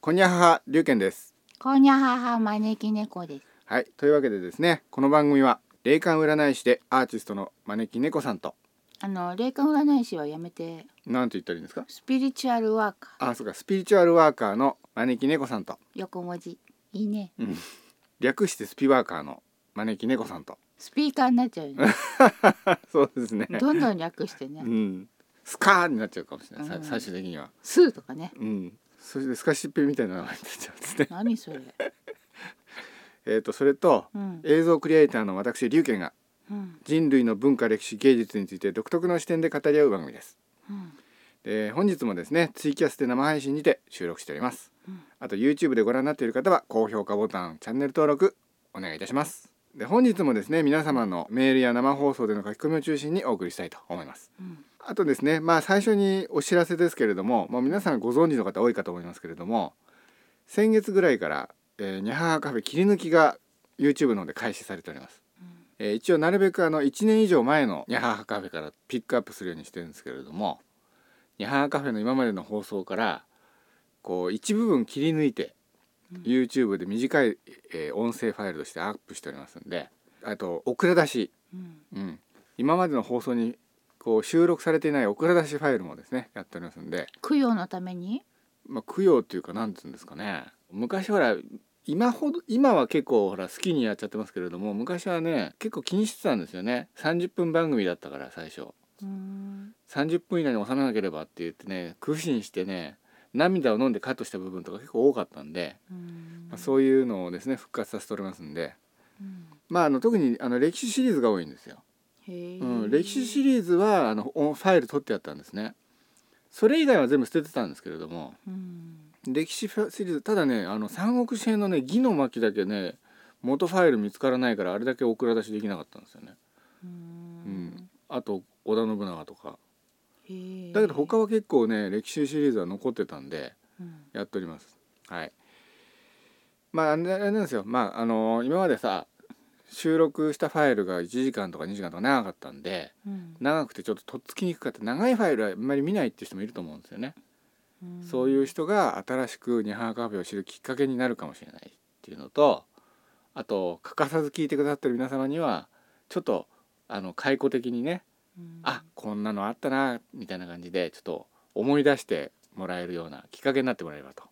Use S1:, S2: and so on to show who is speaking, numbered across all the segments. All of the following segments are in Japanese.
S1: こんにゃはは龍賢です
S2: こんにゃはは招き猫です。
S1: はいというわけでですねこの番組は霊感占い師でアーティストの招き猫さんと
S2: あの霊感占い師はやめて
S1: なんて言ったらいいんですか
S2: スピリチュアルワーカ
S1: あそうかスピリチュアルワーカーの招き猫さんと
S2: ー横文字いいね。
S1: 略してスピワーカーの招き猫さんと
S2: スピーカーになっちゃうよね。
S1: そうですね
S2: どんどん略してね
S1: う。んスカーになっちゃうかもしれない、さ
S2: うん
S1: 最終的には
S2: スーとかね。
S1: うんそれでスカシッペみたいな名前になっちゃうんですね
S2: 何それ。
S1: えっとそれと
S2: うん。
S1: 映像クリエイターの私龍賢が
S2: うん。
S1: 人類の文化歴史芸術について独特の視点で語り合う番組です
S2: うん。
S1: で本日もですねツイキャスで生配信にて収録しております、
S2: うん
S1: あと YouTube でご覧になっている方は高評価ボタンチャンネル登録お願いいたしますで本日もですね皆様のメールや生放送での書き込みを中心にお送りしたいと思います
S2: うん。
S1: あとですねまあ最初にお知らせですけれどももう皆さんご存知の方多いかと思いますけれども先月ぐらいから、えー、にゃははカフェ切り抜きが YouTube の方で開始されておりますえー一応なるべくあの1年以上前のニャハハカフェからピックアップするようにしてるんですけれどもニャハハカフェの今までの放送からこう一部分切り抜いて
S2: うん
S1: YouTube で短い、えー音声ファイルとしてアップしておりますんであとオクラ出し、
S2: うん。
S1: うん、今までの放送にこう収録されていないオクラ出しファイルもですねやっておりますんで、
S2: 供養のために。
S1: まあ、供養っていうかなんて言うんですかね昔ほら今ほど今は結構ほら好きにやっちゃってますけれども昔はね結構気にしてたんですよね30分番組だったから最初
S2: うーん。
S1: 30分以内に収めなければって言ってね苦心してね涙を飲んでカットした部分とか結構多かったんで、
S2: うん
S1: まあ、そういうのをですね復活させておりますんで
S2: うん。
S1: まああの特にあの歴史シリーズが多いんですよ、
S2: へえ。
S1: うん、歴史シリーズはあのおファイル取ってあったんですねそれ以外は全部捨ててたんですけれども、
S2: うん。
S1: 歴史ファシリーズただねあの三国志編のね「義の巻」だけね元ファイル見つからないからあれだけお蔵出しできなかったんですよね
S2: う
S1: うん
S2: ん。
S1: あと織田信長とか
S2: へえ。
S1: だけど他は結構ね歴史シリーズは残ってたんで
S2: うん。
S1: やっておりますはいまああれあれなんですよまああの今までさ収録したファイルが1時間とか2時間とか長かったんで
S2: うん。
S1: 長くてちょっととっつきにくかった長いファイルはあんまり見ないっていう人もいると思うんですよね
S2: うん
S1: そういう。人が新しくニハハカフェを知るきっかけになるかもしれないっていうのとあと欠かさず聞いてくださってる皆様にはちょっとあの解雇的にね、
S2: うん
S1: あ。こんなのあったなみたいな感じでちょっと思い出してもらえるようなきっかけになってもらえればと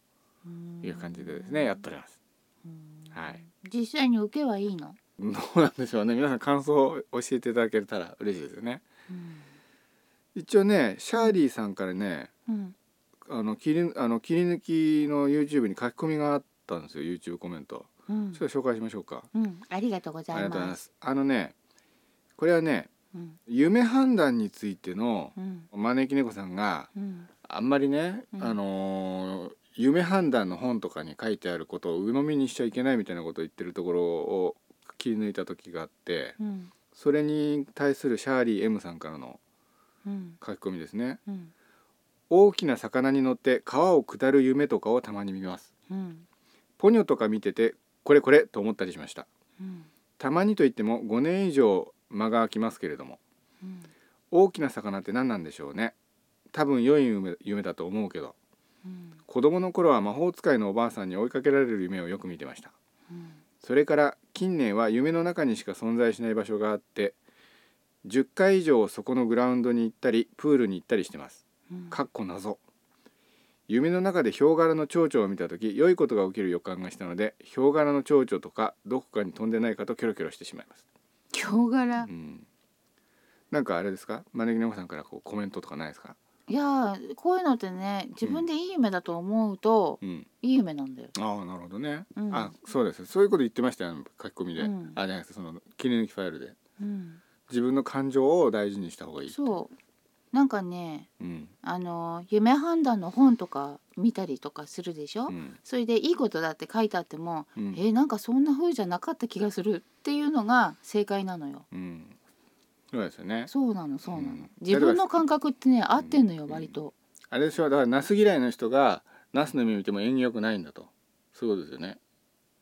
S1: いう感じでですね、やっております。
S2: うん
S1: はい。
S2: 実際に受けはいいの。
S1: どうなんでしょうね皆さん感想を教えていただけたら嬉しいですよね。
S2: うん。
S1: 一応ねシャーリーさんからね
S2: うん。
S1: あの切りあの切り抜きの YouTube に書き込みがあったんですよ YouTube コメント。
S2: うん
S1: ちょっと紹介しましょうか。
S2: うん、ありがとうござ
S1: あり
S2: い
S1: がとうございま
S2: ます。
S1: す。あのね、これはね、
S2: うん、
S1: 夢判断についての
S2: うん、
S1: 招き猫さんが
S2: うん、
S1: あんまりね、
S2: うん
S1: あのー夢判断の本とかに書いてあることを鵜呑みにしちゃいけないみたいなことを言ってるところを切り抜いた時があって、
S2: うん、
S1: それに対するシャーリー M さんからの
S2: うん、
S1: 書き込みですね。
S2: うん、
S1: 大きな魚に乗って川を下る夢とかをたまに見ます。
S2: うん、
S1: ポニョとか見ててこれこれと思ったりしました。
S2: うん、
S1: たまにといっても5年以上間が空きますけれども。
S2: うん、
S1: 大きな魚って何なんでしょうね多分良い夢夢だと思うけど
S2: うん、
S1: 子供の頃は魔法使いのおばあさんに追いかけられる夢をよく見てました
S2: うん
S1: それから近年は夢の中にしか存在しない場所があって10回以上そこのグラウンドに行ったりプールに行ったりしてます
S2: うん、
S1: かっこ謎夢の中でヒョウ柄の蝶々を見た時良いことが起きる予感がしたのでヒョウ柄の蝶々とかどこかに飛んでないかとキョロキョロしてしまいます、
S2: 京柄
S1: う。ん、なんかあれですか招き猫さんからこうコメントとかないですか
S2: いやー、こういうのってね、自分でいい夢だと思うと、
S1: うん、
S2: いい夢なんだよ。
S1: ああなるほどね、
S2: うん
S1: あそうですそういうこと言ってましたよあの書き込みで、
S2: うん
S1: あじゃなくてその切り抜きファイルで
S2: うん、
S1: 自分の感情を大事にした方がいい
S2: そう、なんかね、
S1: うん、
S2: あのー夢判断の本とか見たりとかするでしょ。
S1: うん
S2: それでいいことだって書いてあっても、
S1: うん
S2: えー、なんかそんな風じゃなかった気がするっていうのが正解なのよ。
S1: うん、そうですよね
S2: そうなのそうなの、
S1: うん
S2: 自分の感覚ってね合ってんのよ、
S1: うん
S2: 割と、
S1: あれでしょだからナス嫌いの人がナスの目見ても縁起良くないんだとそういうことですよね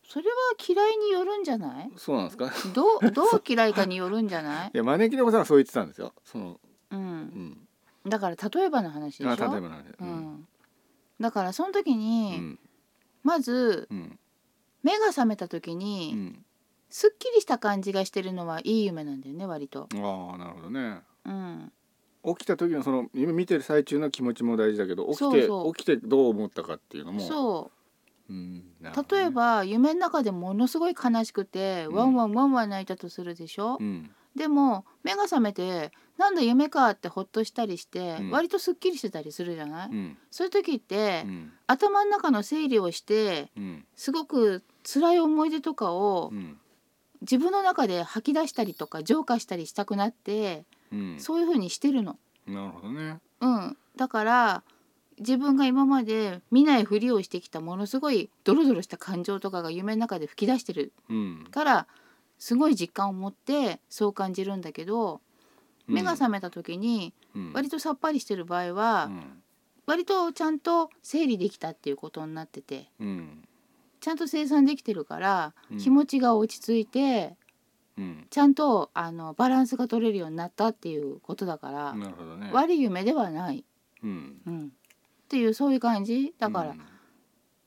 S2: それは嫌いによるんじゃない
S1: そうなんですか
S2: どうどう嫌いかによるんじゃない
S1: いや招き猫さんはそう言ってたんですよその、
S2: う
S1: うんん、
S2: だから例えばの話でしょ
S1: あ例えばなんで
S2: うん、だからその時
S1: う
S2: に、
S1: ん
S2: まず
S1: うん
S2: 目が覚めた時
S1: う
S2: に、
S1: ん、
S2: すっきりした感じがしてるのはいい夢なんだよね割と。
S1: ああなるほどね
S2: うん、
S1: 起きた時のその夢見てる最中の気持ちも大事だけど起きて
S2: そうそう
S1: 起きてどう思ったかっていうのも、
S2: そう
S1: ん、なるほ
S2: う
S1: どね
S2: 例え、ば夢の中でものすごい悲しくて
S1: うん
S2: ワンワンワンワン泣いたとするでしょ、
S1: うん、
S2: でも目が覚めてなんだ夢かってほっとしたりして、
S1: うん
S2: 割とすっきりしてたりするじゃない、
S1: うん
S2: そういう時って、
S1: うん
S2: 頭の中の整理をして
S1: うん
S2: すごく辛い思い出とかを
S1: うん
S2: 自分の中で吐き出したりとか浄化したりしたくなって、
S1: うん
S2: そういう風にしてるの。
S1: なるほどね
S2: うん、だから自分が今まで見ないふりをしてきたものすごいドロドロした感情とかが夢の中で吹き出してる
S1: うん
S2: からすごい実感を持ってそう感じるんだけど目が覚めた時に
S1: うん
S2: 割とさっぱりしてる場合
S1: う
S2: は
S1: ん
S2: 割とちゃんと整理できたっていうことになってて
S1: うん
S2: ちゃんと生産できてるから
S1: うん
S2: 気持ちが落ち着いて
S1: うん
S2: ちゃんとあのバランスが取れるようになったっていうことだから
S1: なるほどね
S2: 悪い夢ではない、
S1: うん
S2: うん、っていうそういう感じだから
S1: うん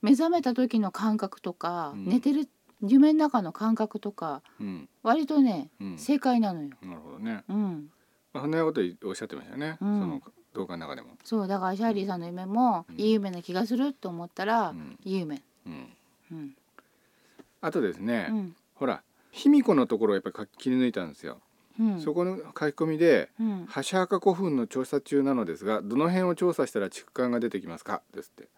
S2: 目覚めた時の感覚とか、
S1: うん
S2: 寝てる夢の中の感覚とか
S1: うん
S2: 割とね、
S1: うん
S2: 正解なのよ。
S1: なるほどね
S2: うん、
S1: まあそんなことおっしゃってましたよねそ
S2: うん
S1: の動画の中でも
S2: そうだからシャーリーさんの夢も
S1: うん
S2: いい夢な気がすると思ったら、
S1: うん
S2: いい夢。
S1: うん
S2: うん、
S1: あとですね
S2: うん、
S1: ほら卑弥呼のところをやっぱり切り抜いたんですよ
S2: うん、
S1: そこの書き込みで
S2: うん、
S1: ハシャーカ古墳の調査中なのですがどの辺を調査したら畜感が出てきますかですって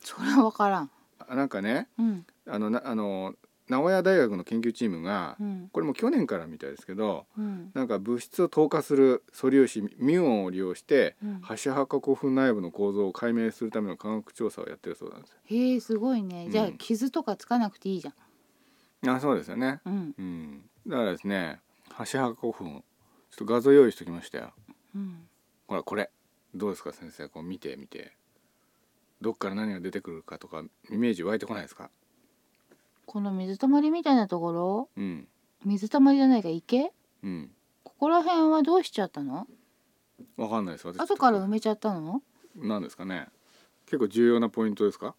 S2: それは分からん。
S1: あなんかね
S2: うん、
S1: あのなあの名古屋大学の研究チームが
S2: うん、
S1: これも去年からみたいですけど
S2: うん、
S1: なんか物質を透過する素粒子ミュオンを利用して
S2: うん、
S1: ハシャーカ古墳内部の構造を解明するための科学調査をやってるそうなんです
S2: へえすごいね。じゃ
S1: う
S2: あ
S1: ん
S2: 傷とかつかなくていいじゃん。
S1: よ。あそうですよね。
S2: うん、
S1: うん、だからですねハシャーカ古墳ちょっと画像用意してきましたよ。
S2: うん、
S1: ほらこれどうですか先生こう見て見てどっから何が出てくるかとかイメージ湧いてこないですか
S2: この水たまりみたいなところ、
S1: うん
S2: 水たまりじゃないか池？
S1: うん
S2: ここら辺はどうしちゃったの？
S1: わかんないです私
S2: 後から埋めちゃったの？
S1: なんですかね結構重要なポイントですか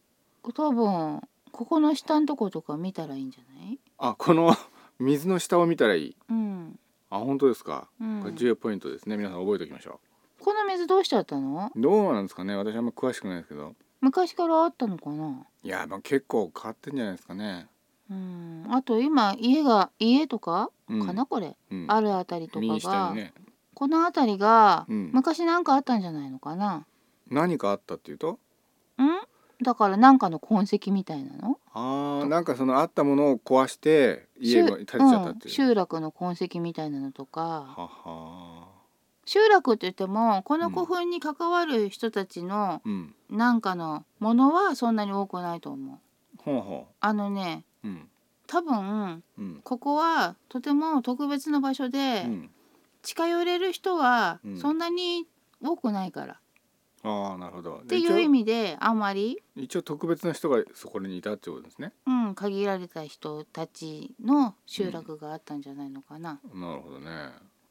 S2: 多分ここの下のとことか見たらいいんじゃない？
S1: あこの水の下を見たらいい
S2: うん。
S1: あ本当ですか、
S2: う
S1: これ
S2: ん、
S1: 重要ポイントですね皆さん覚えておきましょ
S2: この水どうしちゃったの？
S1: うどうなんですかね私あんま詳しくないですけど
S2: 昔からあったのかな。
S1: いやまあ結構変わってんじゃないですかね、
S2: うん。あと今家が家とか
S1: うん、
S2: かな、これ、
S1: うん、
S2: あるあたりとか
S1: 右下
S2: が、
S1: にね
S2: このあたりが、
S1: うん
S2: 昔なんかあったんじゃないのかな。
S1: 何かあったっていうと
S2: うん？だからなんかの痕跡みたいなの？
S1: あーなんかそのあったものを壊して家
S2: 集
S1: が建てちゃったって
S2: うん
S1: いう、
S2: 集落の痕跡みたいなのとか、
S1: はは
S2: 集落って言ってもこの古墳に関わる人たちの
S1: うん
S2: なんかのものはそんなに多くないと思う。
S1: ほうほ
S2: あのね
S1: ううん
S2: 多分
S1: うん
S2: ここはとても特別な場所
S1: う
S2: で、
S1: ん
S2: 近寄れる人は
S1: うん
S2: そんなに多くないから、
S1: ああなるほど
S2: っ
S1: で
S2: ていう意味であんまり、
S1: 一応一応特別な人がそこにいたってことですね
S2: うん、限られた人たちの集落があったんじゃないのかな。
S1: なるほどね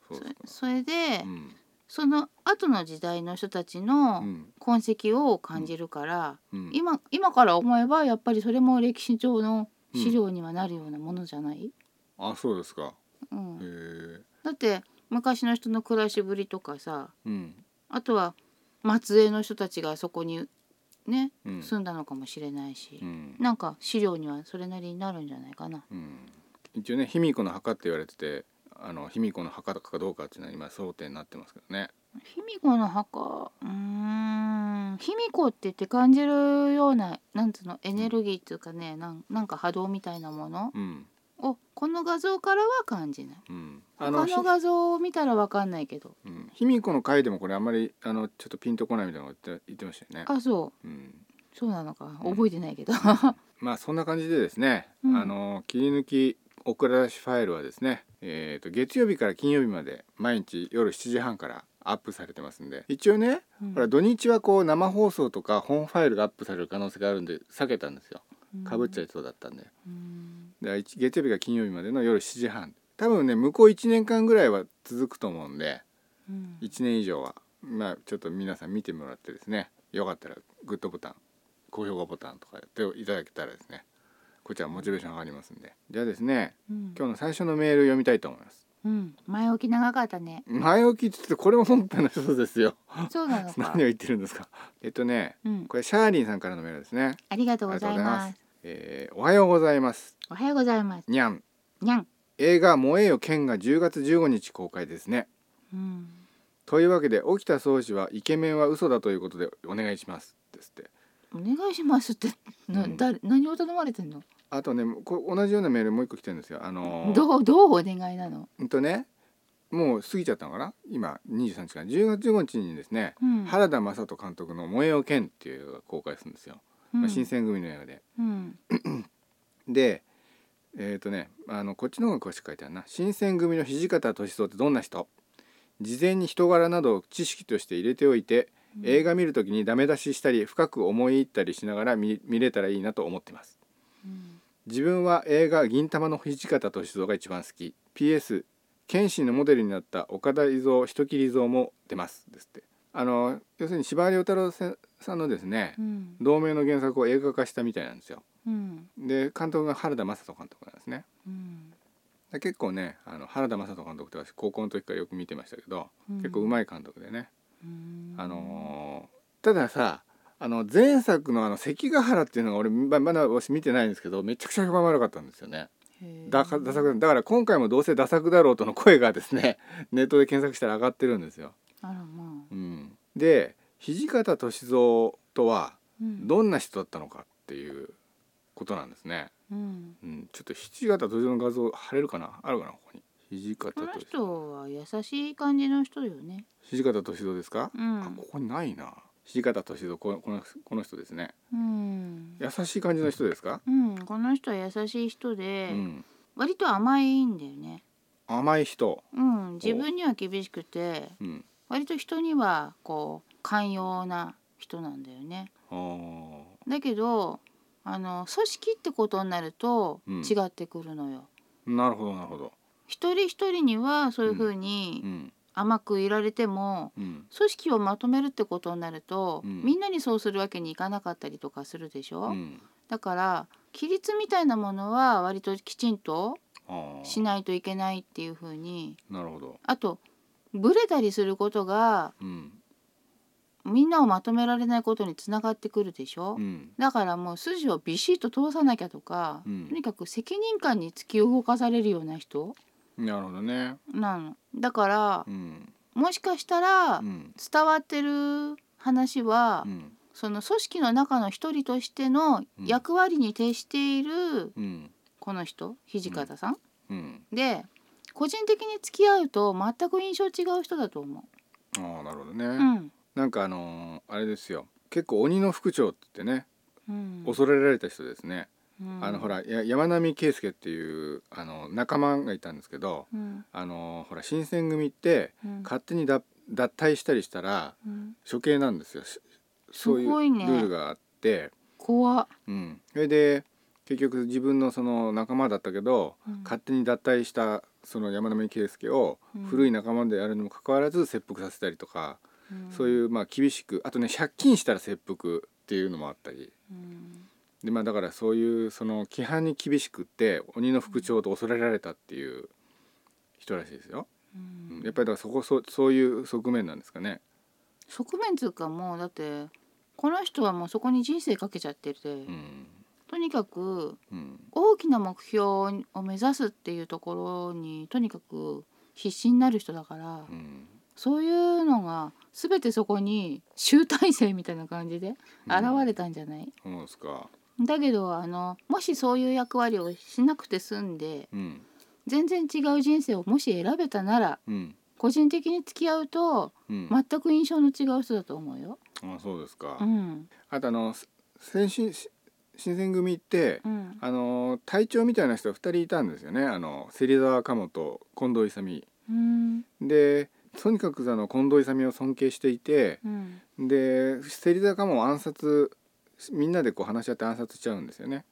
S1: そう
S2: そ
S1: ですか
S2: それで、
S1: うん
S2: その後の時代の人たち
S1: う
S2: の
S1: ん
S2: 痕跡を感じるから、
S1: うん
S2: 今今から思えばやっぱりそれも歴史上の資料にはなるようなものじゃない、
S1: あそうですか
S2: うん
S1: へえ
S2: だって昔の人の暮らしぶりとかさ
S1: うん
S2: あとは末裔の人たちがそこにね
S1: うん
S2: 住んだのかもしれないし、
S1: うん
S2: なんか資料にはそれなりになるんじゃないかな。
S1: うん一応ね卑弥呼の墓って言われててあの卑弥呼の墓かどうかっていうのは今争点になってますけどね
S2: 卑弥呼の墓うーん卑弥呼って言って感じるようななんつうのエネルギーっていうかねなんなんか波動みたいなもの
S1: うん
S2: をこの画像からは感じない。
S1: うん
S2: 他
S1: の
S2: の画像を見たらわかんないけど。
S1: うん卑弥呼の回でもこれあんまりあのちょっとピンとこないみたいなこと言って言ってましたよね。
S2: あそう
S1: うん、
S2: そうなのか覚えてない けど。
S1: まあそんな感じでですね、
S2: うん
S1: あの切り抜きお蔵出しファイルはですね、えー、と月曜日から金曜日まで毎日夜7時半からアップされてますんで一応ね、
S2: うん
S1: ほら土日はこう生放送とか本ファイルがアップされる可能性があるんで避けたんですよかぶっちゃいそうだったんで
S2: うん
S1: で一月曜日から金曜日までの夜7時半多分ね向こう1年間ぐらいは続くと思うんで
S2: うん
S1: 1年以上はまあちょっと皆さん見てもらってですねよかったらグッドボタン高評価ボタンとかやっていただけたらですねこちらモチベーション上がりますんでじゃあですね
S2: うん
S1: 今日の最初のメール読みたいと思います
S2: うん、前置き長かったね。
S1: 前置きって言ってこれも本編の人です よ
S2: そうなの
S1: 何を
S2: か。
S1: 言ってるんですかえっとね
S2: うん、
S1: これシャーリンさんからのメールですね
S2: ありがとうござい
S1: ありがとうござい
S2: ま。
S1: ますえーおはようございます
S2: おはようございます。
S1: にゃん
S2: にゃん。
S1: 映画燃えよ剣が10月15日公開ですね
S2: うん、
S1: というわけで沖田総司はイケメンは嘘だということでお願いしますですって
S2: お願いしますって、な、
S1: うん
S2: 誰、何を頼まれてんの。
S1: あとねこ同じようなメールもう一個来てるんですよあのー
S2: どう、どうお願いなの。
S1: うんとねもう過ぎちゃったのかな今23日から10月15日にですね、
S2: うん、
S1: 原田雅人監督の「燃えよ剣」っていう映画が公開するんですよ、
S2: う
S1: まあ
S2: ん、
S1: 新選組の映画で
S2: うん、
S1: でえっ、とねあのこっちの方が詳しく書いてあるな「新選組の土方歳三ってどんな人?」事前に人柄などを知識として入れておいて映画見るときにダメ出ししたり深く思い入ったりしながら見見れたらいいなと思ってます
S2: うん。
S1: 自分は映画「銀魂の土方歳三」が一番好き PS 剣心のモデルになった岡田伊蔵人切り蔵も出ますですってあの要するに司馬遼太郎さんのですね
S2: うん、
S1: 同名の原作を映画化したみたいなんですよ
S2: うん、
S1: で監督が原田雅人監督なんですね
S2: うん、
S1: で結構ねあの原田雅人監督って私高校の時からよく見てましたけど、
S2: うん
S1: 結構うまい監督でね
S2: うん
S1: あのーたださあの前作のあの関ヶ原っていうのが俺ままだ私見てないんですけどめちゃくちゃ評判悪かったんですよね
S2: へー
S1: だかダサくだから今回もどうせダサくだろうとの声がですね ネットで検索したら上がってるんですよ。
S2: あら、まあ。
S1: うん、で土方歳三とは
S2: うん、
S1: どんな人だったのかっていうことなんですね。
S2: うん。
S1: うん、ちょっと土方歳三の画像貼れるかなあるかなここに土方
S2: この
S1: 歳
S2: 人は優しい感じの人よね。
S1: 土方歳三ですか、
S2: うん
S1: あここにないな土方歳三このこのこの人ですね
S2: うん。
S1: 優しい感じの人ですか、
S2: うん、この人は優しい人
S1: う
S2: で、
S1: ん、
S2: 割と甘いんだよね。
S1: 甘い人、
S2: うん、自分には厳しくて、
S1: うん、
S2: 割と人にはこう寛容な人なんだよね。
S1: あー
S2: だけど、あの組織ってことになると
S1: うん
S2: 違ってくるのよ。
S1: なるほどなるほど、
S2: 一人一人にはそういうふう
S1: う
S2: に
S1: ん
S2: 甘くいられても。
S1: うん
S2: 組織をまとめるってことになると、
S1: うん
S2: みんなにそうするわけにいかなかったりとかするでしょ、
S1: うん、
S2: だから規律みたいなものは割ときちんと
S1: あー
S2: しないといけないっていう風に
S1: なるほど、
S2: あとブレたりすることが
S1: うん
S2: みんなをまとめられないことにつながってくるでしょ、
S1: うん、
S2: だからもう筋をビシッと通さなきゃとか、
S1: うん
S2: とにかく責任感に突き動かされるような人
S1: なるほどね、
S2: なのだから
S1: うん
S2: もしかしたら
S1: うん
S2: 伝わってる話は、
S1: うん
S2: その組織の中の一人としての役割に徹している
S1: うん
S2: この人土方さん、
S1: うん、
S2: で個人的に付き合うと全く印象違う人だと思
S1: ああなるほどね、
S2: う。うん
S1: なんかあのーあれですよ結構鬼の副長って言ってね
S2: うん
S1: 恐れられた人ですね、
S2: うん
S1: あのほらや山並圭介っていうあの仲間がいたんですけど
S2: うん
S1: あのほら新選組って
S2: うん
S1: 勝手に脱脱退したりしたら
S2: うん
S1: 処刑なんですよし
S2: すご
S1: そう
S2: い
S1: い
S2: ね
S1: うルールがあって、
S2: 怖っ
S1: うん、それで結局自分のその仲間だったけど、
S2: うん
S1: 勝手に脱退したその山並圭介を
S2: うん
S1: 古い仲間でやるにもかかわらず切腹させたりとか、そう
S2: う
S1: いうまあ厳しくあとね借金したら切腹っていうのもあったり。
S2: ん
S1: でまあ、だからそういうその規範に厳しくって鬼の副長と恐れられたっていう人らしいですよ。
S2: うん
S1: うんやっぱりだからそこそうそういう側面なんですかね。
S2: 側面つうかもうだってこの人はもうそこに人生かけちゃってて、
S1: うん
S2: とにかく
S1: うん
S2: 大きな目標を目指すっていうところにとにかく必死になる人だから、
S1: うん
S2: そういうのが全てそこに集大成みたいな感じで現れたんじゃない、
S1: そうですか。
S2: だけどあのもしそういう役割をしなくて済んで
S1: うん
S2: 全然違う人生をもし選べたなら
S1: うん
S2: 個人的に付き合うと
S1: うん。
S2: 全く印象の違う人だと思うよ。
S1: あそうですか。
S2: うん
S1: あとあのせ先進し新選組って、
S2: うん
S1: あの隊長みたいな人が二人いたんですよね。あの芹沢鴨と近藤勇
S2: うん
S1: でとにかくあの近藤勇を尊敬していて。
S2: うん
S1: で芹沢鴨を暗殺みんなでこう話し合って暗殺しちゃうんですよね。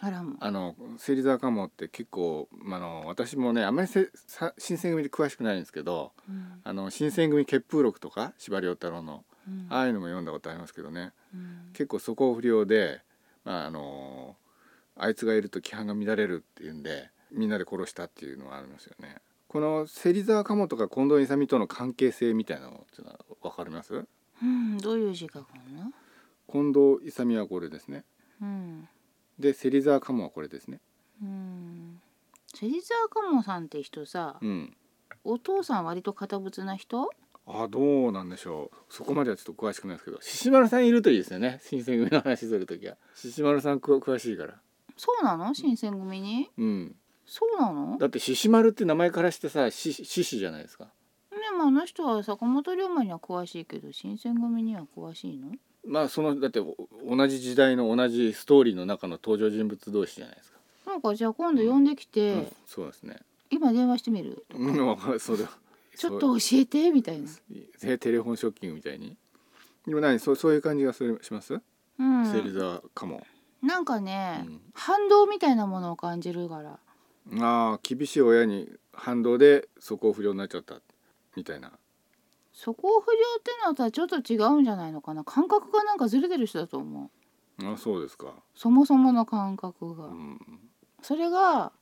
S2: あらも
S1: あの芹沢鴨って結構あの私もねあんまりせさ新選組で詳しくないんですけど
S2: うん
S1: あの新選組血風録とか司馬遼太郎の
S2: うん
S1: ああいうのも読んだことありますけどね
S2: うん
S1: 結構素行不良で、まああのあいつがいると規範が乱れるっていうんでみんなで殺したっていうのはありますよね。この芹沢鴨とか近藤勇との関係性みたいなのっていうのは分かります
S2: うん、どういう字がこんな
S1: 近藤勇はこれですね
S2: うん
S1: で芹沢鴨はこれですね
S2: うん芹沢鴨さんって人さ、
S1: うん
S2: お父さん割と堅物な人
S1: あどうなんでしょうそこまではちょっと詳しくないですけど獅子丸さんいるといいですよね新選組の話するときは獅子丸さんくわ詳しいから
S2: そうなの新選組に
S1: うん
S2: そうなの
S1: だって獅子丸って名前からしてさ獅獅子じゃないですか
S2: でもあの人は坂本龍馬には詳しいけど新選組には詳しいの
S1: まあそのだってお同じ時代の同じストーリーの中の登場人物同士じゃないですか、
S2: なんかじゃあ今度呼んできて、
S1: うんそうですね
S2: 今電話してみる
S1: うんわかるそうだ
S2: ちょっと教えてみたいな
S1: そうテレフォンショッキングみたいにでも何そうそういう感じがするします
S2: うん
S1: 芹沢かも、
S2: なんか
S1: う
S2: ね、
S1: ん
S2: 反動みたいなものを感じるから
S1: ああ厳しい親に反動で素行不良になっちゃったみたいな
S2: 素行不良ってのはさちょっと違うんじゃないのかな感覚がなんかずれてる人だと思う
S1: あそうですか、
S2: そもそもの感覚が、
S1: うん、
S2: それが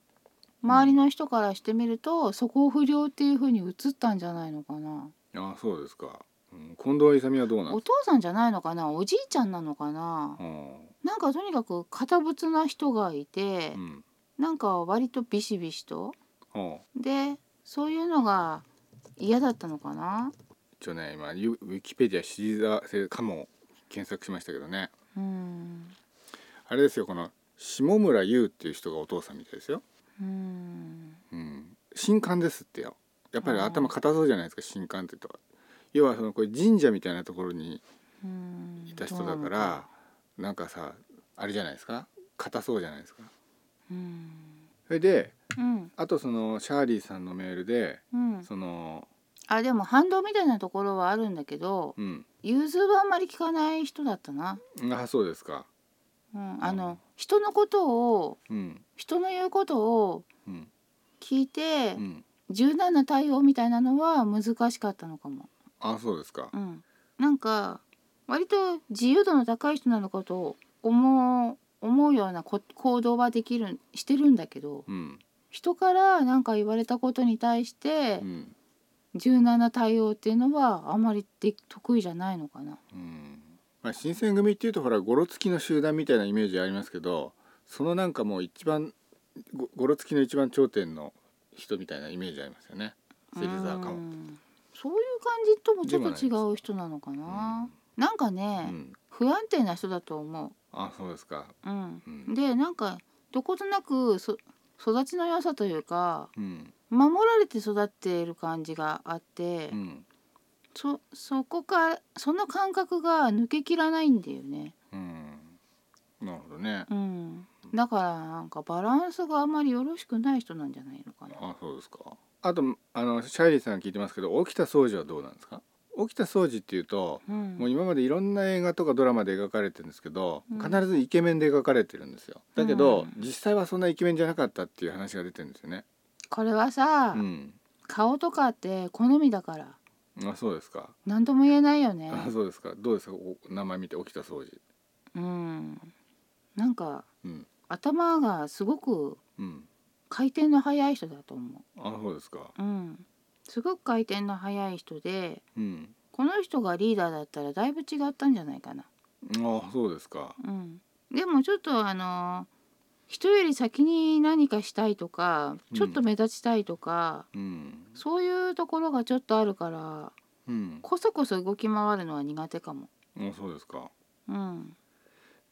S2: 周りの人からしてみると素行不良っていう風に映ったんじゃないのかな
S1: あそうですか、うん、近藤勇はどうなん
S2: お
S1: です
S2: 父さんじゃないのかなおじいちゃんなのかな
S1: か
S2: なんかとにかく堅物な人がいて
S1: うんうん
S2: なんか割とビシビシと
S1: うん
S2: でそういうのが嫌だったのかな
S1: 一応ね今ユウィキペディアシリーズかも検索しましたけどね
S2: うん
S1: あれですよこの下村優っていう人がお父さんみたいですよ、
S2: うん
S1: うん、新刊ですってよやっぱり
S2: あー
S1: 頭硬そうじゃないですか新刊って言うと要はそのこれ神社みたいなところに
S2: うん
S1: いた人だ
S2: どうな
S1: か
S2: の
S1: らなんかさあれじゃないですか硬そうじゃないですか
S2: うん
S1: それで
S2: うん
S1: あとそのシャーリーさんのメールで
S2: うん
S1: その
S2: あでも反動みたいなところはあるんだけど
S1: うん
S2: 融通はあんまり聞かない人だったな、
S1: あそうですか
S2: うん、あの、
S1: うん
S2: 人のことを
S1: うん
S2: 人の言うことを
S1: うん
S2: 聞いて、
S1: うん
S2: 柔軟な対応みたいなのは難しかったのかも、
S1: あそうですか
S2: うん、なんか割と自由度の高い人なのかと思う思うようなこ行動はできるしてるんだけど
S1: うん
S2: 人から何か言われたことに対して
S1: うん
S2: 柔軟な対応っていうのはあまりで得意じゃないのかな。
S1: うんまあ、新選組っていうとほらゴロつきの集団みたいなイメージありますけどそのなんかもう一番ゴゴロつきの一番頂点の人みたいなイメージありますよね芹沢か
S2: う
S1: も。
S2: んそういう感じともちょっと違う人なのかな。な
S1: うん
S2: んか
S1: う
S2: ね、
S1: ん、
S2: 不安定な人だと思
S1: あそうですか。
S2: う。うん。
S1: うん
S2: でなんかどことなくそ育ちの良さというか
S1: うん
S2: 守られて育っている感じがあって、
S1: うん
S2: そそこかその感覚が抜けきらないんだよね。
S1: うん、なるほどね。
S2: うん。だからなんかバランスがあまりよろしくない人なんじゃないのかな。
S1: あそうですか。あとあのシャイリーさんが聞いてますけど沖田総司はどうなんですか沖田総司っていうと
S2: う。
S1: もうん今までいろんな映画とかドラマで描かれてるんですけど、
S2: うん
S1: 必ずイケメンで描かれてるんですよだけど、
S2: うん
S1: 実際はそんなイケメンじゃなかったっていう話が出てるんですよね
S2: これはさ、
S1: うん
S2: 顔とかって好みだから
S1: あそうですか、
S2: 何とも言えない よね。
S1: あそうですかどうですかお名前見て沖田総司
S2: うん。なんか
S1: うん
S2: 頭がすごく
S1: うん
S2: 回転の速い人だと思
S1: あそうですか
S2: う。うん。すごく回転の速い人で、
S1: うん
S2: この人がリーダーだったらだいぶ違ったんじゃないかな。
S1: あそうですか
S2: うん。でもちょっとあの人より先に何かしたいとか、
S1: うん
S2: ちょっと目立ちたいとか、
S1: うん
S2: そういうところがちょっとあるから、
S1: うん
S2: こそこそ動き回るのは苦手かも。
S1: あそうですか
S2: うん。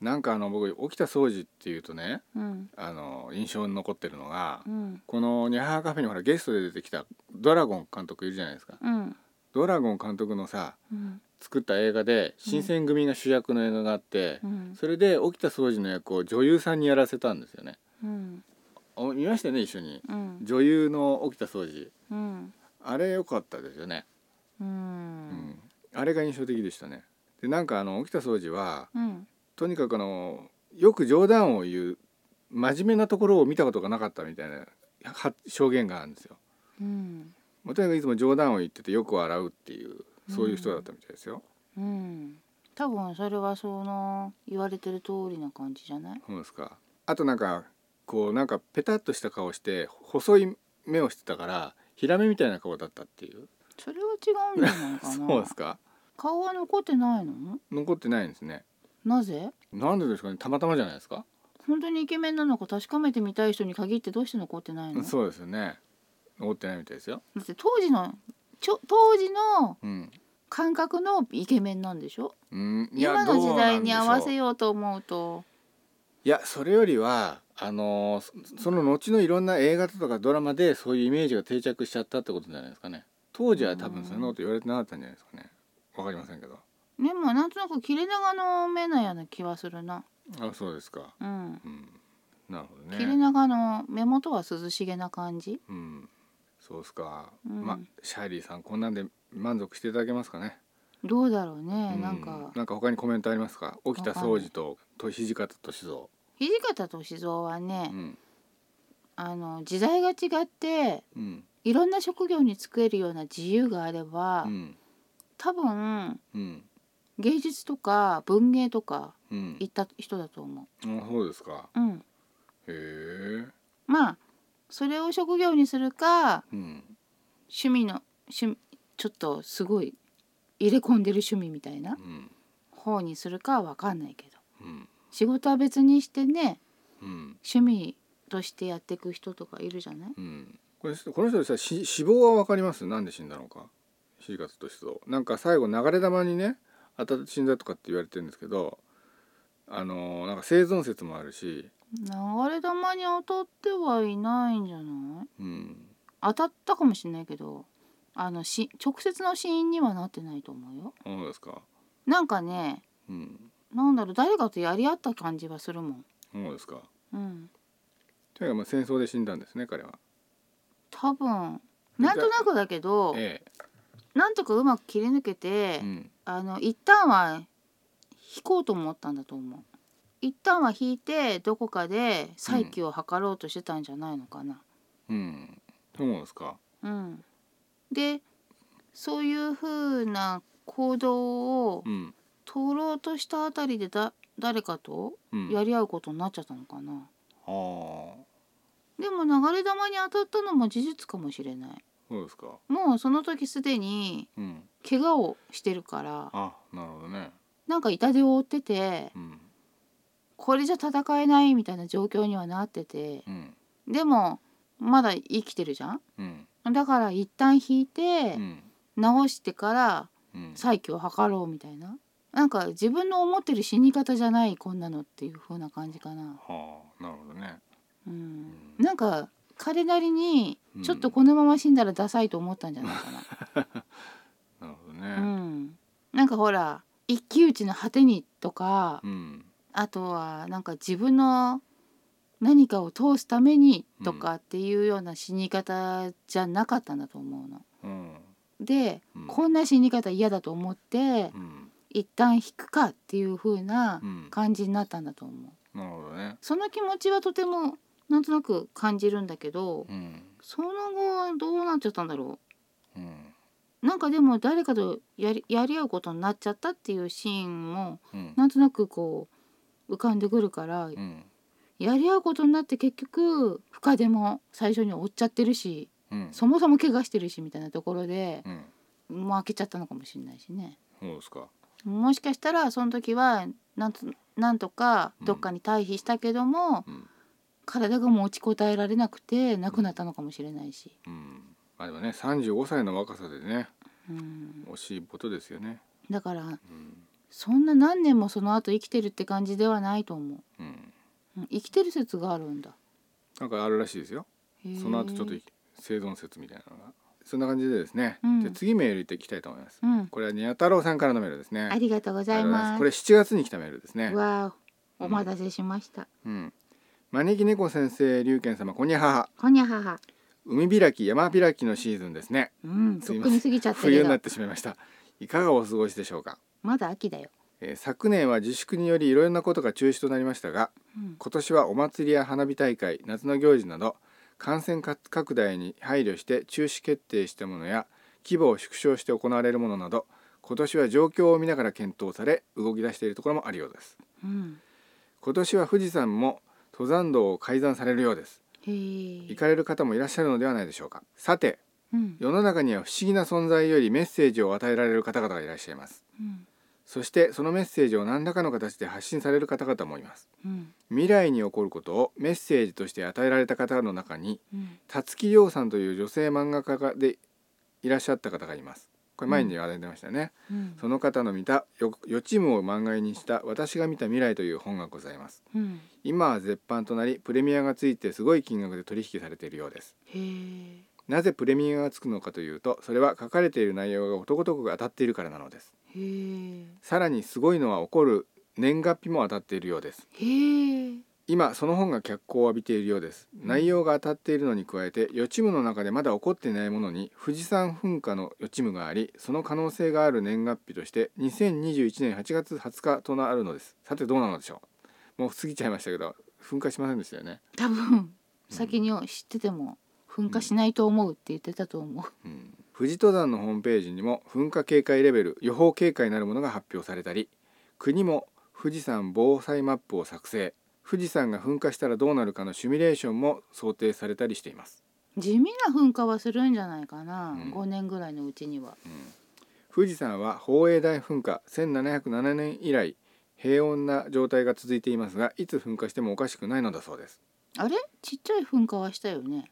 S1: なんかあの僕沖田総司っていうとね
S2: うん。
S1: あの印象に残ってるのが、
S2: うん。
S1: このニャハーカフェにほらゲストで出てきたドラゴン監督いるじゃないですか
S2: うん。
S1: ドラゴン監督のさ
S2: うん。
S1: 作った映画で新選組が主役の映画があって、
S2: うん。
S1: それで沖田総司の役を女優さんにやらせたんですよね
S2: うん。
S1: あ見ましたよね一緒に
S2: うん。
S1: 女優の沖田総司
S2: うん。
S1: あれ良かったですよね、
S2: う
S1: うん
S2: ん。
S1: あれが印象的でしたねでなんかあの沖田総司は
S2: うん。
S1: とにかくあのよく冗談を言う真面目なところを見たことがなかったみたいなは証言があるんですよ
S2: うん。
S1: もうとにかくいつも冗談を言っててよく笑うっていうそういう人だったみたいですよ、
S2: うん。多分それはその言われてる通りな感じじゃない
S1: そうですかあとなんかこうなんかペタッとした顔して細い目をしてたからヒラメみたいな顔だったっていう
S2: それは違うんじゃないかな
S1: そうですか
S2: 顔は残ってないの
S1: 残ってないんですね
S2: なぜ
S1: なんでですかねたまたまじゃないですか、
S2: 本当にイケメンなのか確かめてみたい人に限ってどうして残ってないのだ
S1: そうですよね残ってないみたいですよ
S2: って当時のちょ当時の
S1: うん、
S2: 感覚のイケメンなんでしょ
S1: うん、いや
S2: 今の時代に合わせ
S1: よ
S2: ようと思うと
S1: いやそれよりはあのーそその後のいろんな映画とかドラマでそういうイメージが定着しちゃったってことじゃないですかね当時は多分そんなこと言われてなかったんじゃないですかねわかりませんけど
S2: でもなんとなく切れ長の目のような気はするな
S1: あそうですか
S2: うん
S1: うんなるほどね
S2: 切れ長の目元は涼しげな感じ
S1: うん、そうっすか、
S2: うん
S1: まあシャーリーさんこんなんで満足していただけますかね、
S2: どうだろうね、
S1: う
S2: なんか
S1: なんか他にコメントありますか沖田総司とと土方歳三、
S2: 土方歳三はね、
S1: うん
S2: あの時代が違って
S1: うん
S2: いろんな職業に就けるような自由があれば、
S1: うん
S2: 多分
S1: うん
S2: 芸術とか文芸とか
S1: うん
S2: 行った人だと思
S1: あそうですか
S2: う。うん、
S1: へえ
S2: まあそれを職業にするか
S1: うん
S2: 趣味の趣ちょっとすごい入れ込んでる趣味みたいな
S1: うん
S2: 方にするかは分かんないけど
S1: うん
S2: 仕事は別にしてね
S1: うん
S2: 趣味としてやっていく人とかいるじゃない
S1: うんこれこの人さし死亡はわかりますなんで死んだのか土方歳三なんか最後流れ弾にね当たって死んだとかって言われてるんですけどあのーなんか生存説もあるし、
S2: 流れ弾に当たってはいないんじゃない
S1: うん、
S2: 当たったかもしれないけどあのし直接の死因にはなってないと思うよ
S1: そうですか
S2: なんかね
S1: うん
S2: なんだろう誰かとやり合った感じはするもん、
S1: そうですか。
S2: うん、
S1: というかまあ戦争で死んだんですね彼は。
S2: 多分なんとなくだけど
S1: え
S2: なんとかうまく切り抜けて
S1: え、うん、
S2: あの一旦は引こうと思ったんだと思う一旦は引いてどこかで再起を図ろうとしてたんじゃないのかな、
S1: うん、そうですか。
S2: うん、でそういうふうな行動を
S1: うん、
S2: 取ろうとしたあたりでだ誰かと
S1: うん、
S2: やり合うことになっちゃったのかな、
S1: ああ、
S2: でも流れ弾に当たったのも事実かもしれない
S1: そうですか。
S2: もうその時すでに
S1: うん、
S2: 怪我をしてるから
S1: あ、なるほどね。
S2: なんか痛手を負ってて
S1: うん、
S2: これじゃ戦えないみたいな状況にはなってて
S1: うん、
S2: でもまだ生きてるじゃん
S1: うん、
S2: だから一旦引いて
S1: うん、
S2: 治してから
S1: うん、
S2: 再起を図ろうみたいななんか自分の思ってる死に方じゃないこんなのっていう風な感じかな、
S1: はあ、なるほどね。
S2: うん、
S1: うん
S2: なんか彼なりに
S1: うん
S2: ちょっとこのまま死んだらダサいと思ったんじゃないかな
S1: なるほど
S2: う
S1: ね。
S2: ん、なんかほら一騎打ちの果てにとか
S1: うん、
S2: あとはなんか自分の何かを通すためにとかっていうような死に方じゃなかったんだと思うの。
S1: うん、
S2: で、
S1: うん
S2: こんな死に方嫌だと思って
S1: うん、
S2: 一旦引くかっていう風な
S1: うん、
S2: 感じになったんだと思う。
S1: なるほどね。
S2: その気持ちはとてもなんとなく感じるんだけど
S1: うん、
S2: その後どうなっちゃったんだろ
S1: うん、
S2: うなんかでも誰かとやりやり合うことになっちゃったっていうシーンも
S1: うん、
S2: なんとなくこう浮かんでくるから
S1: うん、
S2: やり合うことになって結局深手も最初に追っちゃってるし
S1: うん、
S2: そもそも怪我してるしみたいなところで
S1: うん、
S2: もう開けちゃったのかもしれないしね
S1: そうですか。
S2: もしかしたらその時はなんとなんとかどっかに退避したけども、
S1: うん、
S2: 体が持ちこたえられなくて亡くなったのかもしれないし、
S1: うん、まあでもね、三十五歳の若さでね、
S2: うん、
S1: 惜しいことですよね。
S2: だから
S1: うん、
S2: そんな何年もその後生きてるって感じではないと思
S1: うん、
S2: う、うん、生きてる説があるんだ
S1: なんかあるらしいですよ。
S2: へー
S1: その後ちょっと生存説みたいなのがそんな感じでですね、
S2: うん
S1: じゃあ次メールいっていきたいと思います、
S2: うん
S1: これはにゃ太郎さんからのメールですね
S2: ありがとうござ
S1: ありがと
S2: います
S1: うございますこれ7月に来たメールですね
S2: わあ、
S1: うん
S2: お待たせしました。
S1: うん。招き猫先生龍賢様こんにゃはは
S2: こにゃはは。
S1: 海開き山開きのシーズンですね
S2: うん、
S1: す
S2: と
S1: い
S2: っ
S1: ま
S2: く
S1: せん
S2: に過ぎちゃったけ
S1: 冬になっ
S2: ど、
S1: てしまいましたいかがお過ごしでしょうか、
S2: まだ秋だよ。
S1: えー昨年は自粛によりいろいろなことが中止となりましたが
S2: うん、
S1: 今年はお祭りや花火大会夏の行事など感染拡大に配慮して中止決定したものや規模を縮小して行われるものなど今年は状況を見ながら検討され動き出しているところもあるようです
S2: うん
S1: 今年は富士山も登山道を改ざんされるようです
S2: へえ
S1: 行かれる方もいらっしゃるのではないでしょうかさて
S2: うん
S1: 世の中には不思議な存在よりメッセージを与えられる方々がいらっしゃいます
S2: うん
S1: そしてそのメッセージを何らかの形で発信される方々もいます
S2: うん
S1: 未来に起こることをメッセージとして与えられた方の中に
S2: うん
S1: 辰木亮さんという女性漫画家がでいらっしゃった方がいますこれ前に話題に出ましたね、
S2: うん
S1: その方の見たよ予知夢を漫画にした私が見た未来という本がございます
S2: うん
S1: 今は絶版となりプレミアがついてすごい金額で取引されているようです
S2: へえ
S1: なぜプレミアがつくのかというとそれは書かれている内容がことごとく当たっているからなのです
S2: へえ
S1: さらにすごいのは起こる年月日も当たっているようです
S2: へえ
S1: 今その本が脚光を浴びているようです内容が当たっているのに加えて予知夢の中でまだ起こっていないものに富士山噴火の予知夢がありその可能性がある年月日として2021年8月20日となるのですさてどうなのでしょうもう過ぎちゃいましたけど噴火しませんでしたよね、
S2: 多分先に知ってても噴火しないと思うって言ってたと思う
S1: うん、富士登山のホームページにも噴火警戒レベル予報警戒なるものが発表されたり国も富士山防災マップを作成富士山が噴火したらどうなるかのシミュレーションも想定されたりしています
S2: 地味な噴火はするんじゃないかな、
S1: うん
S2: 5年ぐらいのうちには
S1: 富士山は宝永大噴火1707年以来平穏な状態が続いていますがいつ噴火してもおかしくないのだそうです
S2: あれちっちゃい噴火はしたよね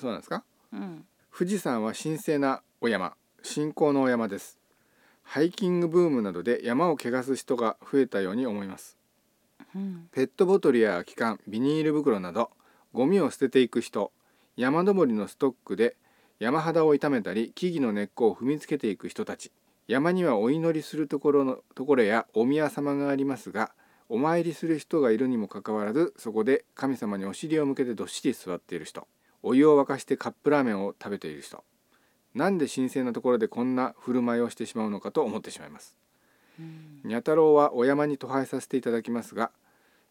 S1: そうなんですか
S2: うん
S1: 富士山は神聖なお山信仰のお山ですハイキングブームなどで山を汚す人が増えたように思います
S2: うん
S1: ペットボトルや空き缶ビニール袋などゴミを捨てていく人山登りのストックで山肌を傷めたり木々の根っこを踏みつけていく人たち山にはお祈りするところのところやお宮様がありますがお参りする人がいるにもかかわらずそこで神様にお尻を向けてどっしり座っている人お湯を沸かしてカップラーメンを食べている人なんで神聖なところでこんな振る舞いをしてしまうのかと思ってしまいます
S2: うん
S1: にゃ太郎はお山に渡拝させていただきますが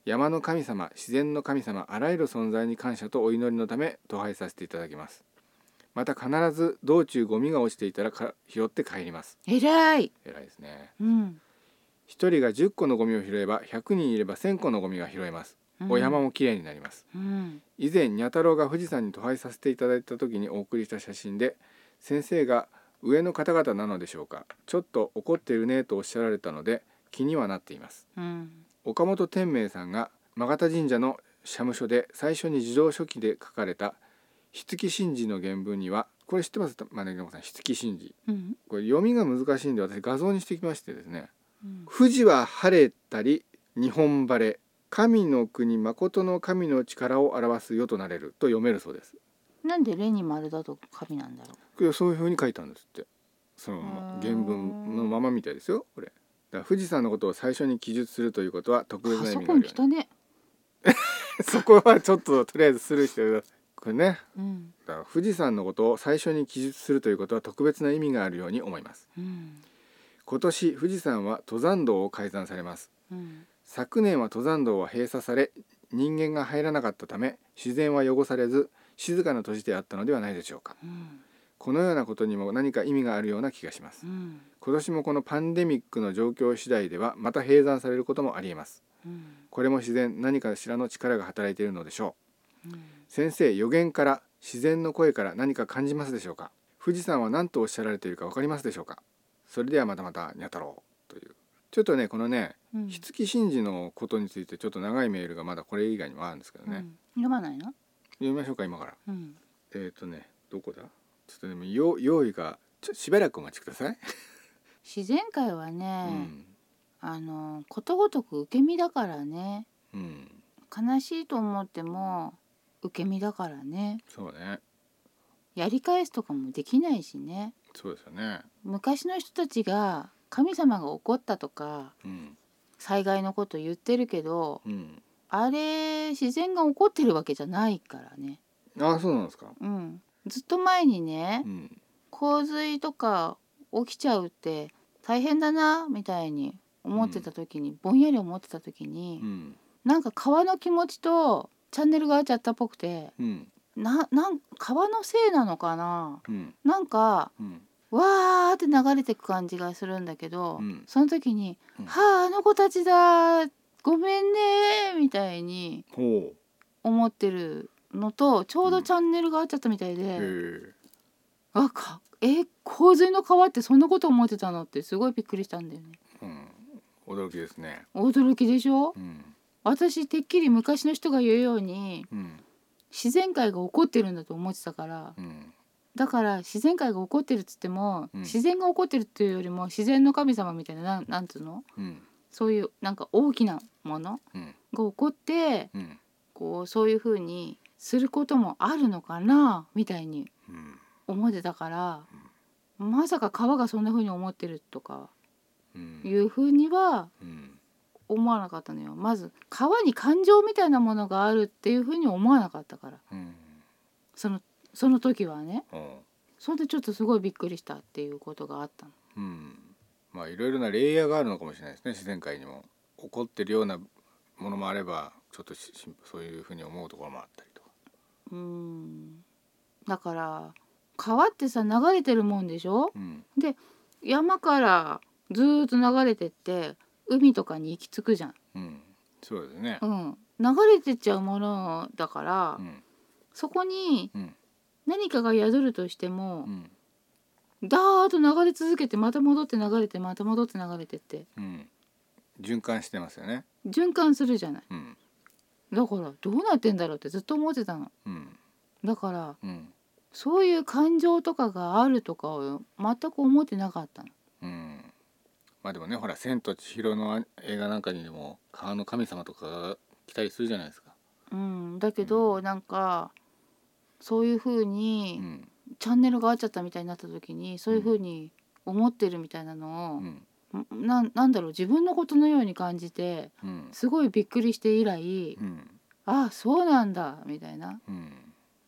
S1: 山の神様自然の神様あらゆる存在に感謝とお祈りのため渡拝させていただきますまた必ず道中ゴミが落ちていたらか拾って帰ります
S2: 偉い
S1: 偉いですね
S2: うん、
S1: 一人が10個のゴミを拾えば100人いれば1000個のゴミが拾えます
S2: うん
S1: お山もきれいになります
S2: うん
S1: 以前にゃ太郎が富士山に渡拝させていただいた時にお送りした写真で先生が上の方々なのでしょうかちょっと怒ってるねとおっしゃられたので気にはなっています
S2: うん
S1: 岡本天明さんが真形神社の社務所で最初に児童書記で書かれた「筆記神事」の原文にはこれ知ってますマネキンさん筆記神事
S2: うん
S1: これ読みが難しいんで私画像にしてきましてですね
S2: うん
S1: 「富士は晴れたり日本晴れ神の国誠の神の力を表すよとなれる」と読めるそうです
S2: なんでレに丸だと神なんだろ
S1: これそういう風に書いたんですってその
S2: うーん
S1: 原文のままみたいですよこれだから富士山のことを最初に記述するということは特
S2: う
S1: 別
S2: パ
S1: な意
S2: ソ
S1: 味があるようです
S2: コン来たね
S1: そこはちょっととりあえずスルーしてください。これね、
S2: うん
S1: だから富士山のことを最初に記述するということは特別な意味があるように思います。
S2: うん
S1: 今年富士山は登山道を改ざんされます。
S2: うん
S1: 昨年は登山道は閉鎖され、人間が入らなかったため自然は汚されず静かな年であったのではないでしょうか。
S2: うん
S1: このようなことにも何か意味があるような気がします
S2: う。ん
S1: 今年もこのパンデミックの状況次第ではまた閉山されることもありえます。
S2: うん
S1: これも自然何かしらの力が働いているのでしょう。
S2: うん
S1: 先生予言から自然の声から何か感じますでしょうか富士山は何とおっしゃられているかわかりますでしょうかそれではまたまたにゃ太郎というちょっとねこのね
S2: うん
S1: 日月神事のことについてちょっと長いメールがまだこれ以外にもあるんですけどね、
S2: うん読まないの
S1: 読みましょうか今から
S2: うん
S1: えっ、ー、とねどこだちょっとでもよ用意がちょしばらくお待ちください、
S2: 自然界は
S1: う
S2: ね、
S1: ん
S2: あのことごとく受け身だからね
S1: うん
S2: 悲しいと思っても受け身だからね
S1: そうね
S2: やり返すとかもできないしね
S1: そうですよね
S2: 昔の人たちが神様が怒ったとか
S1: うん
S2: 災害のこと言ってるけど
S1: うん
S2: あれ自然が怒ってるわけじゃないからね、
S1: ああそうなんですか
S2: うん、ずっと前にね
S1: うん
S2: 洪水とか起きちゃうって大変だなみたいに思ってた時に、ぼんやり思ってた時に
S1: う、ん
S2: なんか川の気持ちとチャンネルが合っちゃったっぽくて
S1: うん
S2: ななん川のせいなのかな
S1: うん
S2: なんか
S1: うん
S2: わーって流れてく感じがするんだけど、
S1: うん
S2: その時に「
S1: うん
S2: はああの子たちだごめんね」みたいに
S1: ほう
S2: 思ってるのとちょうどチャンネルが合っちゃったみたいで、
S1: へえ
S2: あかえ洪水の川ってそんなこと思ってたのってすごいびっくりしたんだよね。
S1: うん驚きですね
S2: 驚きでしょ
S1: うん
S2: 私てっきり昔の人が言うように
S1: うん
S2: 自然界が起こってるんだと思ってたから
S1: うん
S2: だから自然界が起こってるっつっても、
S1: うん
S2: 自然が起こってるっていうよりも自然の神様みたいななんなんつうの
S1: うん
S2: そういうなんか大きなもの
S1: うん
S2: が起こって
S1: うん
S2: こうそういう風にすることもあるのかなみたいに
S1: うん
S2: 思ってたから、まさか川がそんな風に思ってるとか
S1: うん
S2: いう風には
S1: うん
S2: 思わなかったのよまず川に感情みたいなものがあるっていう風に思わなかったから
S1: うん
S2: そのその時はね
S1: おう
S2: それでちょっとすごいびっくりしたっていうことがあったの
S1: うんまあいろいろなレイヤーがあるのかもしれないですね自然界にも起こってるようなものもあればちょっとししそういうふうに思うところもあったりとか
S2: うんだから川ってさ流れてるもんでしょ
S1: うん
S2: 山からずーっと流れてって海とかに行き着くじゃん、
S1: うんそうですね
S2: うん、流れてっちゃうものだから、
S1: うん
S2: そこに
S1: うん
S2: 何かが宿るとしても
S1: う、ん
S2: だーっと流れ続けてまた戻って流れてまた戻って流れてって
S1: うん循環してますよね
S2: 循環するじゃない
S1: うん
S2: だからどうなってんだろうってずっと思ってたの
S1: うん
S2: だから
S1: うん
S2: そういう感情とかがあるとかを全く思ってなかったの
S1: うんまあでもねほら「千と千尋」の映画なんかにでも川の神様とかが来たりするじゃないですか
S2: うん、だけど、なんかそういう風
S1: う
S2: に、
S1: ん
S2: チャンネルが合っちゃったみたいになった時にそういう風に思ってるみたいなの
S1: う
S2: を、
S1: ん
S2: んなんなんだろう自分のことのように感じて
S1: うん
S2: すごいびっくりして以来、
S1: うん
S2: ああそうなんだみたいな
S1: うん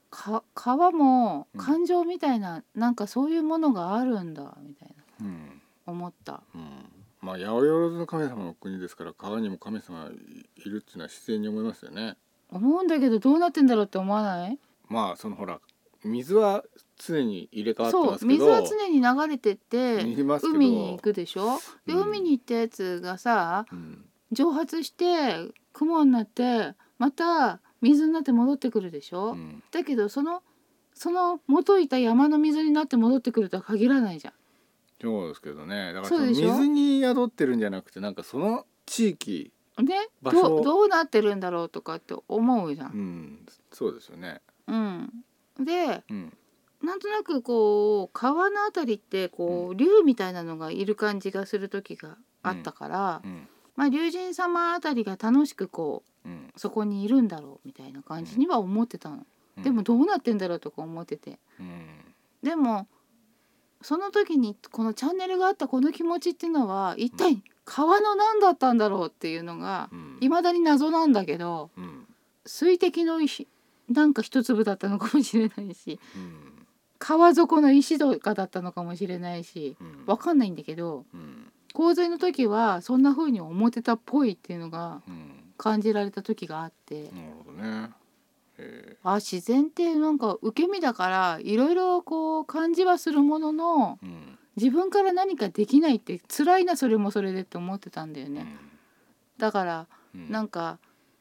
S2: か川も
S1: うん
S2: 感情みたいな、なんかそういうものがあるんだみたいな
S1: うん
S2: 思った。
S1: うんまあ八百万の神様の国ですから川にも神様いるっていうのは自然に思いますよね。
S2: 思うんだけどどうなってんだろうって思わない
S1: まあそのほら水は常に入れ替わって
S2: そ
S1: ま
S2: う
S1: すけ
S2: 水
S1: ど
S2: は常に流れてって
S1: 見ますけど
S2: 海に行くでしょで
S1: うん
S2: 海に行ったやつがさ、
S1: うん
S2: 蒸発して雲になってまた水になって戻ってくるでしょ、
S1: うん
S2: だけどそのその元いた山の水になって戻ってくるとは限らないじゃん
S1: そうですけどねだから
S2: そう
S1: その
S2: でしょ
S1: 水に宿ってるんじゃなくてなんかその地域、
S2: ね
S1: 場所
S2: どうどうなってるんだろうとかって思うじゃ。
S1: うんん、そうですよね。
S2: うん、で
S1: うん
S2: なんとなくこう川のあたりってこ
S1: う
S2: う竜みたいなのがいる感じがする時があったから、
S1: うん
S2: まあ竜神様あたりが楽しくこ
S1: うん
S2: うそこにいるんだろうみたいな感じには思ってたの。
S1: うん
S2: でもどうなってんだろうとか思ってて。
S1: うん
S2: でもその時にこのチャンネルがあったこの気持ちっていうのは一体川の何だったんだろうっていうのが
S1: うん
S2: いまだに謎なんだけど
S1: うん
S2: 水滴の石なんか一粒だったのかもしれないし
S1: うん
S2: 川底の石とかだったのかもしれないし
S1: うん
S2: わかんないんだけど
S1: うん
S2: 洪水の時はそんな風に思ってたっぽいっていうのが
S1: うん
S2: 感じられた時があって
S1: なるほどね。え
S2: あ自然ってなんか受け身だからいろいろこう感じはするものの
S1: ーうん
S2: 自分から何かできないって辛いなそれもそれでって思ってたんだよね、だから
S1: うん
S2: なんか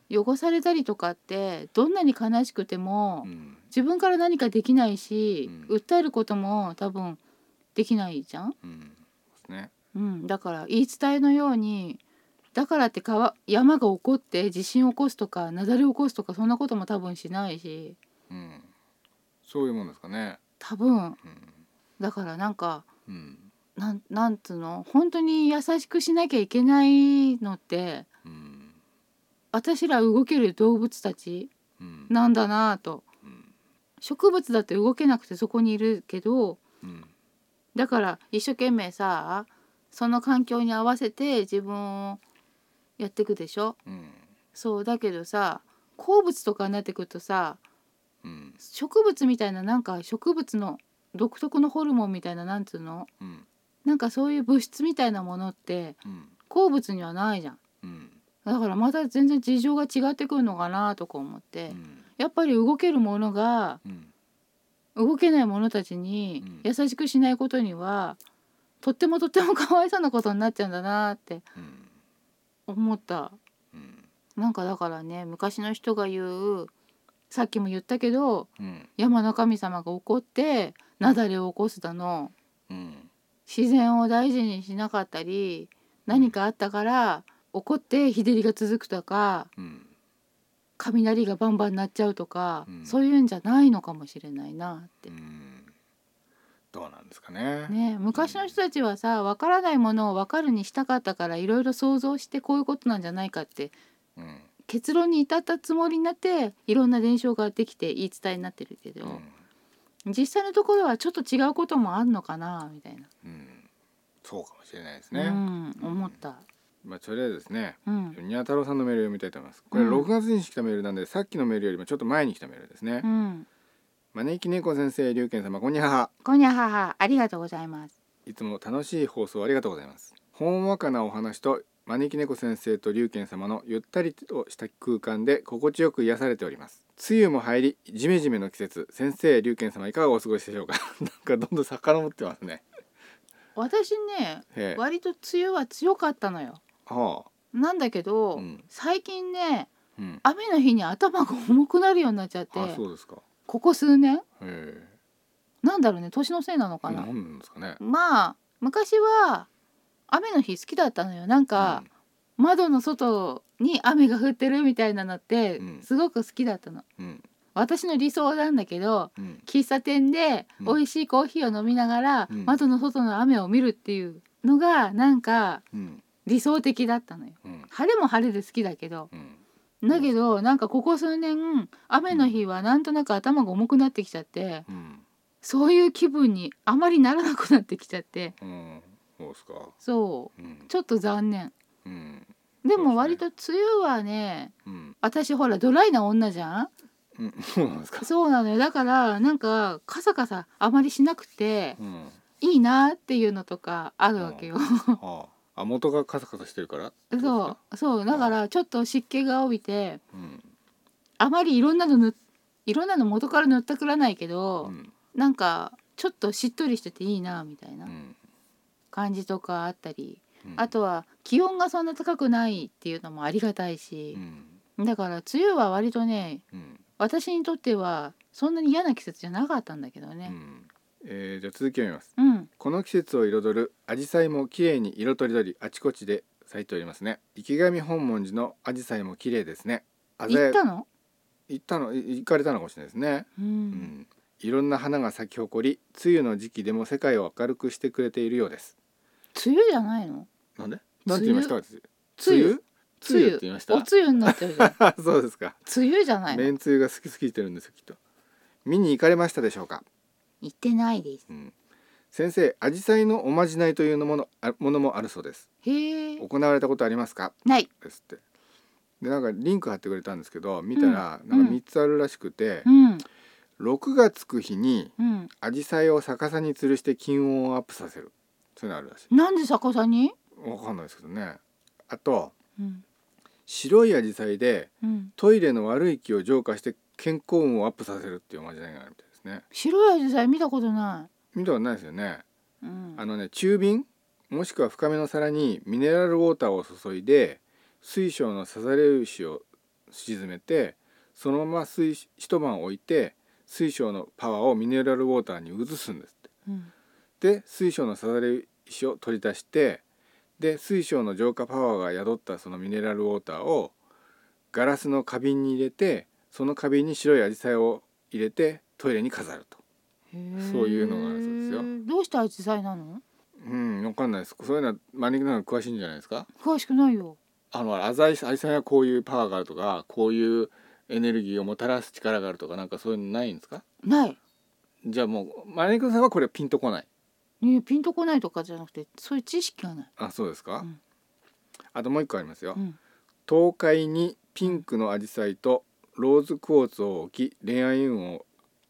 S2: 汚されたりとかってどんなに悲しくても
S1: うん
S2: 自分から何かできないし、
S1: うん
S2: 訴えることも多分できないじゃん、
S1: うんですね。
S2: うん、だから言い伝えのようにだからって川山が起こって地震起こすとか雪崩起こすとかそんなことも多分しないし
S1: うん、そういうもんですかね。
S2: 多分
S1: うん、
S2: だからなんか
S1: うん、
S2: なんなんつうの本当に優しくしなきゃいけないのって
S1: うん、
S2: 私ら動ける動物たち
S1: うん、
S2: なんだなぁと
S1: うん、
S2: 植物だって動けなくてそこにいるけど
S1: うん、
S2: だから一生懸命さその環境に合わせて自分をやっていくでしょ
S1: うん、
S2: そうだけどさ鉱物とかになってくるとさ
S1: うん、
S2: 植物みたいななんか植物の独特のホルモンみたいななんつうの
S1: うん、
S2: なんかそういう物質みたいなものって
S1: うん、
S2: 鉱物にはないじゃん
S1: うん、
S2: だからまた全然事情が違ってくるのかなとか思って
S1: うん、
S2: やっぱり動けるものが
S1: うん、
S2: 動けない者たちに優しくしないことには、とってもとっても かわいそうなことになっちゃうんだなって
S1: うん
S2: 思った
S1: うん
S2: なんかだからね昔の人が言うさっきも言ったけど
S1: うん
S2: 山の神様が怒って雪崩を起こすだの
S1: うん
S2: 自然を大事にしなかったり何かあったから怒って日照りが続くとか
S1: うん
S2: 雷がバンバン鳴っちゃうとか、
S1: うん
S2: そういうんじゃないのかもしれないなって
S1: う。んどうなんですかね
S2: ね、昔の人たちはさ分からないものを分かるにしたかったからいろいろ想像してこういうことなんじゃないかって
S1: うん
S2: 結論に至ったつもりになっていろんな伝承ができて言い伝えになってるけ
S1: う
S2: ど、
S1: ん
S2: 実際のところはちょっと違うこともあんのかなみたいな、
S1: うんそうかもしれないです
S2: う
S1: ね
S2: ん、思った。
S1: まあとりあえずですね
S2: うん
S1: ニャ太郎さんのメールを読みたいと思いますこれ
S2: うん
S1: 6月に来たメールなんでさっきのメールよりもちょっと前に来たメールですね
S2: うん、
S1: 招き猫先生龍賢様こんにゃはは
S2: こんにゃははありがとうございます。
S1: いつも楽しい放送ありがとうございます。ほんわかなお話と招き猫先生と龍賢様のゆったりとした空間で心地よく癒されております。梅雨も入り、ジメジメの季節、先生龍賢様いかがお過ごしでしょうか。 なんかどんどん遡ってますね。
S2: 私ね
S1: へえ。
S2: 割と梅雨は強かったのよ。
S1: は
S2: なんだけど、
S1: うん
S2: 最近ね
S1: あ。うん。
S2: 雨の日に頭が重くなるようになっちゃって
S1: あ、そうですか。
S2: ここ数年
S1: へえ。
S2: なんだろうね年のせいなのか
S1: 何
S2: な。
S1: なんですかね。
S2: まあ昔は雨の日好きだったのよなんか、窓の外に雨が降ってるみたいなのって
S1: うん
S2: すごく好きだったの、
S1: うん。うん。
S2: 私の理想なんだけど
S1: うん。
S2: 喫茶店で
S1: うん
S2: 美味しいコーヒーを飲みながら、
S1: うん
S2: 窓の外の雨を見るっていうのがなんか
S1: うん。
S2: 理想的だったのよ
S1: うん。
S2: 晴れも晴れで好きだけど
S1: うん。
S2: だけどなんかここ数年雨の日はなんとなく頭が重くなってきちゃって
S1: うん。
S2: そういう気分にあまりならなくなってきちゃって
S1: うん。そうですか。
S2: そう
S1: うん。
S2: ちょっと残念
S1: うん。
S2: で
S1: そうですね
S2: も割と梅雨はね
S1: うん。
S2: 私ほらドライな女じゃん
S1: うん。そうなんですか。
S2: そうなのよだからなんかカサカサあまりしなくて
S1: うん。
S2: いいなっていうのとかあるわけよ、
S1: ああ、あ元がカサカサしてるから。
S2: そうそうだからちょっと湿気が帯びて
S1: うん。
S2: あまりいろんなの塗いろんなの元から塗ったくらないけど、
S1: うん。。
S2: なんかちょっとしっとりしてていいなみたいうなん感じとかあったり、
S1: うん
S2: あ。とは気温がそんな高くないっていうのもありがたいし
S1: う、ん。
S2: だから梅雨は割とね
S1: うん。
S2: 私にとってはそんなに嫌な季節じゃなかったんだけど
S1: う
S2: ね。
S1: ん。えー、じゃあ続きを見ます。
S2: うん、
S1: この季節を彩る紫陽花も綺麗に色とりどりあちこちで咲いておりますね。池上本門寺の紫陽花も綺麗ですね。鮮
S2: 行
S1: や
S2: ったの？
S1: 行ったのい行かれたのかもしれないですね。
S2: う、
S1: うんん。いろんな花が咲き誇り、梅雨の時期でも世界を明るくしてくれているようです。
S2: 梅雨じゃないの？
S1: なんで？
S2: 梅
S1: なんて
S2: 雨
S1: 言いました？私
S2: 梅雨
S1: 梅雨って言いました
S2: お。梅雨になってるじ ゃん。
S1: あそうですか。
S2: 梅雨じゃないの
S1: め？んつゆが好きすぎてるんですよきっと見に行かれましたでしょうか、
S2: 行ってないです。
S1: うん、先生紫陽花のおまじないというのものあものもあるそうです
S2: へえ。
S1: 行われたことありますか
S2: ない。
S1: ですってでなんかリンク貼ってくれたんですけど見たら
S2: うん
S1: なんか3つあるらしくて、
S2: うん
S1: 6がつく日に
S2: うん。
S1: 紫陽花を逆さに吊るして金運をアップさせるそういうのあるらし
S2: なんで逆さに？
S1: いわかんないですけどねあと
S2: うん
S1: 白い紫陽花で
S2: うん。
S1: トイレの悪い気を浄化して健康運をアップさせるっていうおまじないがあるみたいですね
S2: 白い紫陽花見たことな
S1: 見たことないですよね
S2: い。うん。
S1: あのね中瓶もしくは深めの皿にミネラルウォーターを注いで水晶のさざれ石を沈めてそのまま水一晩置いて水晶のパワーをミネラルウォーターに移すんですっ
S2: うん
S1: てで水晶のさざれ石を取り出してで水晶の浄化パワーが宿ったそのミネラルウォーターをガラスの花瓶に入れてその花瓶に白い紫陽花を入れてトイレに飾ると
S2: へー
S1: そういうのがあるそうですよ
S2: どうして紫陽花なの？
S1: うんわかんないですそういうのは招きなの詳しいんじゃないですか
S2: 詳しくないよ。
S1: あの浅井さん浅井さんはこういうパワーがあるとかこういうエネルギーをもたらす力があるとかなんかそういうのないんですか
S2: ない。
S1: じゃあもうマネクさんはこれピンとこない
S2: ねピンとこないとかじゃなくてそういう知識がない。
S1: あそうですか、
S2: うん
S1: あともう一個ありますよ、
S2: うん。
S1: 東海にピンクのアジサイとローズクォーツを置き恋愛運を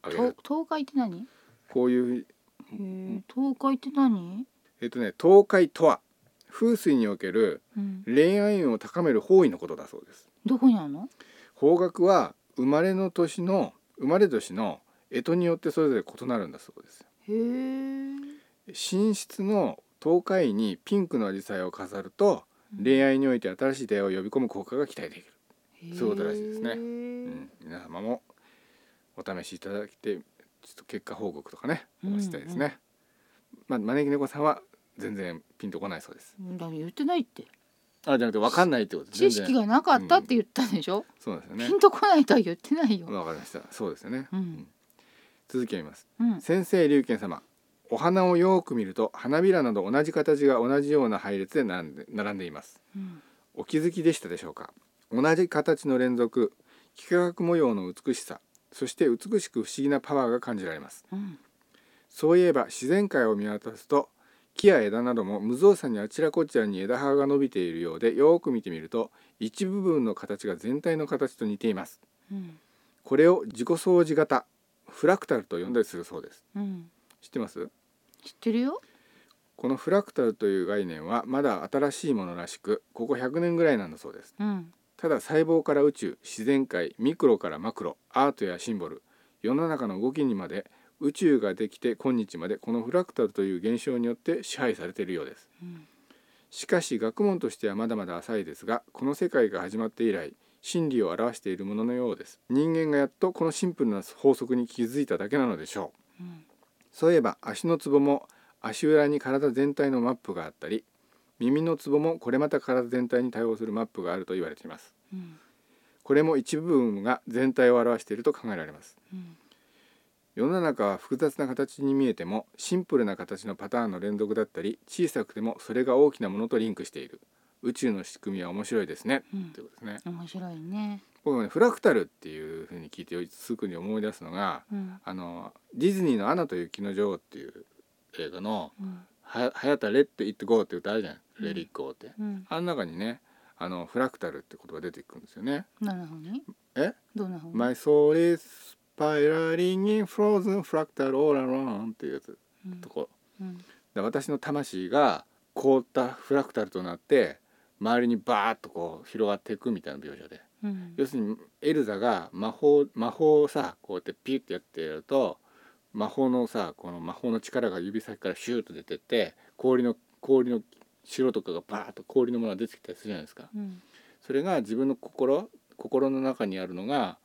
S1: 上げ
S2: 東
S1: る
S2: 東海って何？
S1: こういう
S2: へー東海って何？
S1: えっとね東海とは風水における
S2: うん。
S1: 恋愛運を高める方位のことだそうです
S2: どこにあるの？
S1: 方角は生まれの年の生まれ年の干支によってそれぞれ異なるんだそうですよ
S2: へえ
S1: 寝室の東海にピンクのアジサイを飾ると恋愛において新しい出会いを呼び込む効果が期待できる、そういうことらしいですね
S2: へえ
S1: うん、皆様もお試しいただいてちょっと結果報告とかね
S2: うんうん
S1: おしたいですね、まあ、招き猫さんは全然ピンとこないそうです
S2: だから言ってないって
S1: あじゃなくて分かんないってこと
S2: 知
S1: 全
S2: 識
S1: 然
S2: がなかったって言ったでしょ、
S1: そうですよね
S2: ピンとこないとは言ってないよ、
S1: わかりましたそうですよね、
S2: うん
S1: 続きを見ます
S2: うん、
S1: 先生龍賢様お花をよく見ると花びらなど同じ形が同じような配列で並んで並んでいます
S2: うん
S1: お気づきでしたでしょうか同じ形の連続幾何学模様の美しさそして美しく不思議なパワーが感じられます
S2: うん
S1: そういえば自然界を見渡すと木や枝なども無造作にあちらこちらに枝葉が伸びているようでよーく見てみると一部分の形が全体の形と似ています
S2: うん
S1: これを自己相似型フラクタルと呼んだりするそうです
S2: うん
S1: 知ってます
S2: 知ってるよ
S1: このフラクタルという概念はまだ新しいものらしくここ100年ぐらいなんだそうです
S2: うん
S1: ただ細胞から宇宙自然界ミクロからマクロアートやシンボル世の中の動きにまで宇宙ができて今日までこのフラクタルという現象によって支配されているようです
S2: うん
S1: しかし学問としてはまだまだ浅いですがこの世界が始まって以来真理を表しているもののようです人間がやっとこのシンプルな法則に気づいただけなのでしょう、
S2: うん
S1: そういえば足のツボも足裏に体全体のマップがあったり耳のツボもこれまた体全体に対応するマップがあると言われています
S2: うん
S1: これも一部分が全体を表していると考えられます
S2: うん
S1: 世の中は複雑な形に見えてもシンプルな形のパターンの連続だったり小さくてもそれが大きなものとリンクしている宇宙の仕組みは面白いですね、
S2: うん
S1: ということですね
S2: 面白いね
S1: 僕もねフラクタルっていうふうに聞いてすぐに思い出すのが
S2: うん
S1: あのディズニーの「アナと雪の女王」っていう映画の
S2: うん
S1: 「はやたレッド・イット・ゴー」って歌あるじゃん「
S2: うん
S1: レディッゴー」って、
S2: うん
S1: あの中にねあのフラクタルって言葉出てくるんですよね
S2: どんなふうに
S1: え
S2: どんなふうに
S1: My soul is spiraling in frozen fractal all around っていうやつ
S2: うん
S1: とこ
S2: うん
S1: で私の魂が凍ったフラクタルとなって周りにバーッとこう広がっていくみたいな描写で
S2: うん
S1: 要するにエルザが魔法魔法をさこうやってピュッてやってやると魔法のさこの魔法の力が指先からシューッと出てって氷の氷の城とかがバーッと氷のものが出てきたりするじゃないですか。
S2: うん
S1: それが自分の心心の中にあるのが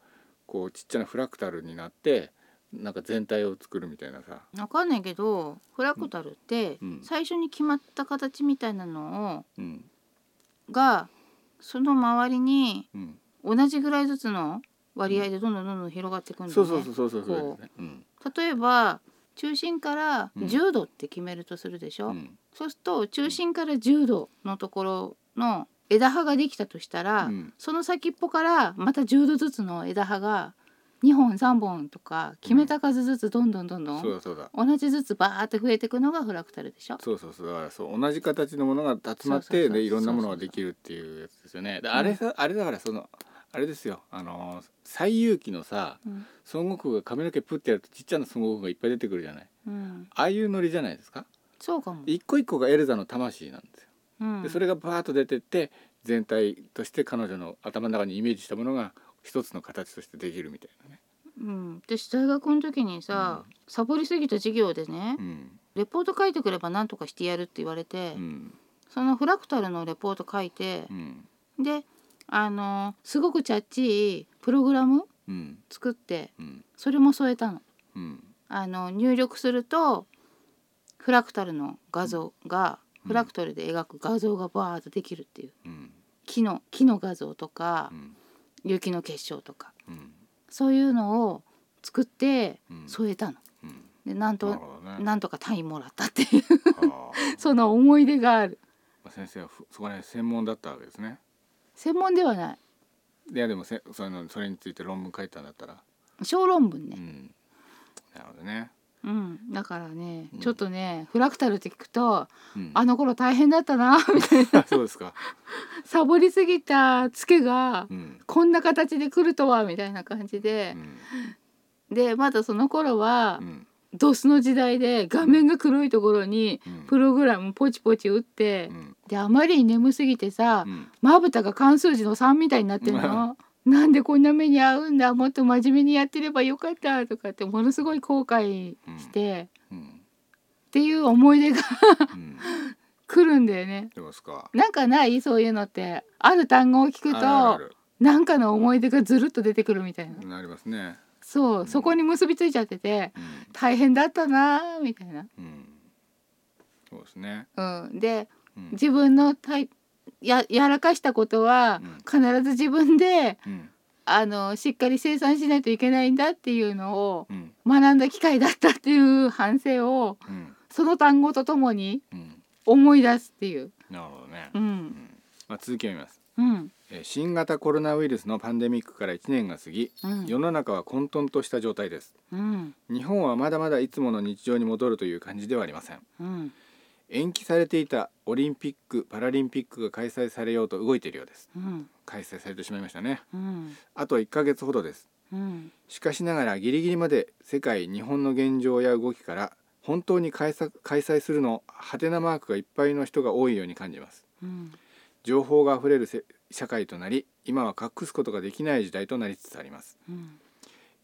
S1: こうちっちゃなフラクタルになってなんか全体を作るみたいなさ
S2: わかんないけどフラクタルって
S1: うん
S2: 最初に決まった形みたいなの
S1: うん
S2: をがその周りに
S1: うん
S2: 同じぐらいずつの割合でどんどんどんどん広がっていくんだ
S1: そ
S2: よ
S1: うそう
S2: ね
S1: そうそうそうそう
S2: こう
S1: ですねうん
S2: 例えば中心から
S1: うん
S2: 10度って決めるとするでしょ、
S1: うん
S2: そうすると中心から10度のところの枝葉ができたとしたら、
S1: うん
S2: その先っぽからまた10度ずつの枝葉が2本3本とか決めた数ずつどんどんどんど
S1: そうんだそうだ
S2: 同じずつバーって増えていくのがフラクタルでしょ。
S1: そうそうそうだからそう同じ形のものが集まっ
S2: そうそう
S1: て
S2: そう
S1: でいろんなものができるっていうやつですよねであれさあれだからそのあれですよあのー西遊記のさ
S2: うん
S1: 孫悟空が髪の毛プッてやるとちっちゃな孫悟空がいっぱい出てくるじゃない
S2: うん、
S1: ああいうノリじゃないですか
S2: そうかも。
S1: 一個一個がエルザの魂なんですよ
S2: うん、
S1: でそれがバーッと出てって全体として彼女の頭の中にイメージしたものが一つの形としてできるみたいなね。
S2: うん、私大学の時にさ、サボりすぎた授業でね、
S1: うん
S2: レポート書いてくれば何とかしてやるって言われて、
S1: うん
S2: そのフラクタルのレポート書いて
S1: う、ん
S2: であのすごくチャッチいプログラム
S1: うん
S2: 作って
S1: うん
S2: それも添えたの。
S1: うん
S2: あの入力するとフラクタルの画像が、
S1: うん
S2: フラクタルで描く画像がバーッとできるっていう
S1: うん
S2: 木の木の画像とか
S1: う、ん
S2: 雪の結晶とか
S1: うん
S2: そういうのを作って
S1: うん
S2: 添えたの。
S1: うん
S2: でなん
S1: な
S2: と
S1: るほどね。
S2: なんとか単位もらったっていう
S1: はあ
S2: その思い出がある
S1: まあ先生はふそこら辺専門だったわけですね。
S2: 専門ではない
S1: いやでもせそのそれについて論文書いたんだったら。
S2: 小論文
S1: う
S2: ね、
S1: んなるほどね。
S2: うんだからね、
S1: うん
S2: ちょっとねフラクタルって聞くと
S1: うん
S2: あの頃大変だったな みたいな
S1: そうですか。
S2: サボりすぎたツケが
S1: うん
S2: こんな形で来るとはみたいな感じで
S1: う、ん
S2: でまだその頃は、
S1: うん
S2: ドスの時代で画面が黒いところに
S1: うん
S2: プログラムポチポチ打って、
S1: うん
S2: であまりに眠すぎてさ
S1: う、ん
S2: まぶたが漢数字の3みたいになってるの。なんでこんな目に遭うんだもっと真面目にやってればよかったとかってものすごい後悔して、っ
S1: うん、
S2: ていう思い出が
S1: うん、
S2: 来るんだよね。
S1: どうですか
S2: なんかないそういうのってある単語を聞く
S1: あるあ
S2: と
S1: る
S2: なんかの思い出がずるっと出てくるみたいな
S1: あ。るありますね
S2: そううんそこに結びついちゃってて
S1: うん
S2: 大変だったなーみたいな。
S1: うん、そうですね。
S2: うん、で
S1: うん
S2: 自分のたいややらかしたことは
S1: うん
S2: 必ず自分で
S1: うん
S2: あのしっかり生産しないといけないんだっていうのを
S1: うん
S2: 学んだ機会だったっていう反省を
S1: うん
S2: その単語とともに
S1: うん
S2: 思い出すっていう。
S1: なるほどね。
S2: う、
S1: うんんまあ、続きを見ます、
S2: うん、
S1: えー新型コロナウイルスのパンデミックから1年が過ぎ、
S2: うん、
S1: 世の中は混沌とした状態です。
S2: うん、
S1: 日本はまだまだいつもの日常に戻るという感じではありません。
S2: うん、
S1: 延期されていたオリンピック・パラリンピックが開催されようと動いているようです。
S2: うん、
S1: 開催されてしまいましたね。
S2: うん、
S1: あと1ヶ月ほどです。
S2: うん、
S1: しかしながらギリギリまで世界日本の現状や動きから本当に開催開催するのハテナマークがいっぱいの人が多いように感じます
S2: うん、
S1: 情報があふれるせ社会となり今は隠すことができない時代となりつつあります
S2: うん、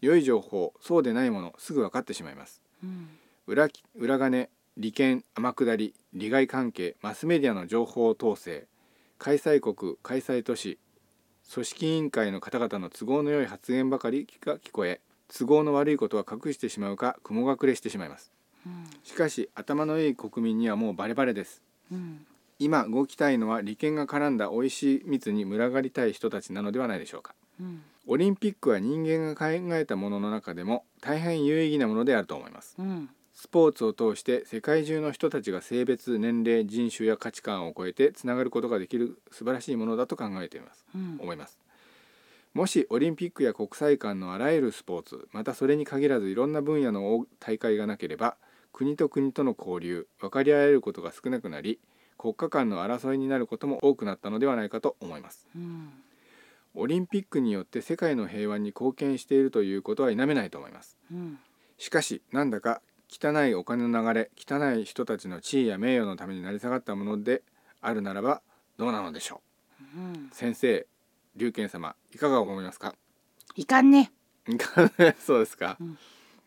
S1: 良い情報そうでないものすぐ分かってしまいます
S2: うん、
S1: 裏き裏金利権天下り利害関係マスメディアの情報統制開催国開催都市組織委員会の方々の都合の良い発言ばかりが聞こえ都合の悪いことは隠してしまうか雲隠れしてしまいますしかし頭のいい国民にはもうバレバレです
S2: うん、
S1: 今動きたいのは利権が絡んだ美味しい蜜に群がりたい人たちなのではないでしょうか
S2: うん、
S1: オリンピックは人間が考えたものの中でも大変有意義なものであると思います
S2: うん、
S1: スポーツを通して世界中の人たちが性別年齢人種や価値観を超えてつながることができる素晴らしいものだと考えています
S2: うん、
S1: 思いますもしオリンピックや国際間のあらゆるスポーツまたそれに限らずいろんな分野の大会がなければ国と国との交流分かり合えることが少なくなり国家間の争いになることも多くなったのではないかと思います
S2: うん、
S1: オリンピックによって世界の平和に貢献しているということは否めないと思います
S2: うん、
S1: しかしなんだか汚いお金の流れ汚い人たちの地位や名誉のために成り下がったものであるならばどうなのでしょ
S2: うん
S1: う、先生龍賢様いかが思いますか
S2: いかんね。
S1: そうですか、
S2: うん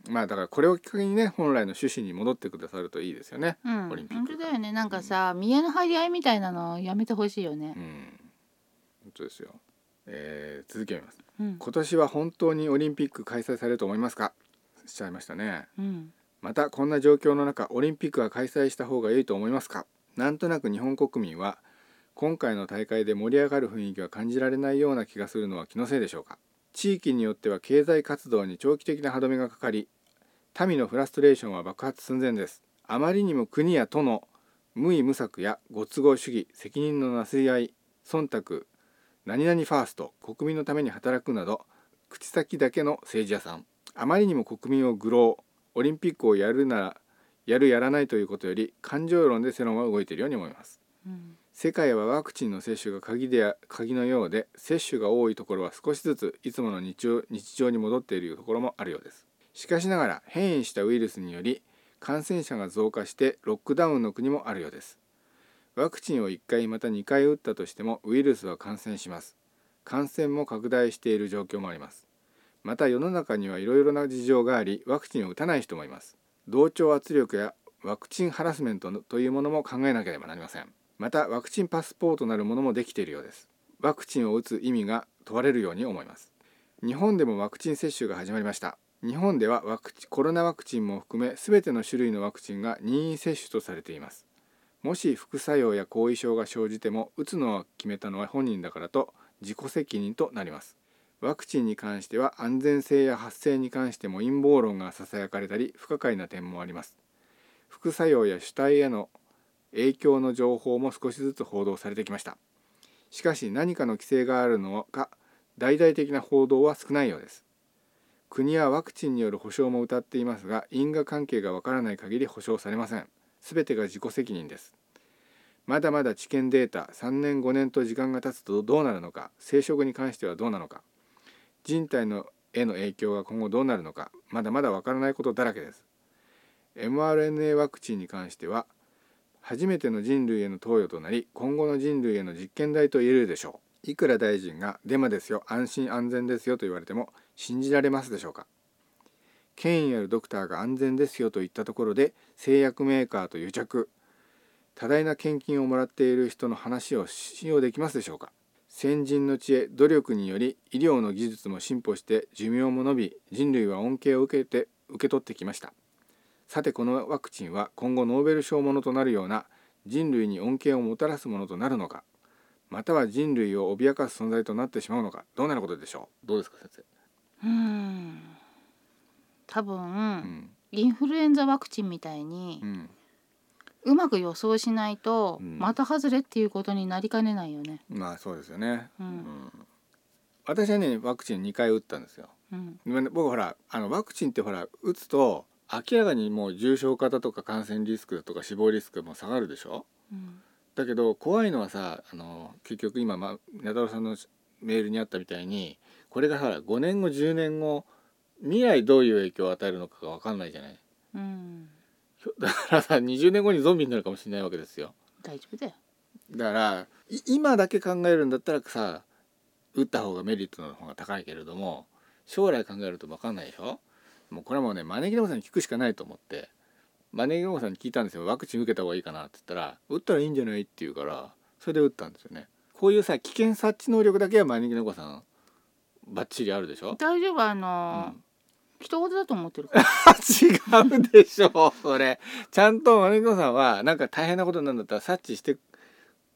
S1: まあだからこれをきっかけにね本来の趣旨に戻ってくださるといいですよね
S2: うん、
S1: オリンピッ
S2: 本
S1: ク
S2: 当だよね。なんかさ、見栄の張り合いみたいなのやめてほしいよね
S1: う。ん本当ですよ、えー続きを見ます
S2: うん、
S1: 今年は本当にオリンピック開催されると思いますかしちゃいましたね
S2: うん、
S1: またこんな状況の中オリンピックは開催した方が良いと思いますかなんとなく日本国民は今回の大会で盛り上がる雰囲気は感じられないような気がするのは気のせいでしょうか地域によっては経済活動に長期的な歯止めがかかり民のフラストレーションは爆発寸前ですあまりにも国や都の無為無策やご都合主義責任のなすり合い忖度何々ファースト国民のために働くなど口先だけの政治屋さんあまりにも国民を愚弄オリンピックをやるならやるやらないということより感情論で世論は動いているように思います
S2: うん、
S1: 世界はワクチンの接種が鍵で鍵のようで接種が多いところは少しずついつもの日常日常に戻っているところもあるようですしかしながら変異したウイルスにより感染者が増加してロックダウンの国もあるようですワクチンを1回また2回打ったとしてもウイルスは感染します感染も拡大している状況もありますまた世の中にはいろいろな事情がありワクチンを打たない人もいます同調圧力やワクチンハラスメントのというものも考えなければなりませんまたワクチンパスポートなるものもできているようですワクチンを打つ意味が問われるように思います日本でもワクチン接種が始まりました日本ではワクチンコロナワクチンも含め全ての種類のワクチンが任意接種とされていますもし副作用や後遺症が生じても打つのは決めたのは本人だからと自己責任となりますワクチンに関しては安全性や発生に関しても陰謀論がささやかれたり不可解な点もあります副作用や主体への影響の情報も少しずつ報道されてきましたしかし何かの規制があるのか大々的な報道は少ないようです国はワクチンによる保証も謳っていますが因果関係がわからない限り保証されませんすべてが自己責任ですまだまだ知見データ3年5年と時間が経つとどうなるのか生殖に関してはどうなのか人体のへの影響が今後どうなるのかまだまだわからないことだらけです mRNA ワクチンに関しては初めての人類への投与となり今後の人類への実験台と言えるでしょういくら大臣が「デマですよ安心安全ですよ」と言われても信じられますでしょうか権威あるドクターが安全ですよと言ったところで製薬メーカーと癒着多大な献金をもらっている人の話を信用できますでしょうか先人の知恵努力により医療の技術も進歩して寿命も伸び人類は恩恵を受けて受け取ってきましたさてこのワクチンは今後ノーベル賞ものとなるような人類に恩恵をもたらすものとなるのかまたは人類を脅かす存在となってしまうのかどうなることでしょうどうですか先生、
S2: うん多分、
S1: うん
S2: インフルエンザワクチンみたいに、
S1: うん、
S2: うまく予想しないと、
S1: うん
S2: また外れっていうことになりかねないよね。
S1: まあそうですよね、
S2: うん
S1: うん私はねワクチン2回打ったんですよ
S2: うん
S1: で僕ほらあのワクチンってほら打つと明らかにもう重症化だとか感染リスクだとか死亡リスクも下がるでしょ
S2: うん
S1: だけど怖いのはさあの結局今、ま、名太郎さんのメールにあったみたいにこれがほら5年後10年後未来どういう影響を与えるのかが分かんないじゃない
S2: うん、
S1: ひょだからさ20年後にゾンビになるかもしれないわけですよ
S2: 大丈夫だよ。
S1: だからい今だけ考えるんだったらさ打った方がメリットの方が高いけれども将来考えると分かんないでしょもうこれはもうね招き猫さんに聞くしかないと思って招き猫さんに聞いたんですよワクチン受けた方がいいかなって言ったら打ったらいいんじゃないって言うからそれで打ったんですよねこういうさ危険察知能力だけは招き猫さんバッチリあるでしょ、
S2: 大丈夫あ
S1: う
S2: のー、
S1: ん
S2: 人事だと思ってるから。
S1: 違うでしょそれちゃんと招き猫さんはなんか大変なことなんだったら察知して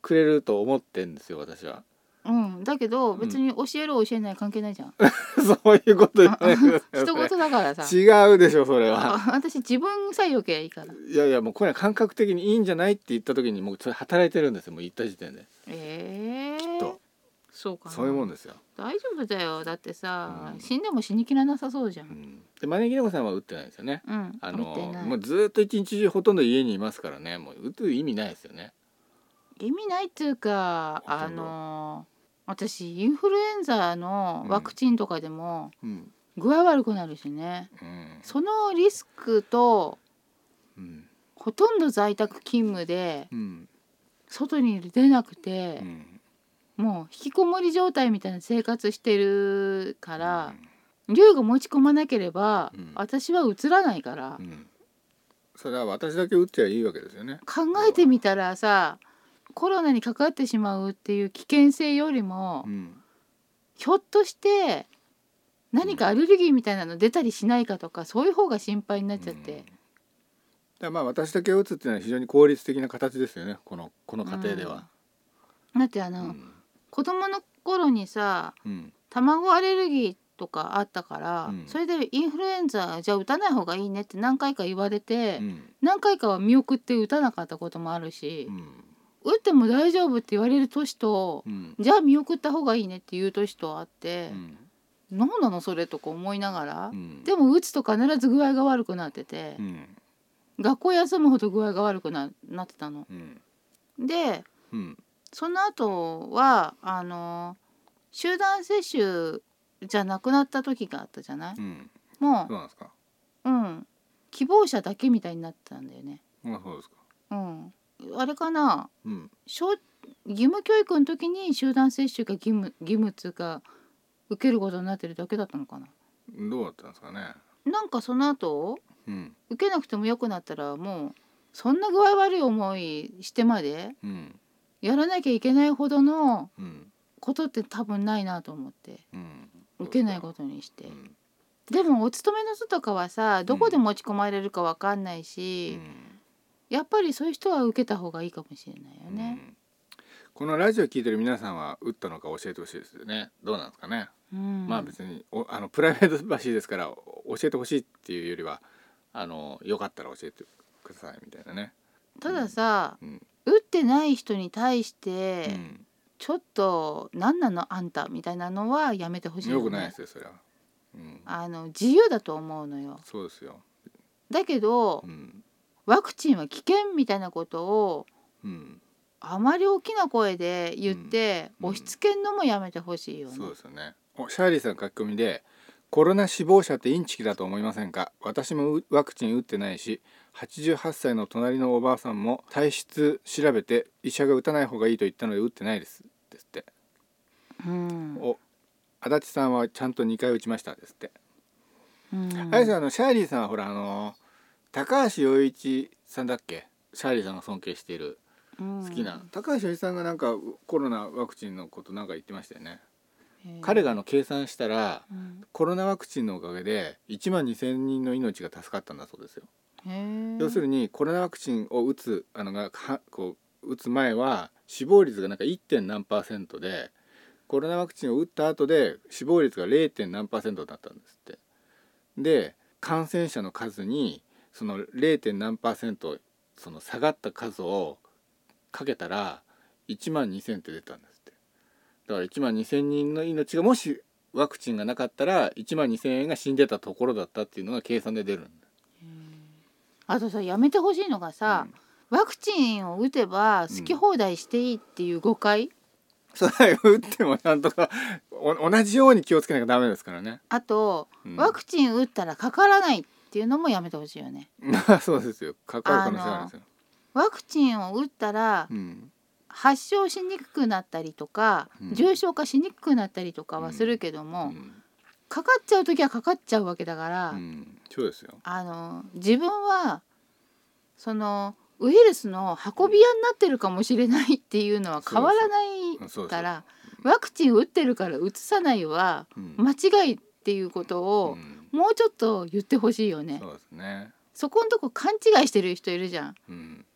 S1: くれると思ってんですよ私は
S2: うん、だけど
S1: ん
S2: 別に教える教えない関係ないじゃん。
S1: そういうことじゃないですよ
S2: 人事だからさ。
S1: 違うでしょそれは。
S2: あ 私自分さえ良けりゃいいから。
S1: いやいやもうこれは感覚的にいいんじゃないって言った時にもうそれ働いてるんですよもう言った時点で。
S2: ええ
S1: きっと
S2: そうかな。
S1: そういうもんですよ。
S2: 大丈夫だよだってさ、
S1: うん
S2: 死んでも死にきらなさそうじゃ。
S1: うんん、で招き猫さんは打ってないですよね。
S2: うん。
S1: あ
S2: 見て
S1: の
S2: ない
S1: もうずっと一日中ほとんど家にいますからねもう打つ意味ないですよね。
S2: 意味ないっていうか
S1: ほと
S2: あ
S1: んど
S2: の私インフルエンザのワクチンとかでも
S1: うん
S2: 具合悪くなるしね、
S1: うん
S2: そのリスクと
S1: うん
S2: ほとんど在宅勤務で
S1: うん
S2: 外に出なくて
S1: う、ん
S2: もう引きこもり状態みたいな生活してる
S1: か
S2: か、
S1: ら
S2: 龍が持ち込まなければ、
S1: うん
S2: 私はうつらないから、
S1: うん、それは私だけ打っちゃいいわけですよね。
S2: 考えてみたらさコロナにかかってしまうっていう危険性よりも、
S1: うん
S2: ひょっとして何かアレルギーみたいなの出たりしないかとかそういう方が心配になっちゃっ
S1: うん
S2: て
S1: だ、からまあ私だけ打つっていうのは非常に効率的な形ですよねこのこの過程では。
S2: だってあ
S1: う
S2: の、
S1: ん
S2: 子供の頃にさ
S1: うん
S2: 卵アレルギーとかあったから、
S1: うん
S2: それでインフルエンザじゃあ打たない方がいいねって何回か言われて、
S1: うん
S2: 何回かは見送って打たなかったこともあるし
S1: う、ん
S2: 打っても大丈夫って言われる年と、
S1: うん
S2: じゃあ見送った方がいいねっていう年とあっ
S1: う
S2: て、
S1: ん
S2: 何なのそれとか思いながら、
S1: うん
S2: でも打つと必ず具合が悪くなってて。
S1: うん
S2: 学校休むほど具合が悪くななってたの。
S1: うん
S2: で
S1: うん
S2: その後はあの集団接種じゃなくなった時があったじゃない
S1: うん
S2: も
S1: そうなんですか
S2: う、うん、希望者だけみたいになってたんだよね。
S1: まあそうですか
S2: うん、あれかな
S1: うん
S2: 小義務教育の時に集団接種が義務義務つうか受けることになってるだけだったのかな
S1: どうだったんですかね
S2: なんかその後
S1: うん
S2: 受けなくても良くなったらもうそんな具合悪い思いしてまで
S1: うん
S2: やらなきゃいけないほどの
S1: うん
S2: ことって多分ないなと思って
S1: うん
S2: 受けないことにして、
S1: うん
S2: でもお勤めの人とかはさどこで持ち込まれるかわかんないうし、
S1: ん
S2: やっぱりそういう人は受けた方がいいかもしれないよ
S1: う
S2: ね。
S1: んこのラジオ聞いてる皆さんは打ったのか教えてほしいですよねどうなんですかね
S2: うん
S1: まあ別におあのプライベートらしいですからお教えてほしいっていうよりはあのよかったら教えてくださいみたいなね
S2: たださ、
S1: うん
S2: 打ってない人に対し
S1: う
S2: て、
S1: ん
S2: ちょっと「何なのあんた」みたいなのはやめてほしいよ、
S1: よ
S2: ね、
S1: くないですよそれはうん
S2: あの自由だと思うのよ。
S1: そうですよ
S2: だけど
S1: うん
S2: ワクチンは危険みたいなことを
S1: うん
S2: あまり大きな声で言って、
S1: うん
S2: 押し付けんのもやめてほしいよね。
S1: そうですよねおシャーリーさん書き込みで「コロナ死亡者ってインチキだと思いませんか私もうワクチン打ってないし88歳の隣のおばあさんも体質調べて医者が打たない方がいいと言ったので打ってないです」ですって
S2: うん
S1: お足立さんはちゃんと2回打ちましたですって、
S2: うん
S1: あれですよあのシャーリーさんはほらあの高橋陽一さんだっけシャーリーさんが尊敬している
S2: うん
S1: 好きな、高橋陽一さんがなんかコロナワクチンのことなんか言ってましたよね、
S2: へー
S1: 彼があの計算したら
S2: うん
S1: コロナワクチンのおかげで1万2,000人の命が助かったんだそうですよ、
S2: へ
S1: 要するにコロナワクチンを打つあのがはこう打つ前は死亡率がなんか 1. 点何パーセントでコロナワクチンを打った後で死亡率が 0. 点何パーセントだったんですって。で感染者の数にその 0. 点何パーセントその下がった数をかけたら1万2,000って出たんですって。だから1万2,000人の命がもしワクチンがなかったら1万2,000円が死んでたところだったっていうのが計算で出るんだ。
S2: あとさやめてほしいのがさ、ワクチンを打てば好き放題していいっていう誤解、
S1: それ打ってもなんとかお同じように気をつけなきゃダメですからね。
S2: あと、
S1: うん
S2: ワクチン打ったらかからないっていうのもやめてほしいよね
S1: まあそうですよ。かかる可能性があるんですよ。
S2: ワクチンを打ったら
S1: うん。
S2: 発症しにくくなったりとか、
S1: うん
S2: 重症化しにくくなったりとかはするけど
S1: う
S2: も、
S1: ん
S2: かかっちゃう時はかかっちゃうわけだから、
S1: うん。そうですよ。
S2: あの自分はそのウイルスの運び屋になってるかもしれないっていうのは変わらない
S1: そうそう
S2: からワクチン打ってるから打つさないは
S1: うん。
S2: 間違いっていうこと
S1: う
S2: を
S1: ん
S2: もうちょっと言ってほしいよね。
S1: そうですね。
S2: そこんとこ勘違いしてる人いるじゃん。
S1: うん。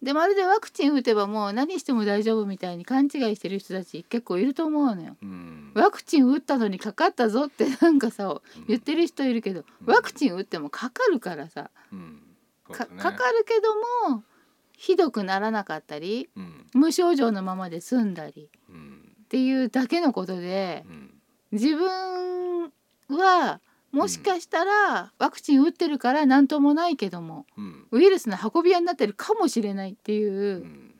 S2: でまるでワクチン打てばもう何しても大丈夫みたいに勘違いしてる人たち結構いると思うのよ。
S1: うん。
S2: ワクチン打ったのにかかったぞってなんかさ
S1: うん
S2: 言ってる人いるけど
S1: うん
S2: ワクチン打ってもかかるからさ
S1: うん。そうで
S2: か
S1: すね
S2: かかるけどもひどくならなかったり
S1: うん。
S2: 無症状のままで済んだり
S1: うん。
S2: っていうだけのことで
S1: うん。
S2: 自分はもしかしたらワクチン打ってるから何ともないけども
S1: うん。。
S2: ウイルスの運び屋になってるかもしれないっていううん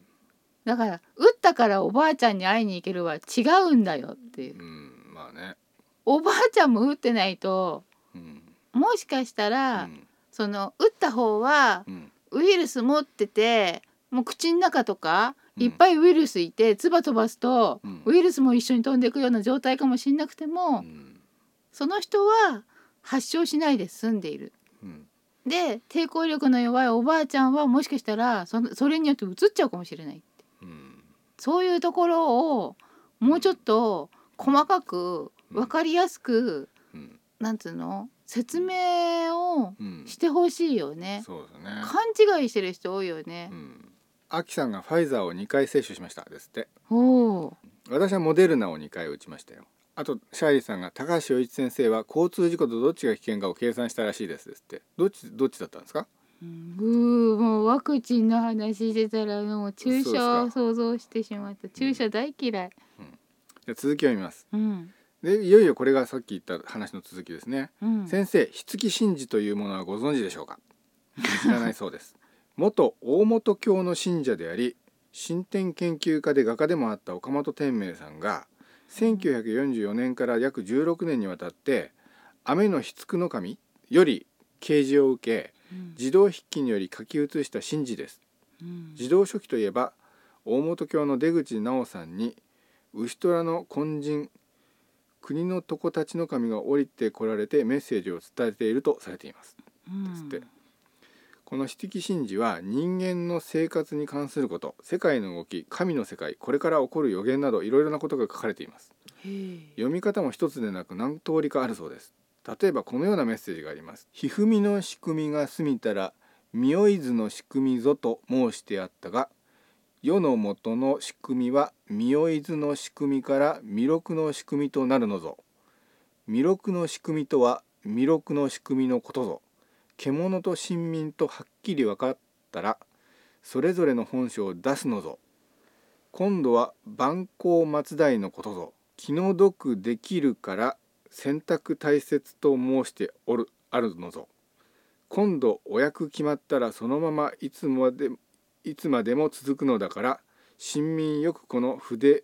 S2: だから打ったからおばあちゃんに会いに行けるは違うんだよっていう
S1: うん。まあね。
S2: おばあちゃんも打ってないと
S1: うん。
S2: もしかした
S1: う
S2: ら
S1: ん。
S2: その打った方は
S1: うん。
S2: ウイルス持っててもう口の中とか
S1: うん
S2: いっぱいウイルスいて唾飛ばすと、
S1: うん
S2: ウイルスも一緒に飛んでいくような状態かもしれなくても、
S1: うん。
S2: その人は発症しないで済んでいる。
S1: うん。
S2: で抵抗力の弱いおばあちゃんはもしかしたらそのそれによってうつっちゃうかもしれない
S1: うん。
S2: そういうところをもうちょっと細かく分かりやすく、
S1: うん。
S2: なんつうの説明を
S1: うん。
S2: してほしいよね。
S1: そうですね。
S2: 勘違いしてる人多いよね
S1: う。ん。あきさんがファイザーを2回接種しましたですって。
S2: おお。
S1: 私はモデルナを2回打ちましたよあとシャーリーさんが高橋陽一先生は交通事故とどっちが危険かを計算したらしいですですってどっちどっちだったんですか
S2: うんうーもうワクチンの話してたらもう注
S1: そうです
S2: 射を
S1: か
S2: 想像してしまった注射大嫌い
S1: じゃあ続きを見ます
S2: うん
S1: でいよいよこれがさっき言った話の続きですね、
S2: うん
S1: 先生筆記神事というものはご存知でしょうか知らないそうです 元大本教の信者であり新天研究家で画家でもあった岡本天明さんが1944年から約16年にわたって雨の筆句の神より啓示を受け
S2: うん
S1: 自動筆記により書き写した神事です
S2: うん
S1: 自動書記といえば大本教の出口直さんに牛虎の根人国の床たちの神が降りてこられてメッセージを伝えているとされていますですって、この指摘神事は人間の生活に関すること世界の動き神の世界これから起こる予言などいろいろなことが書かれています
S2: うんへえ
S1: 読み方も一つでなく何通りかあるそうです例えばこのようなメッセージがあります「ひふみの仕組みが過ぎたら御い図の仕組みぞ」と申してあったが世の元の仕組みは御い図の仕組みから弥勒の仕組みとなるのぞ弥勒の仕組みとは弥勒の仕組みのことぞ獣と神民とはっきり分かったらそれぞれの本性を出すのぞ今度は万行松代のことぞ気の毒できるから選択大切と申しておるあるのぞ今度お役決まったらそのままいつまでいつまでも続くのだから親民よくこの筆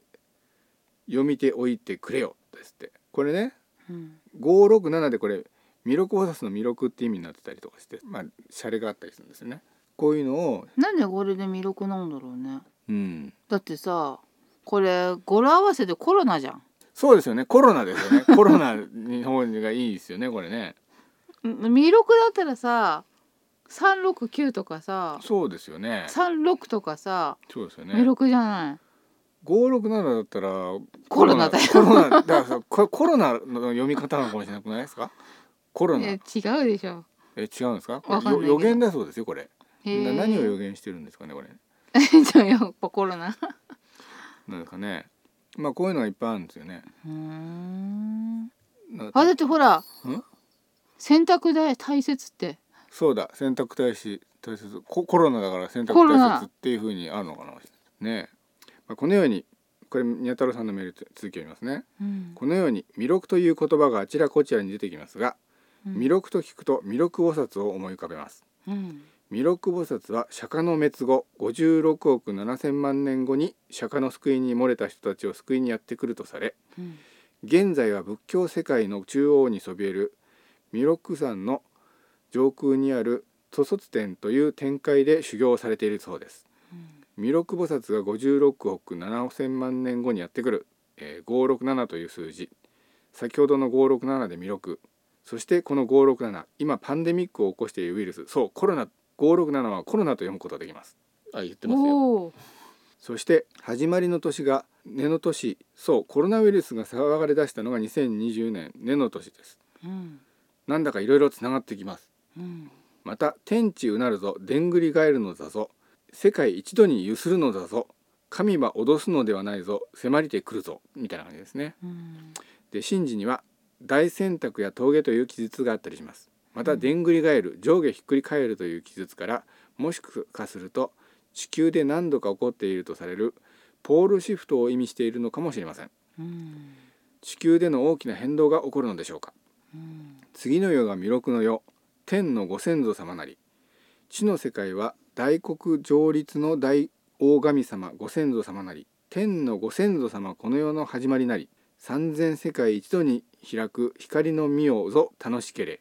S1: 読みておいてくれよですってこれね
S2: うん
S1: 567でこれ弥勒菩薩の弥勒って意味になってたりとかしてまあ洒落があったりするんですよねこういうのを
S2: なんでこれで魅力なんだろうね
S1: うん
S2: だってさこれ語呂合わせでコロナじゃん
S1: そうですよねコロナですよ ねコロナ日本がいいですよねこれね
S2: ん魅力だったらさ369とかさ
S1: そうですよね
S2: 36とかさ
S1: そうですよ
S2: 魅
S1: ね
S2: 力じゃない
S1: 五六七だったら
S2: コロナだよ
S1: コロナだからさこコロナの読み方なのかもしれなくないですかコロ
S2: いや違
S1: ナ
S2: うでしょ
S1: え違うんですか
S2: わかんないけど
S1: よ予言だそうですよこれ
S2: へ
S1: な
S2: ー
S1: 何を予言してるんですかねこれ
S2: じゃあやっぱコロナ
S1: なんですかねまあこういうのがいっぱいあるんですよね
S2: うーん
S1: なんか
S2: あだってほら
S1: ん
S2: 洗濯代大切って
S1: そうだ選択大使大切ココロナだから選択
S2: コロ
S1: 大
S2: ナ
S1: 切っていうふうにあるのかなねえ、まあ、このようにこれ宮太郎さんのメールつ続きを読みますね
S2: うん
S1: このように魅力という言葉があちらこちらに出てきますが
S2: うん
S1: 魅力と聞くと魅力菩薩を思い浮かべます
S2: うん
S1: 弥勒菩薩は釈迦の滅後56億7,000万年後に釈迦の救いに漏れた人たちを救いにやってくるとされ
S2: うん
S1: 現在は仏教世界の中央にそびえる弥勒山の上空にある祖卒天という天界で修行をされているそうです
S2: うん
S1: 弥勒菩薩が56億7,000万年後にやってくる、えー567という数字先ほどの567で弥勒そしてこの567今パンデミックを起こしているウイルスそうコロナ567はコロナと読むことができますあ言って
S2: おー
S1: そして始まりの年が根の年そうコロナウイルスが騒がれ出したのが2020年根の年です
S2: うん
S1: なんだかいろいろつながってきます
S2: うん
S1: また天地うなるぞでんぐり返るのだぞ世界一度にゆするのだぞ神は脅すのではないぞ迫りてくるぞみたいな感じですね
S2: うん
S1: で神事には大選択や峠という記述があったりしますまたでんぐり返る上下ひっくり返るという記述からもしかすると地球で何度か起こっているとされるポールシフトを意味しているのかもしれません
S2: うん
S1: 地球での大きな変動が起こるのでしょうか
S2: うん
S1: 次の世が弥勒の世天のご先祖様なり地の世界は大国上立の大大神様ご先祖様なり天のご先祖様この世の始まりなり三千世界一度に開く光の御をぞ楽しけれ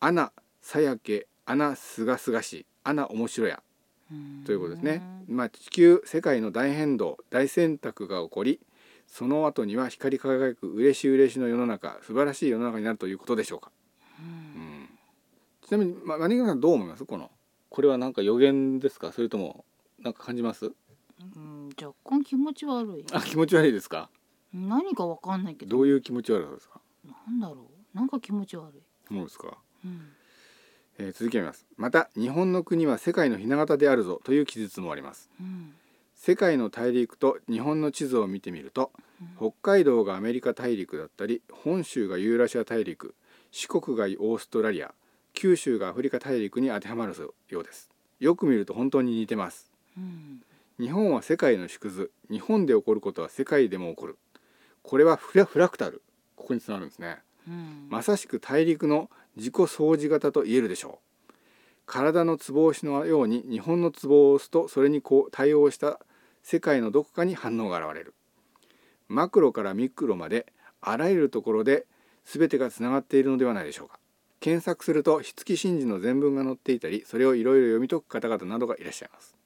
S1: アナさやけアナすがすがしいアナ面白や
S2: うん
S1: ということですね、まあ、地球世界の大変動大選択が起こりその後には光り輝く嬉しい嬉しいの世の中素晴らしい世の中になるということでしょうか
S2: うん
S1: ちなみに、ま、マネさんどう思いますこのこれはなんか予言ですかそれともなんか感じます
S2: うん若干気持ち悪い
S1: あ気持ち悪いですか
S2: 何かわかんないけど
S1: どういう気持ち悪さですか
S2: なんだろうなんか気持ち悪い
S1: そうですか、
S2: うん
S1: えー続きを見ますまた日本の国は世界の雛形であるぞという記述もあります
S2: うん
S1: 世界の大陸と日本の地図を見てみると
S2: うん
S1: 北海道がアメリカ大陸だったり本州がユーラシア大陸四国がオーストラリア九州がアフリカ大陸に当てはまるようですよく見ると本当に似てます
S2: うん
S1: 日本は世界の縮図日本で起こることは世界でも起こるこれはフラフラクタルここにつながるんですね
S2: うん
S1: まさしく大陸の自己掃除型と言えるでしょう体の壺押しのように日本の壺を押すとそれにこう対応した世界のどこかに反応が現れるマクロからミクロまであらゆるところで全てがつながっているのではないでしょうか検索すると筆記神事の全文が載っていたりそれをいろいろ読み解く方々などがいらっしゃいます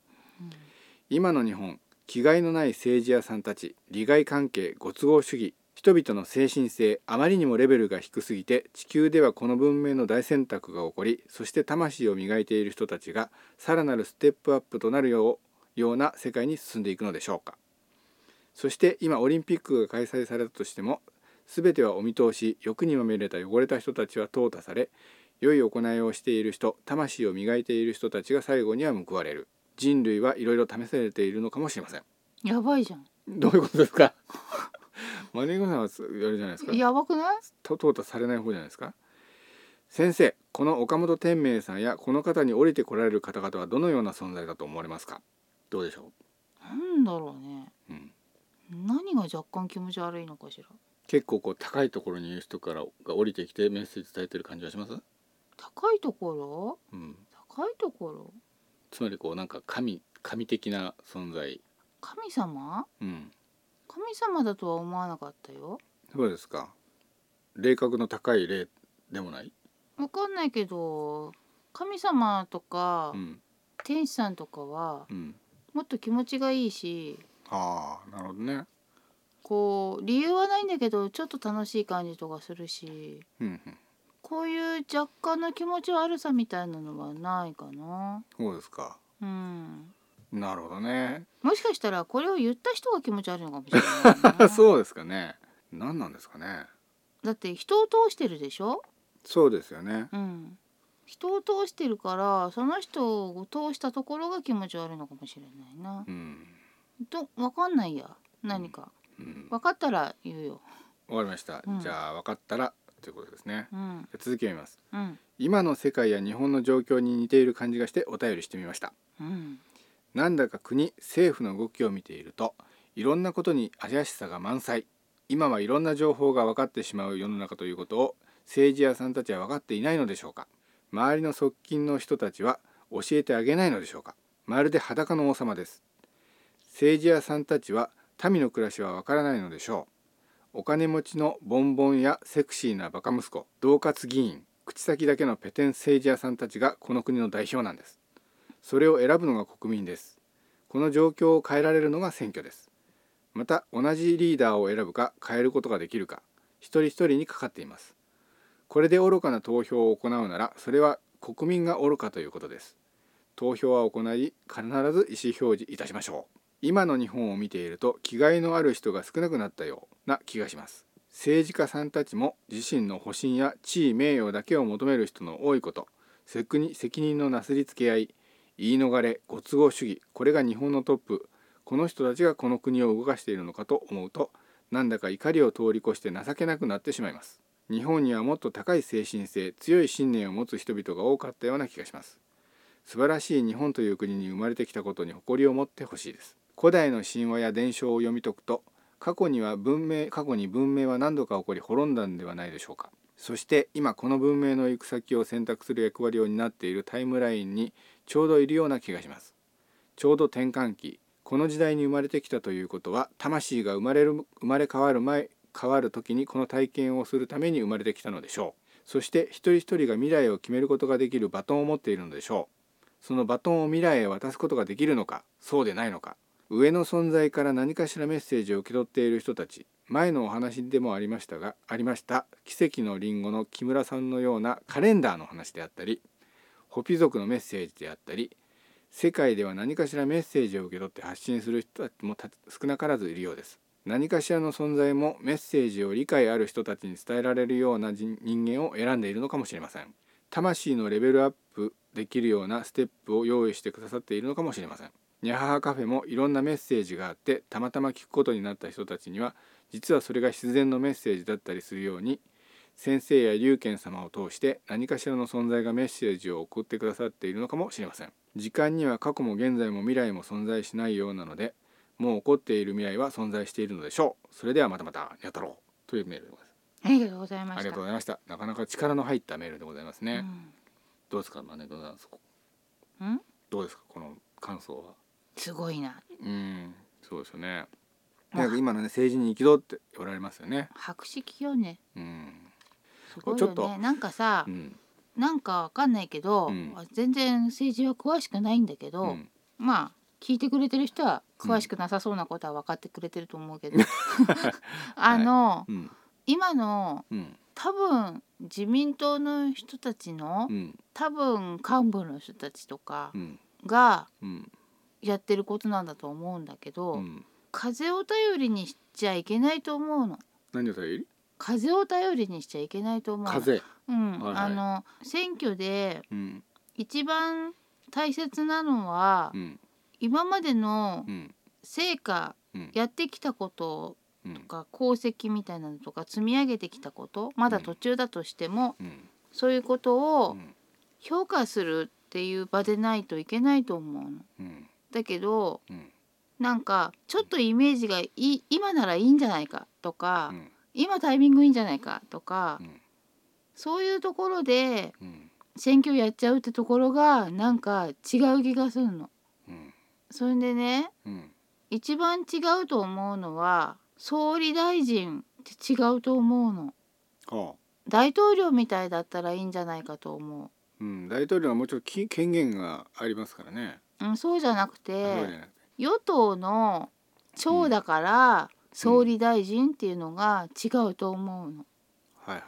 S1: 今の日本気概のない政治家さんたち利害関係ご都合主義人々の精神性あまりにもレベルが低すぎて地球ではこの文明の大選択が起こりそして魂を磨いている人たちがさらなるステップアップとなるようような世界に進んでいくのでしょうかそして今オリンピックが開催されたとしても全てはお見通し欲にまみれた汚れた人たちは淘汰され良い行いをしている人魂を磨いている人たちが最後には報われる人類はいろいろ試されているのかもしれません
S2: やばいじゃん
S1: どういうことですか マネーゴさんはすあれじゃないですか
S2: やばくない
S1: と淘汰されない方じゃないですか先生この岡本天明さんやこの方に降りてこられる方々はどのような存在だと思われますかどうでしょ
S2: なんだろうね
S1: う、うん、
S2: 何が若干気持ち悪いのかしら
S1: 結構こう高いところにいる人からが降りてきてメッセージ伝えてる感じがします、
S2: 高いところ
S1: うん、
S2: 高いところ
S1: つまりこうなんか神神的な存在
S2: 神様
S1: うん
S2: 神様だとは思わなかったよ
S1: そうですか霊格の高い霊でもない、
S2: わかんないけど神様とか
S1: うん
S2: 天使さんとかは
S1: うん、
S2: もっと気持ちがいいし
S1: ああなるほどね
S2: こう理由はないんだけどちょっと楽しい感じとかするし
S1: うんうん
S2: こういう若干の気持ち悪さみたいなのはないかな
S1: そうですか
S2: うん
S1: なるほどね
S2: もしかしたらこれを言った人が気持ち悪いのかもしれない な
S1: そうですかね何なんですかね
S2: だって人を通してるでしょ
S1: そうですよね
S2: うん人を通してるからその人を通したところが気持ち悪いのかもしれないな
S1: うん
S2: とわかんないや何か
S1: うんわ
S2: 分かったら言うよ
S1: かりました、
S2: うん
S1: じゃあ分かったらということですね
S2: うん
S1: じゃあ続きを見ます
S2: うん
S1: 今の世界や日本の状況に似ている感じがしてお便りしてみました
S2: うん
S1: なんだか国政府の動きを見ているといろんなことに怪しさが満載今はいろんな情報が分かってしまう世の中ということを政治家さんたちは分かっていないのでしょうか周りの側近の人たちは教えてあげないのでしょうかまるで裸の王様です政治家さんたちは民の暮らしは分からないのでしょうお金持ちのボンボンやセクシーなバカ息子恫喝議員口先だけのペテン政治家さんたちがこの国の代表なんですそれを選ぶのが国民ですこの状況を変えられるのが選挙ですまた同じリーダーを選ぶか変えることができるか一人一人にかかっていますこれで愚かな投票を行うならそれは国民が愚かということです投票は行い必ず意思表示いたしましょう今の日本を見ていると気概のある人が少なくなったような気がします政治家さんたちも自身の保身や地位名誉だけを求める人の多いこと責任責任のなすりつけ合い言い逃れご都合主義これが日本のトップこの人たちがこの国を動かしているのかと思うとなんだか怒りを通り越して情けなくなってしまいます日本にはもっと高い精神性強い信念を持つ人々が多かったような気がします素晴らしい日本という国に生まれてきたことに誇りを持ってほしいです古代の神話や伝承を読み解くと過去には文明過去に文明は何度か起こり滅んだんではないでしょうかそして今この文明の行く先を選択する役割を担っているタイムラインにちょうどいるような気がしますちょうど転換期この時代に生まれてきたということは魂が生まれる生まれ変わる前変わる時にこの体験をするために生まれてきたのでしょうそして一人一人が未来を決めることができるバトンを持っているのでしょうそのバトンを未来へ渡すことができるのかそうでないのか上の存在から何かしらメッセージを受け取っている人たち前のお話でもありましたがありました奇跡のリンゴの木村さんのようなカレンダーの話であったりホピ族のメッセージであったり世界では何かしらメッセージを受け取って発信する人たちもた少なからずいるようです何かしらの存在もメッセージを理解ある人たちに伝えられるような人人間を選んでいるのかもしれません魂のレベルアップできるようなステップを用意してくださっているのかもしれませんニャハハカフェもいろんなメッセージがあってたまたま聞くことになった人たちには実はそれが必然のメッセージだったりするように先生や龍賢様を通して何かしらの存在がメッセージを送ってくださっているのかもしれません時間には過去も現在も未来も存在しないようなのでもう起こっている未来は存在しているのでしょうそれではまたまたにゃ太郎というメールでございます
S2: ありがとうございま
S1: ありが
S2: した
S1: とうございましたなかなか力の入ったメールでございますね、
S2: うん
S1: どうですかマネございます
S2: うん、
S1: どうですかこの感想は
S2: すごいな
S1: うんそうですよね
S2: まあ
S1: なんか今のね政治に憤っておられますよね
S2: 博識よね
S1: うん
S2: すごい
S1: ちょ
S2: よ
S1: っと
S2: ねなんかさ、
S1: うん
S2: なんかわかんないけど、
S1: うん
S2: 全然政治は詳しくないんだけど、
S1: うん
S2: まあ聞いてくれてる人は詳しくなさそうなことは分かってくれてると思うけど、 あの、
S1: うん
S2: 今の
S1: うん
S2: 多分自民党の人たちの、
S1: うん
S2: 多分幹部の人たちとか
S1: うん
S2: が
S1: うん
S2: やってることなんだと思うんだけど、
S1: うん
S2: 風を頼りにしちゃいけないと思うの
S1: 何を頼り
S2: 風を頼りにしちゃいけないと思うの
S1: 風
S2: うん
S1: はいはい
S2: あの選挙で
S1: うん
S2: 一番大切なのは、
S1: うん
S2: 今までの
S1: うん
S2: 成果、
S1: うん
S2: やってきたこと
S1: うん
S2: とか功績みたいなのとか積み上げてきたことまだ途中だとしても、
S1: うん
S2: そういうこと
S1: う
S2: を
S1: ん
S2: 評価するっていう場でないといけないと思うの。
S1: うん
S2: だけど
S1: うん
S2: なんかちょっとイメージがいい今ならいいんじゃないかとか、
S1: うん
S2: 今タイミングいいんじゃないかとか、
S1: うん
S2: そういうところで
S1: うん
S2: 選挙やっちゃうってところがなんか違う気がするの。
S1: うん
S2: それでね
S1: うん
S2: 一番違うと思うのは総理大臣って違うと思うの
S1: はあ
S2: 大統領みたいだったらいいんじゃないかと思
S1: うん大統領はもうちょっとき権限がありますからね
S2: う、うん、そうじゃなく
S1: そうじ
S2: て
S1: ゃなくて
S2: 与党の長だから総理大臣っていうのが違うと思うの。
S1: はいは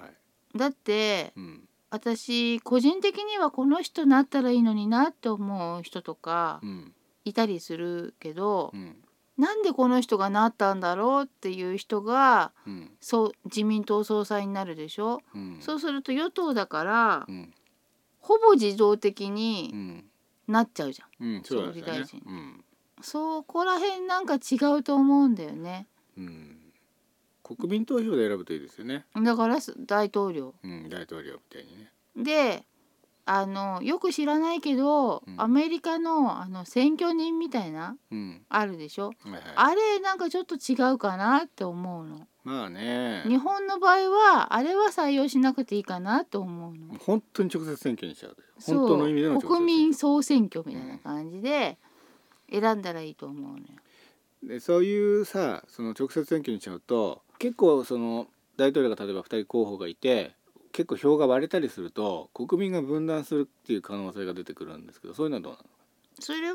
S1: い
S2: だって
S1: うん
S2: 私個人的にはこの人なったらいいのになって思う人とか
S1: うん
S2: いたりするけど
S1: う、ん
S2: なんでこの人がなったんだろうっていう人が
S1: うん
S2: そう自民党総裁になるでしょ、
S1: うん
S2: そうすると与党だから
S1: うん
S2: ほぼ自動的
S1: う
S2: に
S1: ん
S2: なっちゃうじゃん、
S1: うんそうですよね
S2: 総理大臣
S1: うん
S2: そこら辺なんか違うと思うんだよね
S1: うん国民投票で選ぶといいですよね
S2: だからす大統領
S1: うん大統領みたいにね
S2: であのよく知らないけど、
S1: うん
S2: アメリカのあの選挙人みたいな
S1: うん
S2: あるでしょ、
S1: はいはい
S2: あれなんかちょっと違うかなって思うの
S1: まあね
S2: 日本の場合はあれは採用しなくていいかなと思うの
S1: 本当に直接選挙にしちゃう
S2: そう
S1: 本当の意味での直接選挙
S2: 国民総選挙みたいな感じで選んだらいいと思うのよ。
S1: でそういうさその直接選挙にしちゃうと結構その大統領が例えば2人候補がいて結構票が割れたりすると国民が分断するっていう可能性が出てくるんですけどそういうのはどう
S2: それ
S1: な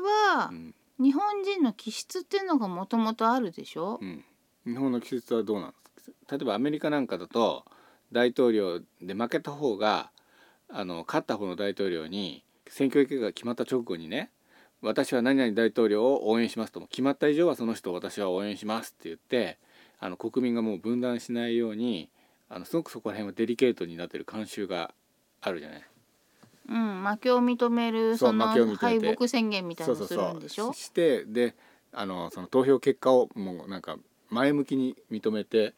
S1: の、
S2: は
S1: うん
S2: 日本人の気質っていうのがもともとあるでしょ、
S1: うん、日本の季節はどうなんですか例えばアメリカなんかだと大統領で負けた方があの勝った方の大統領に選挙結果が決まった直後にね私は何々大統領を応援しますと決まった以上はその人を私は応援しますって言ってあの国民がもう分断しないようにあのすごくそこら辺はデリケートになってる慣習があるじゃない。
S2: うん、負けを認める
S1: そう
S2: その
S1: 負けを認めて
S2: 敗北宣言みたいな
S1: そ
S2: の
S1: う
S2: す
S1: そうそ
S2: る
S1: うん
S2: でしょ
S1: ししてであのその投票結果をもうなんか前向きに認めて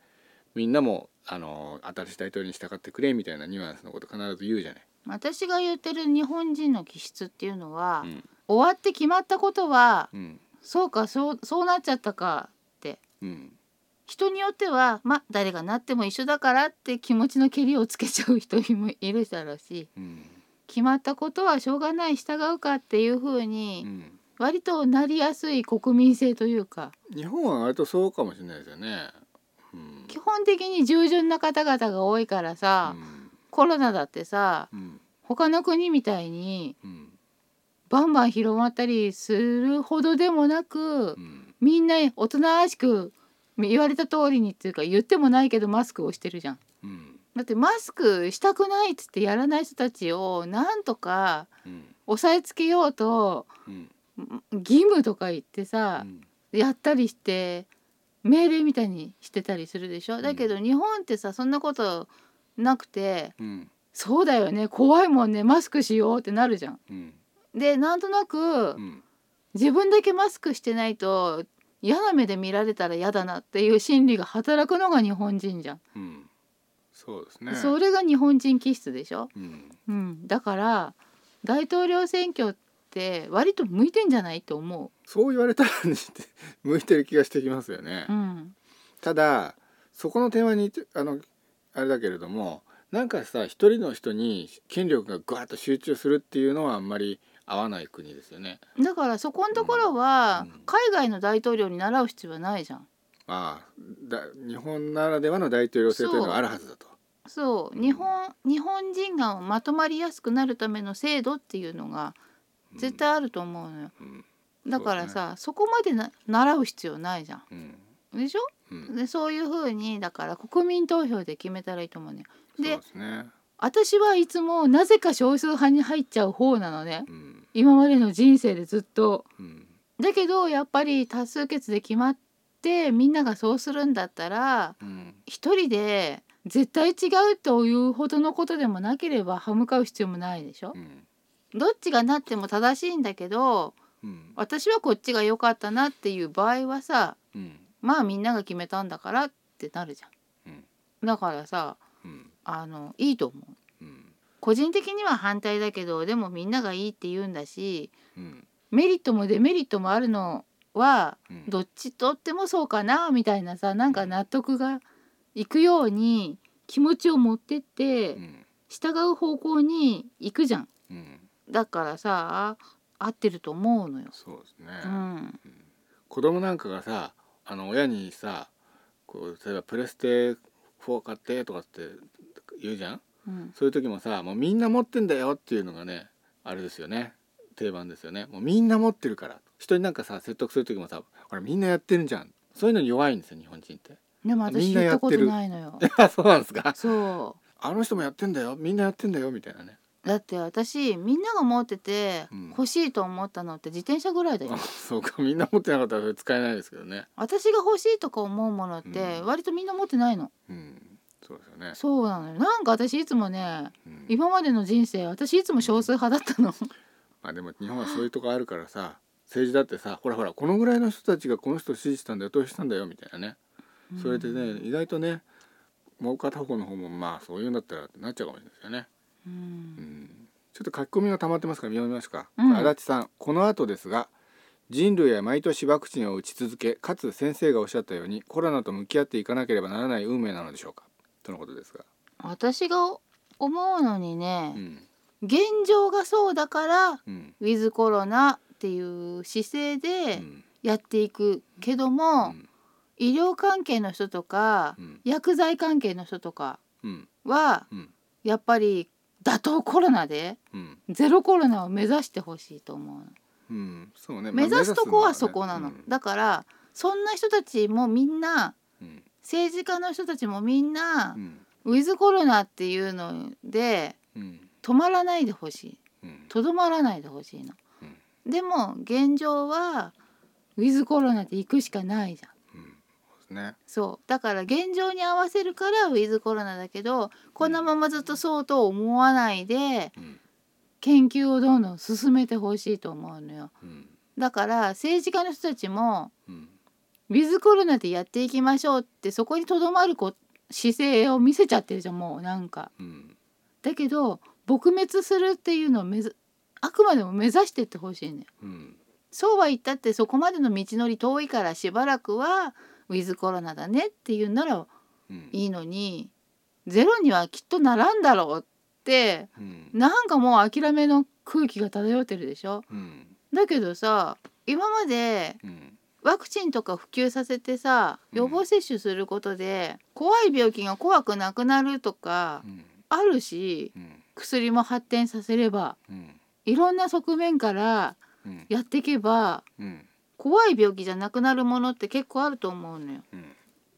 S1: みんなもあの新しい大統領に従ってくれみたいなニュアンスのこと必ず言うじゃない。
S2: 私が言ってる日本人の気質っていうのは、
S1: うん
S2: 終わって決まったことは
S1: うん
S2: そうかそうそうなっちゃったかって
S1: うん
S2: 人によってはま誰がなっても一緒だからって気持ちのけりをつけちゃう人もいるだろうし
S1: うん
S2: 決まったことはしょうがない従うかっていう風
S1: う
S2: に
S1: ん
S2: 割となりやすい国民性というか
S1: 日本は割とそうかもしれないですよね。うん
S2: 基本的に従順な方々が多いからさ、コロナだってさ
S1: うん
S2: 他の国みたいに
S1: うん
S2: バンバン広まったりするほどでもな
S1: う
S2: く
S1: ん
S2: みんな大人らしく言われた通りにっていうか言ってもないけどマスクをしてるじゃん。
S1: うん
S2: だってマスクしたくないっつってやらない人たちをなんとか
S1: うん
S2: 抑えつけようと
S1: うん
S2: 義務とか言ってさ、やったりして命令みたいにしてたりするでしょ、
S1: ん
S2: だけど日本ってさそんなことなくて
S1: うん
S2: そうだよね怖いもんねマスクしようってなるじゃん。
S1: うん
S2: でなんとなく
S1: うん
S2: 自分だけマスクしてないと嫌な目で見られたら嫌だなっていう心理が働くのが日本人じゃん。
S1: うんそうですね。
S2: それが日本人気質でしょ、
S1: うん
S2: うん、だから大統領選挙って割と向いてんじゃないと思
S1: そう言われたら向いてる気がしてきますよね。
S2: う。うん、
S1: ただそこの点はにあのあれだけれどもなんかさ一人の人に権力がぐわっと集中するっていうのはあんまり合わない国ですよね。
S2: だからそこのところは
S1: うん
S2: 海外の大統領に習う必要はないじゃん。
S1: ああだ日本ならではの大統領制というのがあるはずだと。
S2: そう日本日本人がまとまりやすくなるための制度っていうのが絶対あると思うのよ、
S1: うん
S2: だからさそ,、こまでな習う必要ないじゃ
S1: うん
S2: んでしょ
S1: うん
S2: でそういうふうにだから国民投票で決めたらいいと思うね
S1: そう
S2: で
S1: ですね。
S2: 私はいつもなぜか少数派に入っちゃう方なのね
S1: うん
S2: 今までの人生でずっと
S1: うん
S2: だけどやっぱり多数決で決まってみんながそうするんだったら
S1: うん
S2: 一人で絶対違うというほどのことでもなければ歯向かう必要もないでしょ
S1: う、ん
S2: どっちがなっても正しいんだけど
S1: うん
S2: 私はこっちが良かったなっていう場合はさ
S1: うん
S2: まあみんなが決めたんだからってなるじゃん、だからさ
S1: うん
S2: あのいいと思う
S1: うん
S2: 個人的には反対だけどでもみんながいいって言うんだし
S1: うん
S2: メリットもデメリットもあるのは
S1: うん
S2: どっちとってもそうかなみたいなさなんか納得がいくように気持ちを持ってって
S1: うん
S2: 従う方向に行くじゃん
S1: うん
S2: だからさ合ってると思うのよ。
S1: そうですね。
S2: うん、
S1: 子供なんかがさあの親にさこう例えばプレステ4買ってとかって言うじゃん
S2: うん、
S1: そういう時もさもうみんな持ってんだよっていうのがねあれですよね定番ですよねもうみんな持ってるから人になんかさ説得する時もさ「これみんなやってるじゃんそういうのに弱いんですよ日本人って。
S2: でも
S1: み
S2: 私
S1: んな
S2: 行
S1: や
S2: っ
S1: ってる
S2: たことないのよ
S1: あそうなんですか。
S2: そ
S1: あの人もやってんだよみんなやってんだよみたいなね。
S2: うだって私みんなが持ってて
S1: うん
S2: 欲しいと思ったのって自転車ぐらいだよ
S1: あそうかみんな持ってなかったらそれ使えないですけどね。
S2: 私が欲しいとか思うものって
S1: うん
S2: 割とみんな持ってないの
S1: うんそうですよね。
S2: そうなのよなんか私いつもね
S1: うん
S2: 今までの人生私いつも少数派だったの
S1: まあでも日本はそういうとこあるからさ政治だってさほらほらこのぐらいの人たちがこの人を支持したんだよ投票したんだよみたいなねそれでね意外とねもう片方の方もまあそういうんだったらってなっちゃうかもしれないですよね、
S2: う
S1: うんん、ちょっと書き込みが溜まってますから読みますか、
S2: うん
S1: 足立さんこの後ですが人類は毎年ワクチンを打ち続けかつ先生がおっしゃったようにコロナと向き合っていかなければならない運命なのでしょうかとのことですが、
S2: 私が思うのにね、
S1: うん
S2: 現状がそうだから
S1: うん
S2: ウィズコロナっていう姿勢
S1: う
S2: で
S1: ん
S2: やっていくけど
S1: う
S2: も、
S1: ん
S2: 医療関係の人とか、
S1: うん
S2: 薬剤関係の人とか
S1: うん
S2: は
S1: うん
S2: やっぱり打倒コロナで
S1: うん
S2: ゼロコロナを目指してほしいと思うの、
S1: うんそうねまあ
S2: 目指すとこはそこな
S1: 目
S2: の、
S1: 指すのはね
S2: だからそんな人たちもみんな
S1: うん
S2: 政治家の人たちもみんな
S1: う、ん
S2: ウィズコロナっていうので
S1: うん
S2: 止まらないでほしい
S1: うん
S2: とどまらないでほしいの、でも現状はウィズコロナで行くしかないじゃん
S1: うんそうですね
S2: そうだから現状に合わせるからウィズコロナだけどこのままずっとそうと思わないで
S1: うん
S2: 研究をどんどん進めてほしいと思うのよ
S1: うん
S2: だから政治家の人たちも
S1: うん
S2: ウィズコロナでやっていきましょうってそこにとどまるこ姿勢を見せちゃってるじゃんもうなんか
S1: うん
S2: だけど撲滅するっていうのを目ずあくまでも目指してってほしいね
S1: うん
S2: そうは言ったってそこまでの道のり遠いからしばらくはウィズコロナだねっていうんなら
S1: うん
S2: いいのにゼロにはきっとならんだろうって
S1: うん
S2: なんかもう諦めの空気が漂ってるでしょ
S1: うん
S2: だけどさ今まで
S1: うん
S2: ワクチンとか普及させてさ
S1: うん
S2: 予防接種することで怖い病気が怖くなくなるとか
S1: うん
S2: あるし
S1: うん
S2: 薬も発展させれば
S1: うん
S2: いろんな側面から
S1: うん
S2: やっていけば
S1: うん
S2: 怖い病気じゃなくなるものって結構あると思うのよ。
S1: うん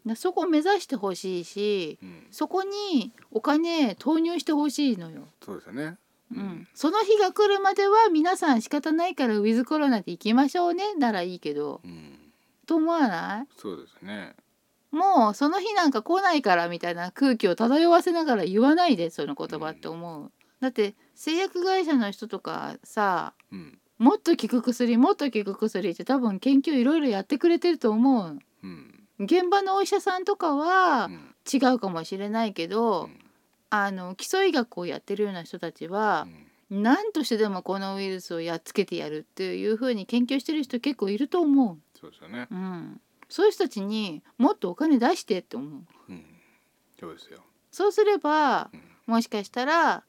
S2: だそこを目指してほしいし
S1: うん
S2: そこにお金投入してほしいのよ。
S1: そうですよね
S2: うんその日が来るまでは皆さん仕方ないからウィズコロナで行きましょうねならいいけど
S1: うん
S2: と思わない
S1: そうですね
S2: もうその日なんか来ないからみたいな空気を漂わせながら言わないでその言葉って思う、だって製薬会社の人とかさ
S1: うん
S2: もっと効く薬もっと効く薬って多分研究いろいろやってくれてると思う
S1: うん
S2: 現場のお医者さんとか
S1: う
S2: は
S1: ん
S2: 違うかもしれないけど、あの基礎医学をやってるような人たちは、何としてでもこのウイルスをやっつけてやるっていう風に研究してる人結構いると思
S1: そうですよね
S2: う、うん、そういう人たちにもっとお金出してって思う
S1: うんそうですよ
S2: そうすれば
S1: うん
S2: もしかしたら
S1: うん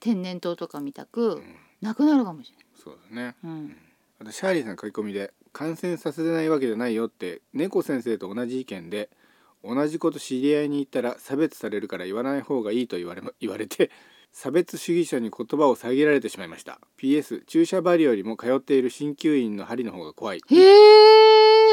S2: 天然痘とかみた
S1: う
S2: く
S1: ん
S2: なくなるかもし
S1: そうですね
S2: れない、うん、
S1: あとシャーリーさん書き込みで感染させないわけじゃないよって猫先生と同じ意見で同じこと知り合いに言ったら差別されるから言わない方がいいと言われま 言われて差別主義者に言葉を遮られてしまいました PS 注射針よりも通っている鍼灸院の針の方が怖い
S2: へ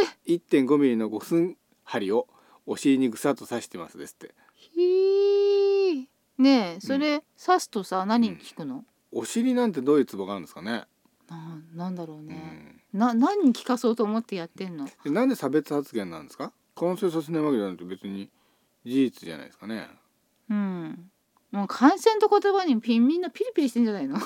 S2: え
S1: 1.5ミリの5寸針をお尻にぐさっと刺してますですって
S2: ひーねえそれ刺すとさ何効くの、
S1: お尻なんてどういうツボがあるんですかね
S2: ななんだろうね、な何に効かそうと思ってやってんの
S1: うん、でなんで差別発言なんですか感染させないわけじゃないと別に事実じゃないですかね
S2: うん。もう感染と言葉にピみんなピリピリしてんじゃないの？
S1: お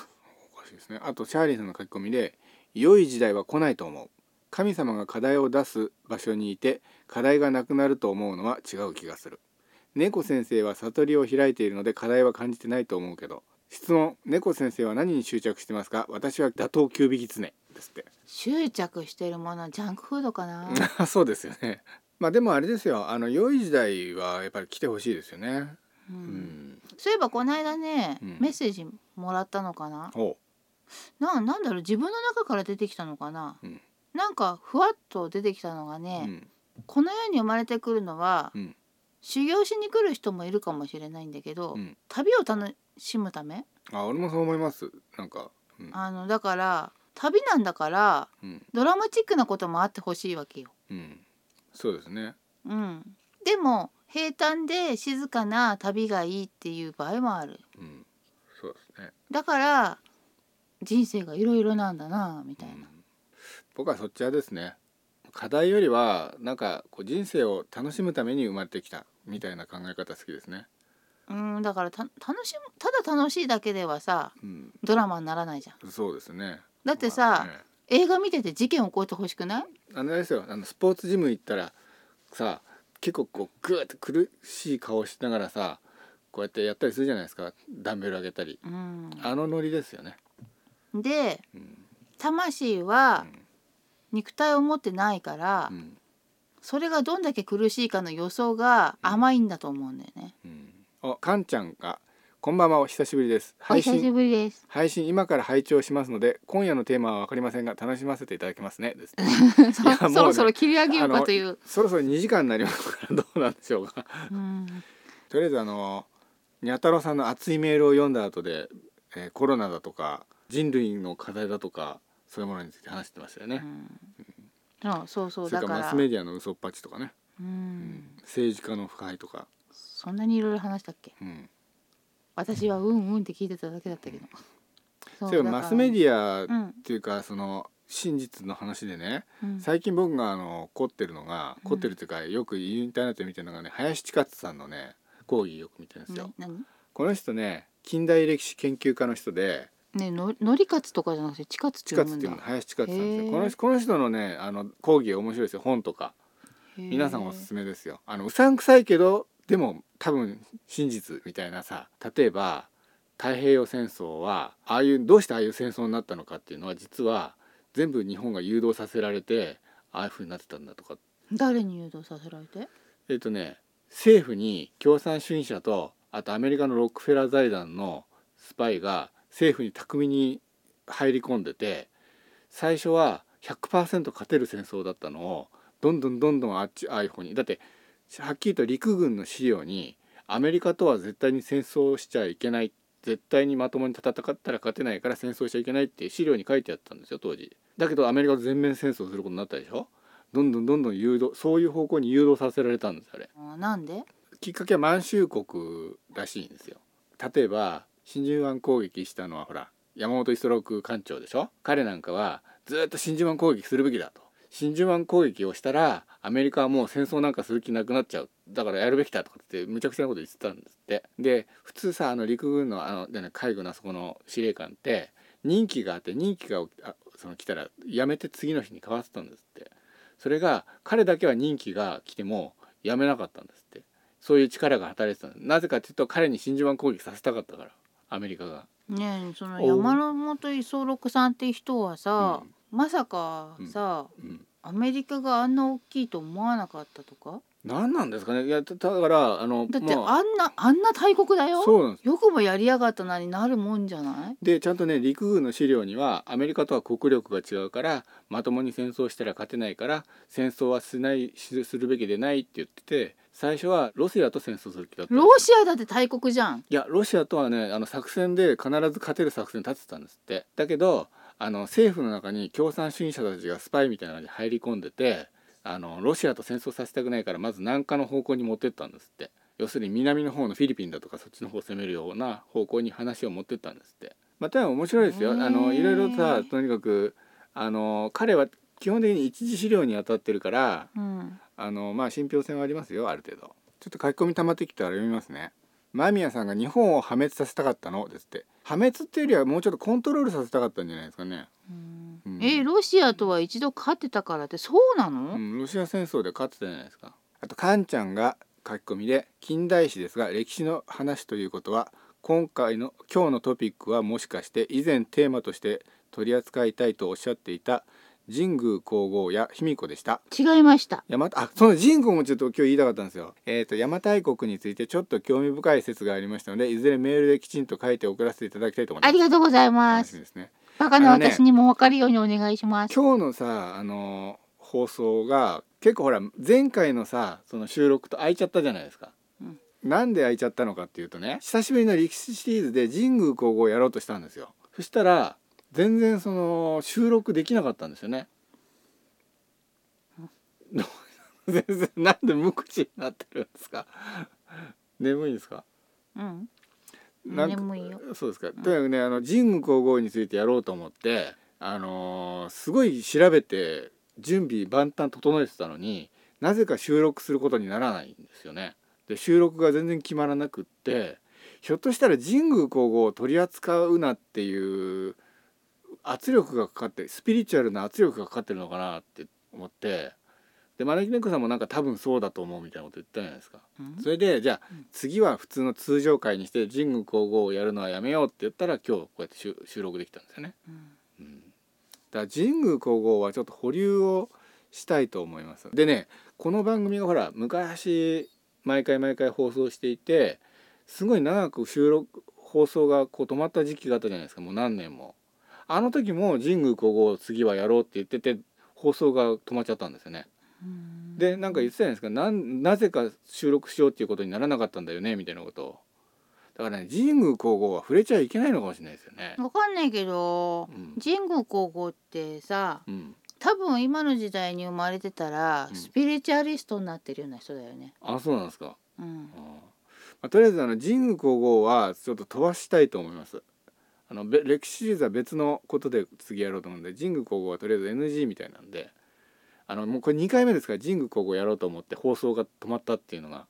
S1: かしいですねあとシャーリーさんの書き込みで「良い時代は来ないと思う」「神様が課題を出す場所にいて課題がなくなると思うのは違う気がする」「猫先生は悟りを開いているので課題は感じてないと思うけど」質問「猫先生は何に執着してますか私は打倒9匹狐」ですって
S2: 執着してるものはジャンクフードかな。
S1: そうですよねまあでもあれですよあの良い時代はやっぱり来てほしいですよね
S2: う。
S1: うんん
S2: そういえばこの間ね、
S1: うん
S2: メッセージもらったのかな。
S1: ほ
S2: ななんだろう自分の中から出てきたのかな。
S1: うん
S2: なんかふわっと出てきたのが
S1: う、う
S2: ね、
S1: ん
S2: この世に生まれてくるのは、
S1: うん
S2: 修行しに来る人もいるかもしれないんだけど、
S1: うん
S2: 旅を楽しむため、
S1: あ俺もそう思いますなんかうん
S2: あのだから旅なんだから
S1: うん
S2: ドラマチックなこともあってほしいわけよ。
S1: うんそうですね
S2: うん、でも平坦で静かな旅がいいっていう場合もある
S1: うんそうですね、
S2: だから人生がいろいろなんだなみ
S1: う
S2: たい
S1: ん
S2: な、、
S1: 僕はそっちはですね課題よりはなんかこう人生を楽しむために生まれてきたみたいな考え方好きですね、
S2: うん、だからた楽しむただ楽しいだけではさ
S1: うん、
S2: ドラマにならないじゃん
S1: そうですね
S2: だってさ、
S1: まあね
S2: 映画見てて事件起こってほしくない
S1: あのあれですよあのスポーツジム行ったらさ結構こうグーって苦しい顔しながらさこうやってやったりするじゃないですかダンベル上げたり
S2: うん、
S1: あのノリですよね、
S2: で
S1: うん
S2: 魂は肉体を持ってないから、
S1: うん
S2: それがどんだけ苦しいかの予想が甘いんだと思うんだよね。
S1: うん、あかんちゃんが「こんばんはお久しぶりです」
S2: お
S1: 配
S2: 久し
S1: 信
S2: ぶりです。
S1: 配信今から拝聴しますので今夜のテーマは分かりませんが楽しませていただきますねです
S2: そ
S1: いやもうね
S2: そろそろ切り上げるかという。
S1: そろそろ2時間になりますからどうなんでしょうか
S2: うん
S1: とりあえずあのにゃ太郎さんの熱いメールを読んだ後で、えーコロナだとか人類の課題だとかそういうものについて話してましたよ
S2: う
S1: ね、
S2: んそうそうそう
S1: それ
S2: だ
S1: か
S2: から
S1: マ
S2: ら
S1: スメディアの嘘っぱちとかね、
S2: う
S1: うん
S2: ん、
S1: 政治家の腐敗とか、
S2: そんなにいろいろ話したっけ
S1: うん、
S2: 私はうんうんって聞いてただけだったけど
S1: そういえばマスメデ
S2: ィ
S1: ィア
S2: う
S1: っ
S2: ん
S1: ていうかその真実の話でね、
S2: うん
S1: 最近僕があの凝ってるのが
S2: うん
S1: 凝ってるっていうかよくインターネットで見てるのがね林千勝さんのね講義よく見てるんですよ。
S2: な何
S1: この人ね近代歴史研究家の人で
S2: ねののりかつとかじゃなくてちかつって
S1: 千
S2: 読む
S1: 勝っていう
S2: ん
S1: の
S2: だ
S1: 林千勝さんです
S2: へ
S1: よ
S2: ー
S1: この人この人のねあの講義面白いですよ本とか皆さんおすすめですよ。あのうさんくさいけどでも多分真実みたいなさ例えば太平洋戦争はああいうどうしてああいう戦争になったのかっていうのは実は全部日本が誘導させられてああいうふうになってたんだとか
S2: め誰に誘導させられて
S1: えっとね政府に共産主義者とあとアメリカのロックフェラー財団のスパイが政府に巧みに入り込んでて最初は100%勝てる戦争だったのをどんどんどんどんあっちああいう方にだってはっきりと陸軍の資料にアメリカとは絶対に戦争をしちゃいけない絶対にまともに戦ったら勝てないから戦争しちゃいけないっていう資料に書いてあったんですよ当時。だけどアメリカと全面戦争することになったでしょどんどんどんどん誘導そういう方向に誘導させられたんですあれ。
S2: あなんで
S1: きっかけは満州国らしいんですよ例えば真珠湾攻撃したのはほら山本五十六艦長でしょ彼なんかはずっと真珠湾攻撃するべきだと真珠湾攻撃をしたらアメリカはもう戦争なんかする気なくなっちゃうだからやるべきだとかってむちゃくちゃなこと言ってたんですってで普通さあの陸軍のあのでね海軍のあそこの司令官って任期があって任期があその来たら辞めて次の日に変わってたんですってそれが彼だけは任期が来ても辞めなかったんですってそういう力が働いてたのなぜかというと彼に真珠湾攻撃させたかったからアメリカが。
S2: ねえその
S1: おう
S2: 山本五十六さんって人はさ、まさかさ、
S1: うん、
S2: アメリカがあんな大きいと思わなかったとか
S1: 何なんですかねいやだだからあの
S2: だって
S1: まあ
S2: あんなあんな大国だよ
S1: そうなんです
S2: よくもやりやがったなになるもんじゃない
S1: でちゃんとね陸軍の資料にはアメリカとは国力が違うからまともに戦争したら勝てないから戦争はしないしするべきでないって言ってて最初はロシアと戦争する気だったんです
S2: ロシアだって大国じゃん
S1: いやロシアとはねあの作戦で必ず勝てる作戦立ててたんですってだけどあの政府の中に共産主義者たちがスパイみたいなのに入り込んでてあのロシアと戦争させたくないからまず南下の方向に持ってったんですって要するに南の方のフィリピンだとかそっちの方を攻めるような方向に話を持ってったんですってまた面白いですよあの
S2: へー
S1: いろいろさとにかくあの彼は基本的に一次資料に当たってるから
S2: うん
S1: あのまあ信憑性はありますよある程度ちょっと書き込み溜まってきたら読みますね間宮さんが日本を破滅させたかったのですって破滅っていうよりはもうちょっとコントロールさせたかったんじゃないですかね、
S2: うん
S1: うん
S2: えロシアとは一度勝ってたからってそうなの、
S1: うん、ロシア戦争で勝ってたじゃないですかあとカンちゃんが書き込みで近代史ですが歴史の話ということは今回の今日のトピックはもしかして以前テーマとして取り扱いたいとおっしゃっていた神宮皇后や卑弥呼でした
S2: 違いました
S1: 邪馬あその人口もちょっと今日言いたかったんですよ。えっ、と邪馬台国についてちょっと興味深い説がありましたのでいずれメールできちんと書いて送らせていただきたいと思います。
S2: ありがとうございま
S1: 楽しみ
S2: す
S1: ですね。
S2: バカな
S1: あのね
S2: 私にも分かるようにお願いします、
S1: 今日のさあのー放送が結構ほら前回のさその収録と空いちゃったじゃないですか。
S2: うん
S1: なんで空いちゃったのかっていうとね久しぶりの歴史シリーズで神宮皇后をやろうとしたんですよ。そしたら全然 その収録できなかったんですよね。どう先生なんで無口になってるんですか眠いんですか
S2: うん
S1: なんか
S2: 眠いよ
S1: そうですか、とにかくねあの神武皇后についてやろうと思ってあのーすごい調べて準備万端整えてたのになぜか収録することにならないんですよねで収録が全然決まらなくってひょっとしたら神宮皇后を取り扱うなっていう圧力がかかってスピリチュアルな圧力がかかってるのかなって思ってで招き猫さんもなんか多分そうだと思うみたいなこと言ったじゃないですか。
S2: うん
S1: それでじゃあ
S2: うん
S1: 次は普通の通常会にして神宮皇后をやるのはやめようって言ったら今日こうやって収収録できたんですよね。
S2: うん
S1: うん、だから神宮皇后はちょっと保留をしたいと思います。でねこの番組がほら昔毎回毎回放送していてすごい長く収録放送がこう止まった時期があったじゃないですかもう何年も。あの時も神宮皇后を次はやろうって言ってて放送が止まっちゃったんですよね。
S2: うん
S1: でなんか言ってたじゃないですかなんなぜか収録しようっていうことにならなかったんだよねみたいなことをだからね神宮皇后は触れちゃいけないのかもしれないですよね。
S2: わかんないけど
S1: うん
S2: 神宮皇后ってさ
S1: うん、
S2: 多分今の時代に生まれてたら
S1: うん
S2: スピリチュアリストになってるような人だよね。
S1: あそうなんですか。
S2: うん
S1: うんまあ、とりあえずあの神宮皇后はちょっと飛ばしたいと思います。あのべ歴史シリーズは別のことで次やろうと思うんで神宮皇后はとりあえず NG みたいなんであのもうこれ2回目ですから神宮皇后やろうと思って放送が止まったっていうのが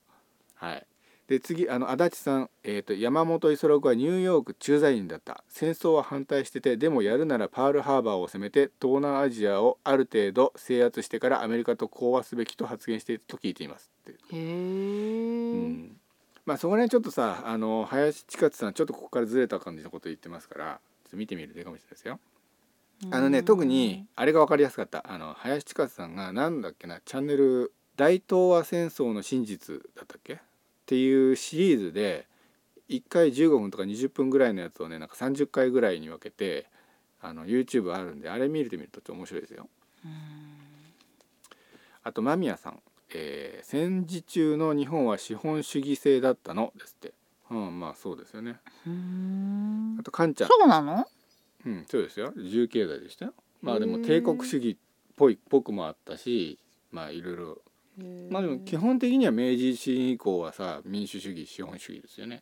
S1: はい。で次あの足立さん、えーと「山本五十六はニューヨーク駐在員だった戦争は反対しててでもやるならパールハーバーを攻めて東南アジアをある程度制圧してからアメリカと講和すべきと発言していたと聞いています」って
S2: へ
S1: う
S2: え。
S1: んまあそこら辺ちょっとさあの林千勝さんちょっとここからずれた感じのこと言ってますからちょっと見てみるといいかもしれないですよ。あのね特にあれが分かりやすかったあの林千勝さんがなんだっけなチャンネル「大東亜戦争の真実」だったっけっていうシリーズで1回15分とか20分ぐらいのやつをねなんか30回ぐらいに分けてあの YouTube あるんであれ見るてみるとちょっと面白いですよ。
S2: うん
S1: あと間宮さん、えー戦時中の日本は資本主義制だったの」ですって。うん、まあそうですよね。
S2: うん
S1: あとカンちゃん、
S2: そうなの？
S1: うん、そうですよ。自由経済でしたよ。まあで
S2: へ
S1: も
S2: ー
S1: 帝国主義っぽいっぽくもあったし、まあいろいろ。まあでも基本的には明治維新以降はさ、民主主義、資本主義ですよね。
S2: へ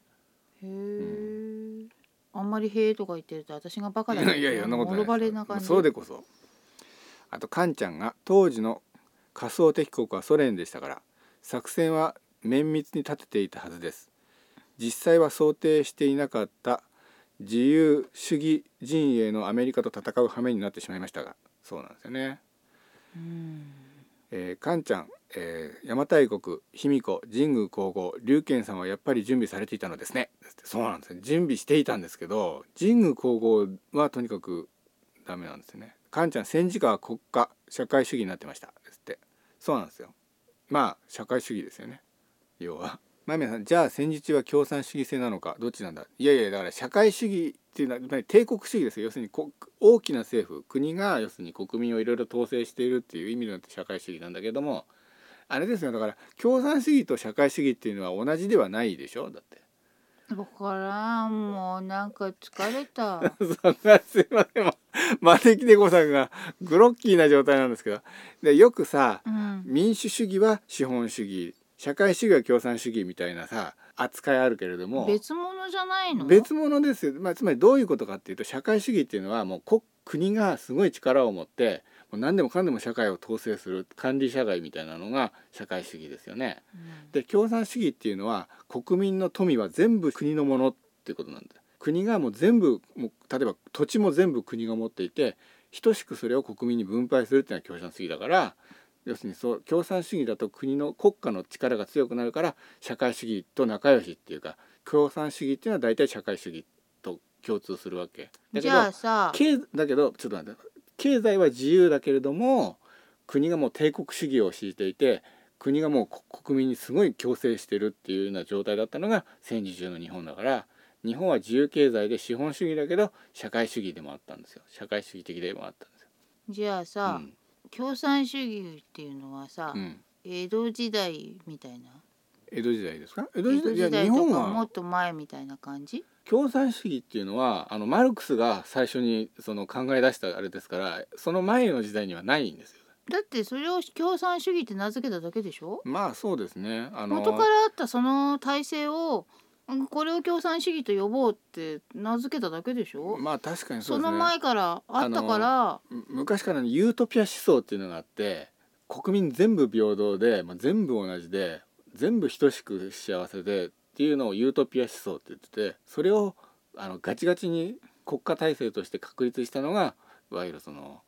S2: え。あんまりへえとか言ってると私がバカだ
S1: いやいやそんなことない
S2: 諸バレ
S1: です
S2: な
S1: よ。
S2: 感じ。
S1: そうでこそ。あとカンちゃんが当時の仮想敵国はソ連でしたから、作戦は綿密に立てていたはずです。実際は想定していなかった自由主義陣営のアメリカと戦う羽目になってしまいましたが、そうなんですよね。
S2: うん。
S1: えー、かんちゃん、えー、邪馬台国卑弥呼神宮皇后龍賢さんはやっぱり準備されていたのですねですってそうなんですね準備していたんですけど神宮皇后はとにかくダメなんですよねかんちゃん戦時下は国家社会主義になってましたですってそうなんですよまあ社会主義ですよね要は間宮さんじゃあ戦時中は共産主義制なのかどっちなんだいやいやだから社会主義っていうのはつまり帝国主義ですよ要するにこ大きな政府国が要するに国民をいろいろ統制しているっていう意味の社会主義なんだけどもあれですよだから共産主義と社会主義っていうのは同じではないでしょだって。
S2: わからんもうなんか疲れた。
S1: そんなすいませんま招き猫さんがグロッキーな状態なんですけどでよくさ
S2: うん。
S1: 民主主義は資本主義社会主義は共産主義みたいなさ扱いあるけれども
S2: 別物じゃないの？
S1: 別物ですよ、まあ、つまりどういうことかっていうと社会主義っていうのはもうこ国がすごい力を持ってもう何でもかんでも社会を統制する管理社会みたいなのが社会主義ですよね。
S2: うん
S1: で共産主義っていうのは国民の富は全部国のものっていうことなんだ国がもう全部もう例えば土地も全部国が持っていて等しくそれを国民に分配するっていうのは共産主義だから要するにそう共産主義だと国の国家の力が強くなるから社会主義と仲良しっていうか共産主義っていうのは大体社会主義と共通するわけ。だけ
S2: じ
S1: ど
S2: ゃあさ、
S1: 経だけどちょっと待って経済は自由だけれども国がもう帝国主義を敷いていて国がもうこ国民にすごい強制してるっていうような状態だったのが戦時中の日本だから日本は自由経済で資本主義だけど社会主義でもあったんですよ社会主義的でもあったんですよ。
S2: じゃあさ、共産主義っていうのはさ
S1: うん、うん
S2: 江戸時代みたいな。
S1: 江戸時代ですか江戸
S2: 江
S1: 時
S2: 戸
S1: 代いや
S2: 時代
S1: 日
S2: とか
S1: 本
S2: も
S1: は
S2: っと前みたいな感じ？
S1: 共産主義っていうのはあのマルクスが最初にその考え出したあれですからその前の時代にはないんですよ
S2: だってそれを共産主義って名付けただけでしょ
S1: まあそうですねあの
S2: 元からあったその体制をうんこれを共産主義と呼ぼうって名付けただけでしょ、
S1: まあ確かにそ
S2: そう
S1: です
S2: の
S1: ね
S2: 前からあったから
S1: む昔からのユートピア思想っていうのがあって国民全部平等で、まあ、全部同じで全部等しく幸せでっていうのをユートピア思想って言っててそれをあのガチガチに国家体制として確立したのがいわゆるその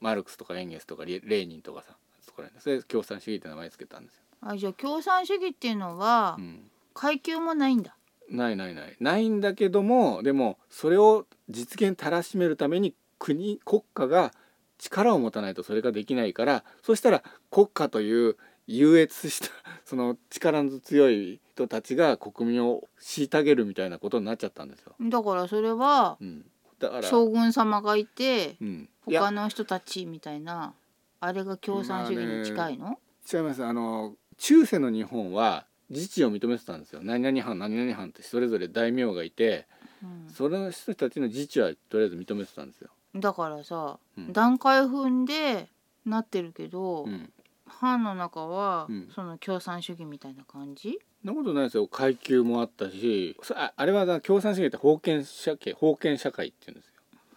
S1: マルクスとかエンゲルスとかレレーニンとかさそこら辺でそれで共産主義って名前つけたんですよ。
S2: あじゃあ共産主義っていうのは
S1: うん
S2: 階級もないんだ、
S1: ないないないないんだけどもでもそれを実現たらしめるために国国家が力を持たないとそれができないからそしたら国家という優越した その力の強い人たちが国民を虐げるみたいなことになっちゃったんですよ。
S2: だからそれは
S1: うん、だから、
S2: 将軍様がいて
S1: うん、いや
S2: 他の人たちみたいなあれが共産主義に近いの、
S1: 違いますあの中世の日本は自治を認めてたんですよ何々藩何々藩ってそれぞれ大名がいて
S2: うん
S1: その人たちの自治はとりあえず認めてたんですよ。
S2: だからさ、
S1: うん
S2: 段階踏んでなってるけど、
S1: うん
S2: 藩の中は、
S1: うん
S2: その共産主義みたいな感じ
S1: そんなことないですよ階級もあったしそああれはな共産主義って封建社会封建社会っていうんですよ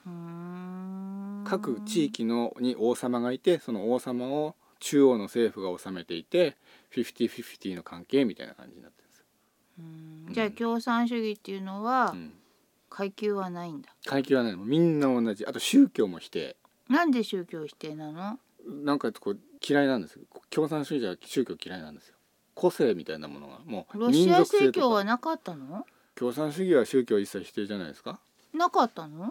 S2: うーん
S1: 各地域のに王様がいてその王様を中央の政府が治めていて50-50の関係みたいな感じになってるんですよ、
S2: うん
S1: うん
S2: じゃあ共産主義っていうのは
S1: うん、
S2: 階級はないんだ、
S1: 階級はないみんな同じあと宗教も否定
S2: なんで宗教否定なの
S1: なんかこう嫌いなんですよ共産主義者は宗教嫌いなんですよ個性みたいなものがもう
S2: ロシア
S1: と
S2: 正教は
S1: か
S2: なかったの
S1: 共産主義は宗教一切否定じゃないですか
S2: なかったの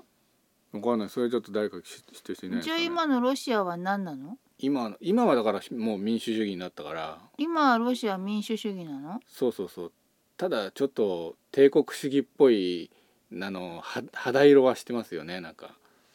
S1: わかんないそれちょっと誰か知知ってる人いないです
S2: じゃ
S1: か、
S2: あ
S1: ね、
S2: 今のロシアは何なの
S1: 今の今はだからもう民主主義になったから
S2: 今はロシアは民主主義なの
S1: そうそうそうただちょっと帝国主義っぽいあのは肌色はしてますよねなんか、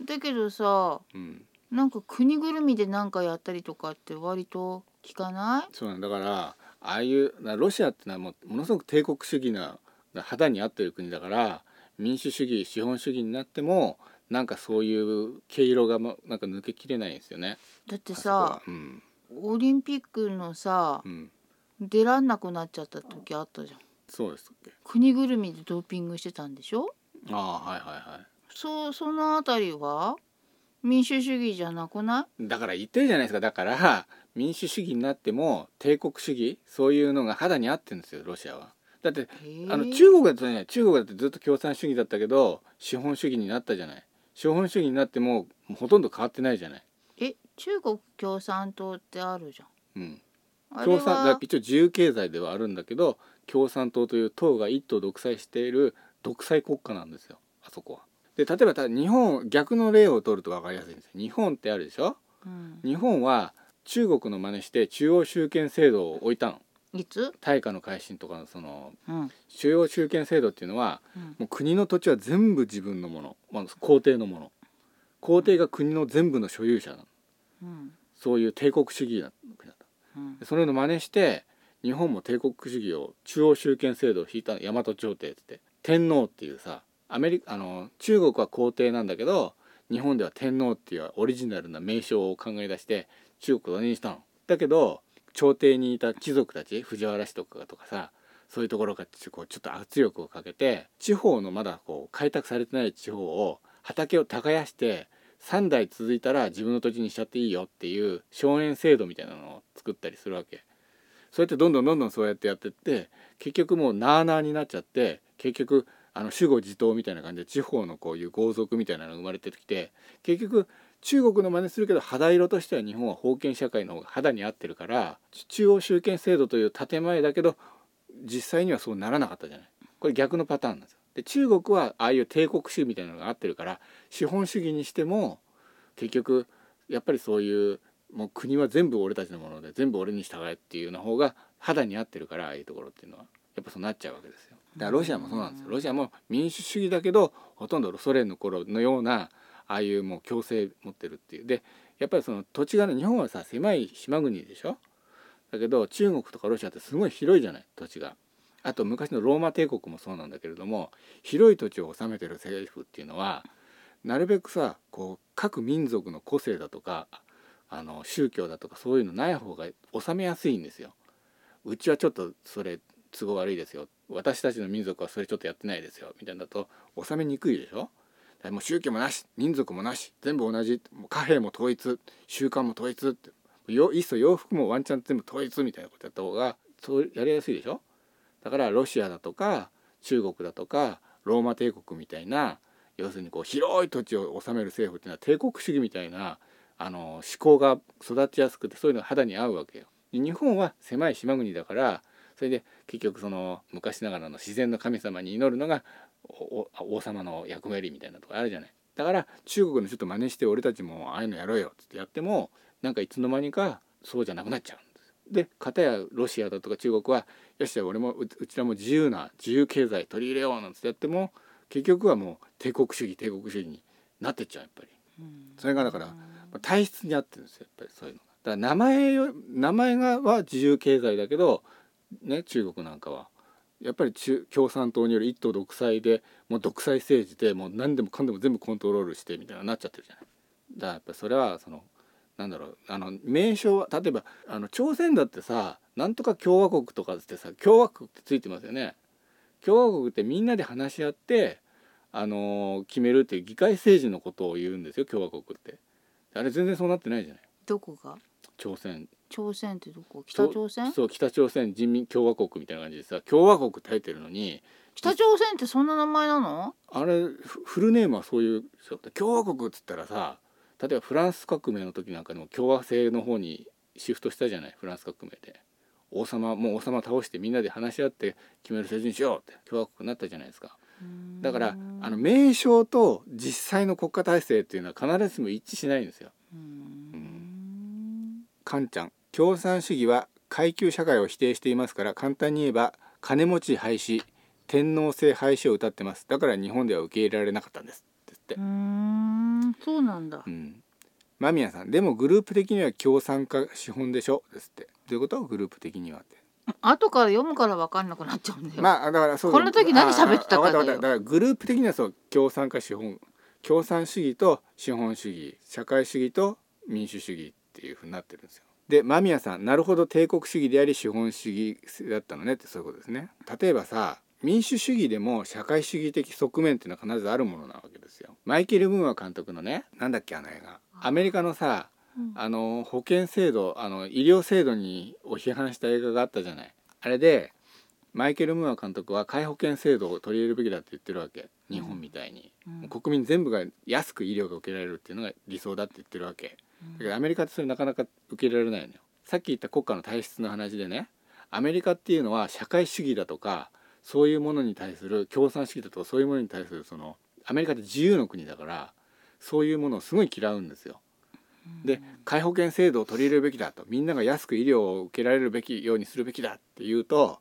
S2: だけどさ
S1: うん、
S2: なんか国ぐるみで何かやったりとかって割と聞かない
S1: そうなんだからああいうなロシアってのはもうものすごく帝国主義な肌に合ってる国だから民主主義資本主義になってもなんかそういう毛色がまなんか抜けきれないんですよね。
S2: だって
S1: あ
S2: さ
S1: そこはうん
S2: オリンピックのさ
S1: うん、
S2: 出らんなくなっちゃった時あったじゃん
S1: そうですっけ。
S2: 国ぐるみでドーピングしてたんでしょ
S1: ああはいはいはい。
S2: そうそのあたりは民主主義じゃなくな
S1: だから言ってるじゃないですかだから民主主義になっても帝国主義そういうのが肌に合ってるんですよロシアは。だって
S2: い、へえ
S1: あの中国だとね中国だってずっと共産主義だったけど資本主義になったじゃない資本主義になってももうほとんど変わってないじゃない。
S2: え中国共産党ってあるじゃん
S1: うん、
S2: あれ
S1: 共産だ
S2: は
S1: から一応自由経済ではあるんだけど共産党という党が一党独裁している独裁国家なんですよあそこは。で例えばた日本逆の例を取ると分かりやすいんですよ。日本ってあるでしょ
S2: うん、
S1: 日本は中国の真似して中央集権制度を置いたの
S2: いつ、
S1: 大化の改新とかのその
S2: うん
S1: 中央集権制度っていうのは
S2: うん、
S1: もう国の土地は全部自分のもの、まあ、皇帝のもの皇帝が国の全部の所有者なの
S2: うん
S1: そういう帝国主義な国だった
S2: うん
S1: でそれの真似して日本も帝国主義を中央集権制度を引いたの大和朝廷っつって天皇っていうさアメリカあの中国は皇帝なんだけど日本では天皇っていうオリジナルな名称を考え出して中国を何にしたのだけど朝廷にいた貴族たち藤原氏とかとかさそういうところがちょこうちょっと圧力をかけて地方のまだこう開拓されてない地方を畑を耕して3代続いたら自分の土地にしちゃっていいよっていう荘園制度みたいなのを作ったりするわけそうやってどんどんどんどんそうやってやってって結局もうなあなあになっちゃって結局あの守護自党みたいな感じで地方のこういう豪族みたいなのが生まれてきて結局中国の真似するけど肌色としては日本は封建社会の方が肌に合ってるから中央集権制度という建前だけど実際にはそうならなかったじゃないこれ逆のパターンなんですよ。で中国はああいう帝国主義みたいなのが合ってるから資本主義にしても結局やっぱりそういうもう国は全部俺たちのもので全部俺に従えっていうような方が肌に合ってるからああいうところっていうのはやっぱそうなっちゃうわけですよ。だからロシアもそうなんですよ。ロシアも民主主義だけどほとんどソ連の頃のようなああいうもう強制持ってるっていうでやっぱりその土地がね日本はさ狭い島国でしょだけど中国とかロシアってすごい広いじゃない土地が。あと昔のローマ帝国もそうなんだけれども広い土地を治めてる政府っていうのはなるべくさこう各民族の個性だとかあの宗教だとかそういうのない方が収めやすいんですよ。うちはちょっとそれ都合悪いですよ私たちの民族はそれちょっとやってないですよみたいなのだと収めにくいでしょだからもう宗教もなし民族もなし全部同じもう貨幣も統一習慣も統一ってよいっそ洋服もワンチャン全部統一みたいなことやった方がそうやりやすいでしょだからロシアだとか中国だとかローマ帝国みたいな要するにこう広い土地を治める政府っていうのは帝国主義みたいなあの思考が育ちやすくてそういうのが肌に合うわけよ。で日本は狭い島国だからそれで結局その昔ながらの自然の神様に祈るのがおお王様の役割みたいなとこあるじゃない。だから中国のちょっと真似して俺たちもああいうのやろうよっつってやってもなんかいつの間にかそうじゃなくなっちゃうんですよ。で片やロシアだとか中国はよっしゃ俺もううちらも自由な自由経済取り入れようなんつってやっても結局はもう帝国主義帝国主義になってっちゃうやっぱり。
S2: うん
S1: それがだから体質に合ってるんですよやっぱりそういうのがだから名前よ名前がは自由経済だけどね中国なんかはやっぱり中共産党による一党独裁でもう独裁政治でもう何でもかんでも全部コントロールしてみたいななっちゃってるじゃないだからやっぱりそれはそのなんだろうあの名称は例えばあの朝鮮だってさなんとか共和国とかってさ共和国ってついてますよね共和国ってみんなで話し合ってあの決めるっていう議会政治のことを言うんですよ共和国ってあれ全然そうなってないじゃない
S2: どこが
S1: 朝鮮
S2: 朝鮮ってどこ北朝鮮
S1: そう北朝鮮人民共和国みたいな感じでさ共和国って入ってるのに
S2: 北朝鮮ってそんな名前なの
S1: あれフフルネームはそういう共和国っつったらさ例えばフランス革命の時なんかでも共和制の方にシフトしたじゃないフランス革命で王様もう王様倒してみんなで話し合って決める政治にしようって共和国になったじゃないですかだからあの名称と実際の国家体制っていうのは必ずしも一致しないんですよ
S2: うーん
S1: カンちゃん共産主義は階級社会を否定していますから簡単に言えば金持ち廃止天皇制廃止を謳ってますだから日本では受け入れられなかったんですって
S2: うー
S1: 言って
S2: んそうなんだ
S1: うん間宮さんでもグループ的には共産化資本でしょですってどういうことグループ的にはって
S2: 後から読むから分かんなくなっちゃうんだよ、
S1: まあだからそう
S2: この時何喋ってたかだよ
S1: ああわったわっただからグループ的にはそう共産化資本共産主義と資本主義社会主義と民主主義っていうふうになってるんですよ。で間宮さんなるほど帝国主義であり資本主義だったのねってそういうことですね。例えばさ民主主義でも社会主義的側面っていうのは必ずあるものなわけですよ。マイケル・ムーア監督のねなんだっけあの映画アメリカのさ
S2: うん
S1: あの保険制度あの医療制度にを批判した映画があったじゃないあれでマイケル・ムーア監督は皆保険制度を取り入れるべきだって言ってるわけ日本みたいに、
S2: うん
S1: 国民全部が安く医療が受けられるっていうのが理想だって言ってるわけだけどアメリカってそれなかなか受け入れられないのよさっき言った国家の体質の話でねアメリカっていうのは社会主義だとかそういうものに対する共産主義だとかそういうものに対するそのアメリカって自由の国だからそういうものをすごい嫌うんですよで皆保険制度を取り入れるべきだとみんなが安く医療を受けられるべきようにするべきだって言うと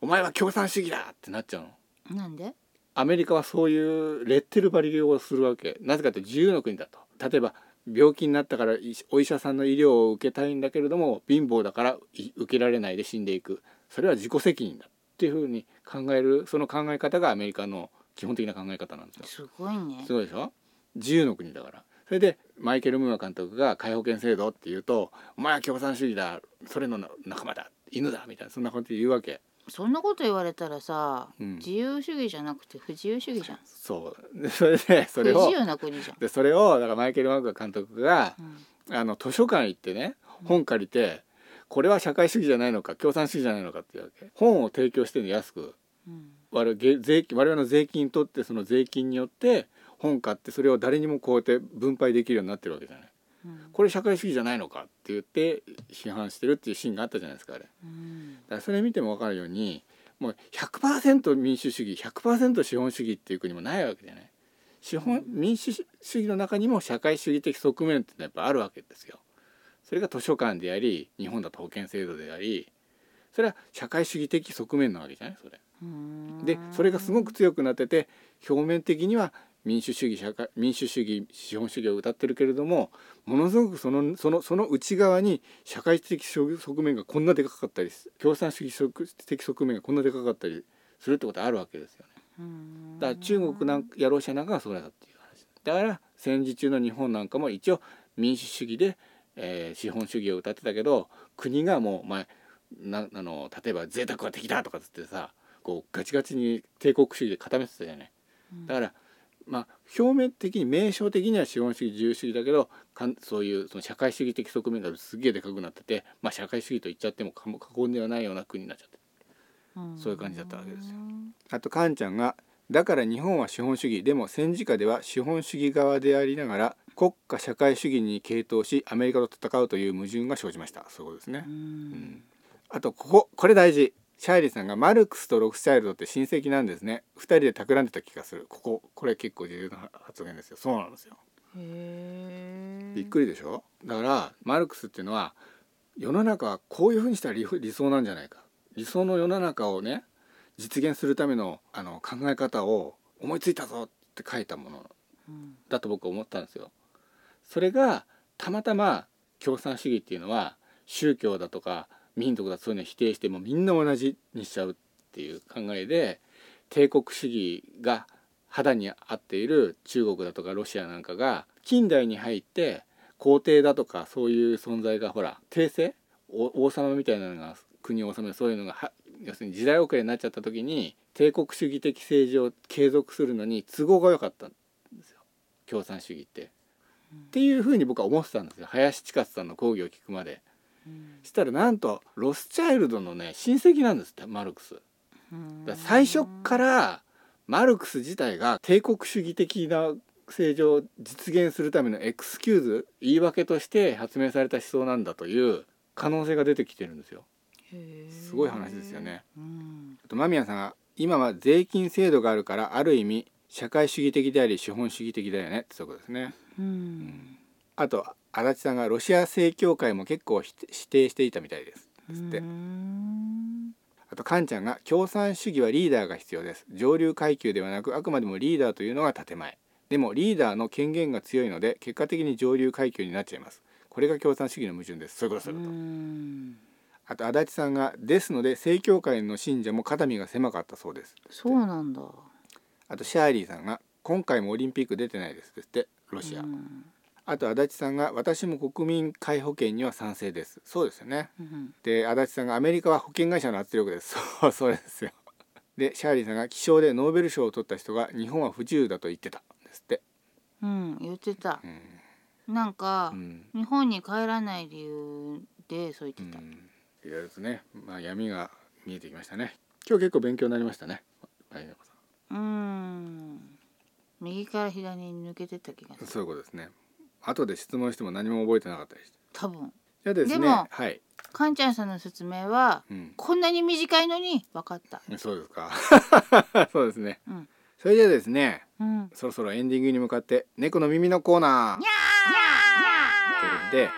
S1: お前は共産主義だってなっちゃうの
S2: なんで
S1: アメリカはそういうレッテル張りをするわけなぜかというと自由の国だと例えば病気になったからいお医者さんの医療を受けたいんだけれども貧乏だからい受けられないで死んでいくそれは自己責任だっていうふうに考えるその考え方がアメリカの基本的な考え方なんですよ
S2: すごいね
S1: すごいでしょ自由の国だからそれでマイケル・ムーア監督が皆保険制度っていうと「お前は共産主義だそれのな仲間だ犬だ」みたいなそんなこと言うわけ
S2: そんなこと言われたらさ、
S1: うん
S2: 自由主義じゃなくて不自由主義じゃん
S1: そうでそれでそれ
S2: 不
S1: を
S2: 自由な国じゃん、
S1: でそれをだからマイケル・ムーア監督が
S2: うん
S1: あの図書館行ってね本借りてこれは社会主義じゃないのか共産主義じゃないのかっていうわけ本を提供してるの安く
S2: うん
S1: 我々げ税金我々の税金取ってその税金によって本買ってそれを誰にもこうやって分配できるようになってるわけじゃない。
S2: うん
S1: これ社会主義じゃないのかって言って批判してるっていうシーンがあったじゃないですかあれだか
S2: うん
S1: らそれ見ても分かるようにもう100%民主主義100%資本主義っていう国もないわけじゃない資本民主主義の中にも社会主義的側面ってのはやっぱあるわけですよそれが図書館であり日本だと保険制度でありそれは社会主義的側面なわけじゃないそれ
S2: うん
S1: でそれがすごく強くなってて表面的には民主主義社会民主主義資本主義を謳ってるけれどもものすごくそのそのその内側に社会的側面がこんなでかかったり共産主義側的側面がこんなでかかったりするってことあるわけですよね。
S2: うん
S1: だから中国なんかやロシアなんかがそうだっていう話だから戦時中の日本なんかも一応民主主義でえー資本主義を謳ってたけど国がもう、まあ、なあの例えば贅沢は敵だとかつってさこうガチガチに帝国主義で固めてたじゃない。
S2: うん
S1: だからまあ、表面的に名称的には資本主義自由主義だけどかんそういうその社会主義的側面がすげえでかくなってて、まあ、社会主義と言っちゃってもかも過言ではないような国になっちゃってそういう感じだったわけですよあとカンちゃんが「だから日本は資本主義でも戦時下では資本主義側でありながら国家社会主義に傾倒しアメリカと戦うという矛盾が生じました」そういうことですね
S2: う。ん
S1: あとこここれ大事シャイリーさんがマルクスとロクスチャイルドって親戚なんですね2人で企んでた気がするこここれ結構重要な発言ですよそうなんですよ
S2: へえ
S1: びっくりでしょだからマルクスっていうのは世の中はこういうふうにしたら理理想なんじゃないか理想の世の中をね実現するためのあの考え方を思いついたぞって書いたもの
S2: うん
S1: だと僕は思ったんですよ。それがたまたま共産主義っていうのは宗教だとか民族だそういうのを否定してもうみんな同じにしちゃうっていう考えで帝国主義が肌に合っている中国だとかロシアなんかが近代に入って皇帝だとかそういう存在がほら帝政お王様みたいなのが国を治めるそういうのがは要するに時代遅れになっちゃった時に帝国主義的政治を継続するのに都合が良かったんですよ共産主義って。っていうふうに僕は思ってたんですよ林千勝さんの講義を聞くまで。
S2: うん
S1: したらなんとロスチャイルドのね親戚なんですってマルクス。
S2: うん
S1: だから最初からマルクス自体が帝国主義的な政治を実現するためのエクスキューズ言い訳として発明された思想なんだという可能性が出てきてるんですよ。
S2: へえ
S1: すごい話ですよね。
S2: うん
S1: あと間宮さんが「今は税金制度があるからある意味社会主義的であり資本主義的だよね」ってそういうことですね。
S2: うん
S1: あと足立さんが「ロシア正教会も結構否定否定していたみたいです」つって。
S2: うん
S1: あとカンちゃんが共産主義はリーダーが必要です上流階級ではなくあくまでもリーダーというのが建前でもリーダーの権限が強いので結果的に上流階級になっちゃいますこれが共産主義の矛盾ですそういうこと
S2: う
S1: そういうこと
S2: ん
S1: あと足立さんがですので正教会の信者も肩身が狭かったそうです
S2: そうなんだ
S1: あとシャーリーさんが今回もオリンピック出てないですですってロシア、
S2: うん
S1: あと足立さんが私も国民皆保険には賛成ですそうですよね
S2: うん
S1: で足立さんがアメリカは保険会社の圧力です そうそうですよでシャーリーさんが気象でノーベル賞を取った人が日本は不自由だと言ってたんですって
S2: うん言ってた
S1: うん、
S2: なんか
S1: うん
S2: 日本に帰らない理由でそう
S1: う
S2: 言ってた
S1: ん、いろいろとね、まあ、闇が見えてきましたね今日結構勉強になりましたねあいや
S2: うん右から左に抜けてった気がする
S1: そういうことですね後で質問しても何も覚えてなかったりして
S2: 多分
S1: じゃあですね
S2: でも
S1: はい、
S2: かんちゃんさんの説明は
S1: うん、
S2: こんなに短いのに分かった
S1: そうですか そうですね、
S2: うん
S1: それじゃあですね
S2: うん
S1: そろそろエンディングに向かって猫の耳のコーナーということで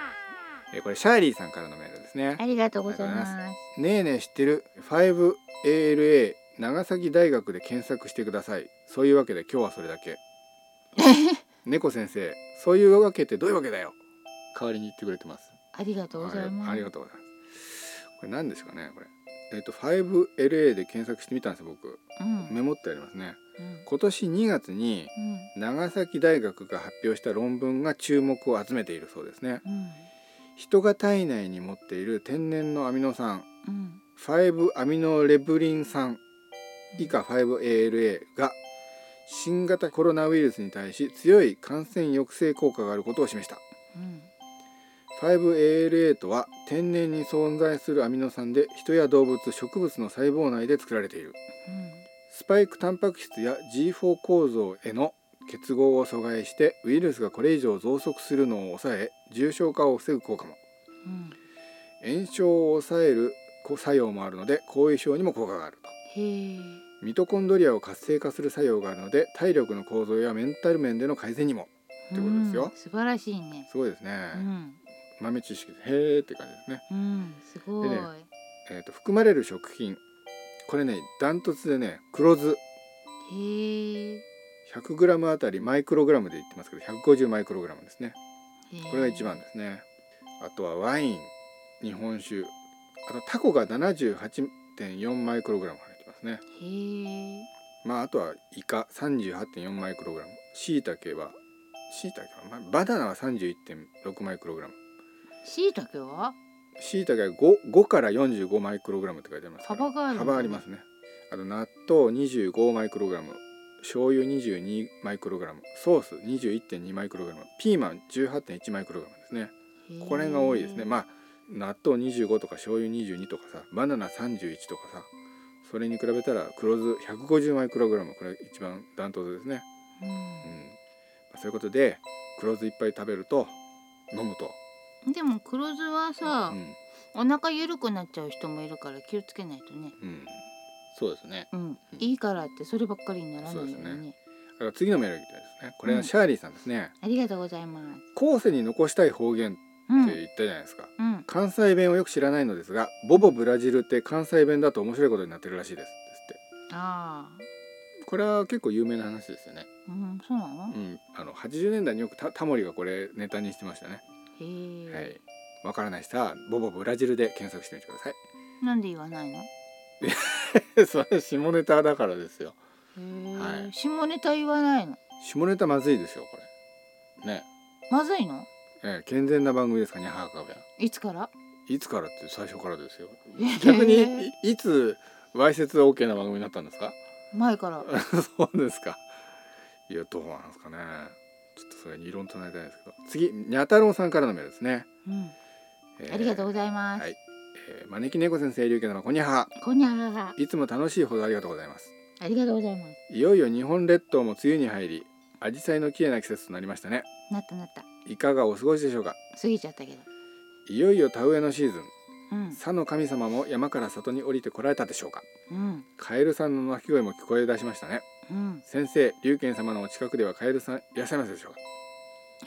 S1: えーこれシャーリーさんからのメールですね、
S2: ありがとうございます
S1: ねえねえ知ってる 5ALA 長崎大学で検索してくださいそういうわけで今日はそれだ け猫先生そういうわけってどういうわけだよ代わりに言ってくれてます
S2: ありがとうございます
S1: ありがとうございますこれ何ですかねこれえっ、と 5LA で検索してみたんですよ僕
S2: うん
S1: メモってありますね
S2: うん
S1: 今年2月に
S2: うん
S1: 長崎大学が発表した論文が注目を集めているそうですね
S2: うん
S1: 人が体内に持っている天然のアミノ酸
S2: うん
S1: 5アミノレブリン酸以下 5ALA が新型コロナウイルスに対し強い感染抑制効果があることを示した
S2: うん
S1: 5ALA とは天然に存在するアミノ酸で人や動物植物の細胞内で作られているスパイクタンパク質や G4 構造への結合を阻害してウイルスがこれ以上増殖するのを抑え重症化を防ぐ効果も
S2: うん
S1: 炎症を抑える作用もあるので後遺症にも効果があると
S2: へえ
S1: ミトコンドリアを活性化する作用があるので体力の構造やメンタル面での改善にも
S2: って
S1: ことですよ
S2: 素晴らしいね
S1: すごいです
S2: う
S1: ね、
S2: ん
S1: 豆知識でへーって感じですね、
S2: うんすごい
S1: でねえー、と含まれる食品これねダントツでね黒酢
S2: へえ
S1: 100g あたりマイクログラムで言ってますけど150マイクログラムですねこれが一番ですねあとはワイン日本酒あとタコが78.4マイクログラム入ってますね
S2: へえ
S1: まああとはイカ38.4マイクログラム、シイタケはシイタケはまあバナナは31.6マイクログラム、
S2: しいたけは
S1: しいたけは 5, 5から45マイクログラムって書いてありますから
S2: 幅があるの
S1: 幅ありますねあと納豆25マイクログラム醤油22マイクログラムソース21.2マイクログラムピーマン18.1マイクログラムですねここら辺が多いですね
S2: へー
S1: まあ納豆25とか醤油22とかさバナナ31とかさそれに比べたら黒酢150マイクログラムこれ一番ダントツですねうん
S2: う
S1: まあそういうことで黒酢いっぱい食べると飲むと、
S2: ん、でも黒酢はさ
S1: う、ん
S2: お腹緩くなっちゃう人もいるから気をつけないとね
S1: うん、そうですね
S2: うん、
S1: うん
S2: いいからってそればっかりにならないように
S1: そう
S2: ね
S1: ですだから次のメールが来たんですねこれはシャーリーさんですね、
S2: ありがとうございます
S1: 後世に残したい方言って
S2: うん、う
S1: 言ったじゃないですか、
S2: ん、
S1: 関西弁をよく知らないのですがボボブラジルって関西弁だと面白いことになってるらしいですですっ
S2: ああ
S1: てこれは結構有名な話ですよね
S2: うんそうなの
S1: う、ん、あの80年代によくタタモリがこれネタにしてましたね、
S2: へえ、
S1: はいわからない人はボボブラジルで検索してみてください
S2: なんで言わないのへ
S1: それ下ネタだからですよ
S2: え、
S1: はい
S2: 下ネタ言わないの
S1: 下ネタまずいですよこれね
S2: まずいの
S1: ええ健全な番組ですかにゃはかべ
S2: いつから
S1: いつからって最初からですよ逆
S2: 逆
S1: にいいつわいせつ OK な番組になったんですか
S2: 前 から
S1: そうですかいやどうなんですかねちょっとそれに異論唱えたいですけど次にゃたろうさんからのメールですね、
S2: うん
S1: ええ
S2: ありがとうございます、
S1: はいええ招き猫先生龍家のこにゃは
S2: こんにゃはは。
S1: いつも楽しいほどありがとうございます
S2: ありがとうございます
S1: いよいよ日本列島も梅雨に入り紫陽花の綺麗な季節となりましたね
S2: なったなった
S1: いかがお過ごしでしょうか
S2: 過ぎちゃったけど
S1: いよいよ田植えのシーズン
S2: うん
S1: 佐の神様も山から里に降りてこられたでしょうか
S2: うん
S1: カエルさんの鳴き声も聞こえ出しましたね
S2: うん
S1: 先生龍賢様のお近くではカエルさんいらっしゃいますでしょうか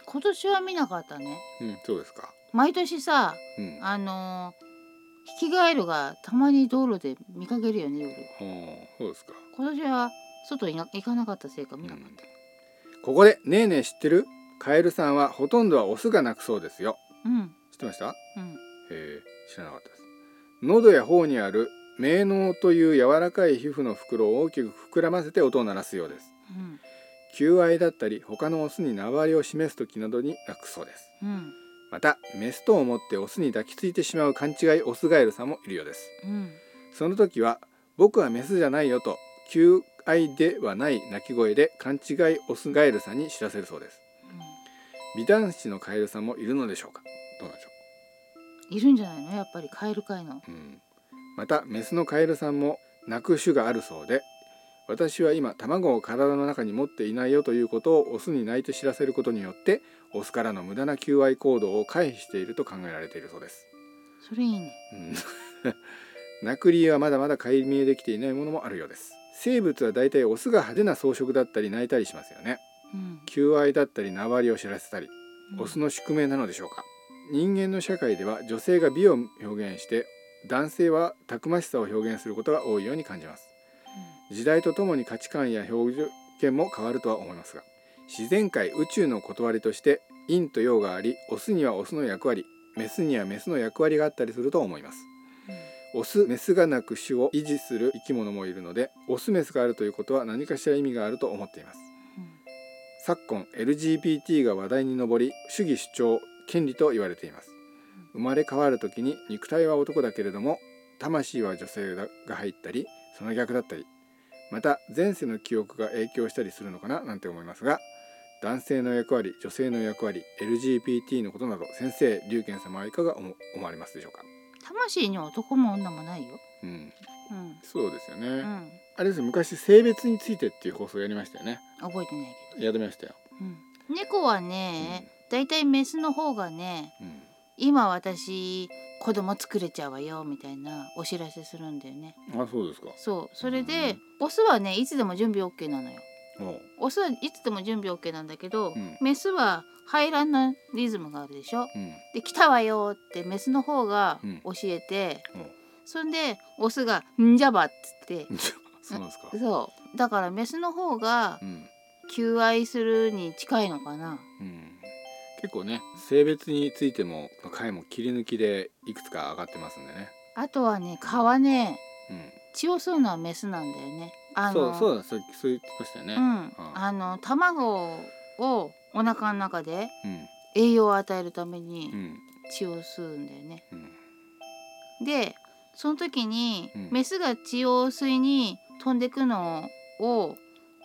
S2: 今年は見なかったね
S1: うんそうですか
S2: 毎年さ
S1: うん
S2: あのー、ヒキガエルがたまに道路で見かけるよね夜
S1: ほうそうですか
S2: 今年は外に行かなかったせいか見なかった、
S1: ここでねえねえ知ってるカエルさんはほとんどはオスが鳴くそうですよ
S2: うん、うん
S1: 知ってましたえー知らなかったです喉や頬にある鳴脳という柔らかい皮膚の袋を大きく膨らませて音を鳴らすようです
S2: うん
S1: 求愛だったり他のオスに縄張りを示す時などに鳴くそうです
S2: うん
S1: またメスと思ってオスに抱きついてしまう勘違いオスガエルさんもいるようです
S2: うん
S1: その時は僕はメスじゃないよと求愛ではない鳴き声で勘違いオスガエルさんに知らせるそうです美男子のカエルさんもいるのでしょうかどうなんでしょう
S2: うんいるんじゃないのやっぱりカエル界の
S1: うん、またメスのカエルさんも鳴く種があるそうで私は今卵を体の中に持っていないよということをオスに泣いて知らせることによってオスからの無駄な求愛行動を回避していると考えられているそうです。
S2: それいいね
S1: うん、 鳴く理由はまだまだ解明できていないものもあるようです。生物はだいたいオスが派手な装飾だったり泣いたりしますよね。
S2: うん
S1: 求愛だったり縄張りを知らせたりオス
S2: の
S1: の宿命なのでしょうか人間の社会では女性が美を表現して男性はたくましさを表現することが多いように感じます時代とともに価値観や表現も変わるとは思いますが自然界宇宙の断りとして陰と陽がありオスにはオスの役割メスにはメスの役割があったりすると思いますオスメスがなく種を維持する生き物もいるのでオスメスがあるということは何かしら意味があると思っています昨今 LGBT が話題に上り主義主張権利と言われています生まれ変わる時に肉体は男だけれども魂は女性が入ったりその逆だったりまた前世の記憶が影響したりするのかななんて思いますが男性の役割女性の役割 LGBT のことなど先生龍賢様はいかが思思われますでしょうか
S2: 魂に男も女もないよ
S1: うん
S2: うん
S1: そうですよね、
S2: うん
S1: あれですよ昔性別についてっていう放送やりましたよね
S2: 覚えてない
S1: やりましたよ、
S2: けど、うん、猫はね、だいたいメスの方がね
S1: うん、
S2: 今私子供作れちゃうわよみたいなお知らせするんだよね
S1: あそうですか
S2: そうそれで、オスはねいつでも準備 OK なのよ
S1: おう
S2: オスはいつでも準備 OK なんだけど、
S1: うん
S2: メスは排卵のリズムがあるでしょ
S1: うん
S2: で来たわよってメスの方が
S1: うん
S2: 教えて、
S1: おう
S2: そんでオスが「んじゃば」っつって
S1: そうなんです か。
S2: そうだからメスの方が
S1: うん、
S2: 求愛するに近いのかな
S1: うん、結構ね、性別についても回も切り抜きでいくつか上がってますんでね。
S2: あとはね蚊はね
S1: うん、
S2: 血を吸うのはメスなんだよねあ
S1: そ
S2: の
S1: うそうだ、さっきそう言ってましたよね。
S2: うん、あの卵をお腹の中で
S1: うん、
S2: 栄養を与えるために
S1: うん、
S2: 血を吸うんだよね。
S1: うん
S2: でその時に、
S1: うん
S2: メスが血を吸いに飛んでくのを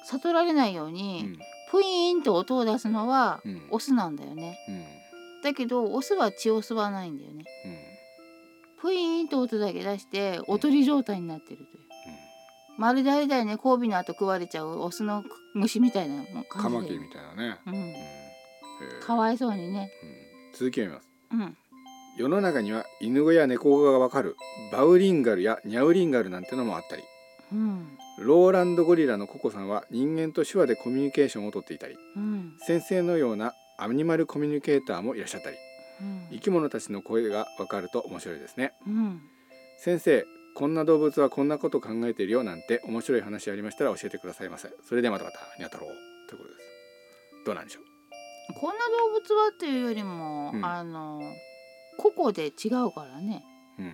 S2: 悟られないよう
S1: う
S2: に、
S1: ん
S2: プイーンと音を出すのは、
S1: うん
S2: オスなんだよね。
S1: うん
S2: だけどオスは血を吸わないんだよね。
S1: うん
S2: プイーンと音だけ出しておとり状態になってるという。
S1: うん
S2: まるであれだよね交尾の後食われちゃうオスの虫みたいなもん
S1: カ
S2: 感
S1: マ
S2: じ
S1: キ
S2: で
S1: リみたいなね、
S2: う
S1: うん
S2: ん
S1: へー
S2: かわいそうにね
S1: うん続きを見ます
S2: うん
S1: 世の中には犬語や猫語がわかるバウリンガルやニャウリンガルなんてのもあったり
S2: うん
S1: ローランドゴリラのココさんは人間と手話でコミュニケーションをとっていたり
S2: うん
S1: 先生のようなアニマルコミュニケーターもいらっしゃったり
S2: うん
S1: 生き物たちの声がわかると面白いですね
S2: うん
S1: 先生こんな動物はこんなこと考えてるよなんて面白い話ありましたら教えてくださいませそれではまたまたにゃ太郎ということですどうなんでしょう
S2: こんな動物はっていうよりも、
S1: うん
S2: あの個々で違うからね
S1: うん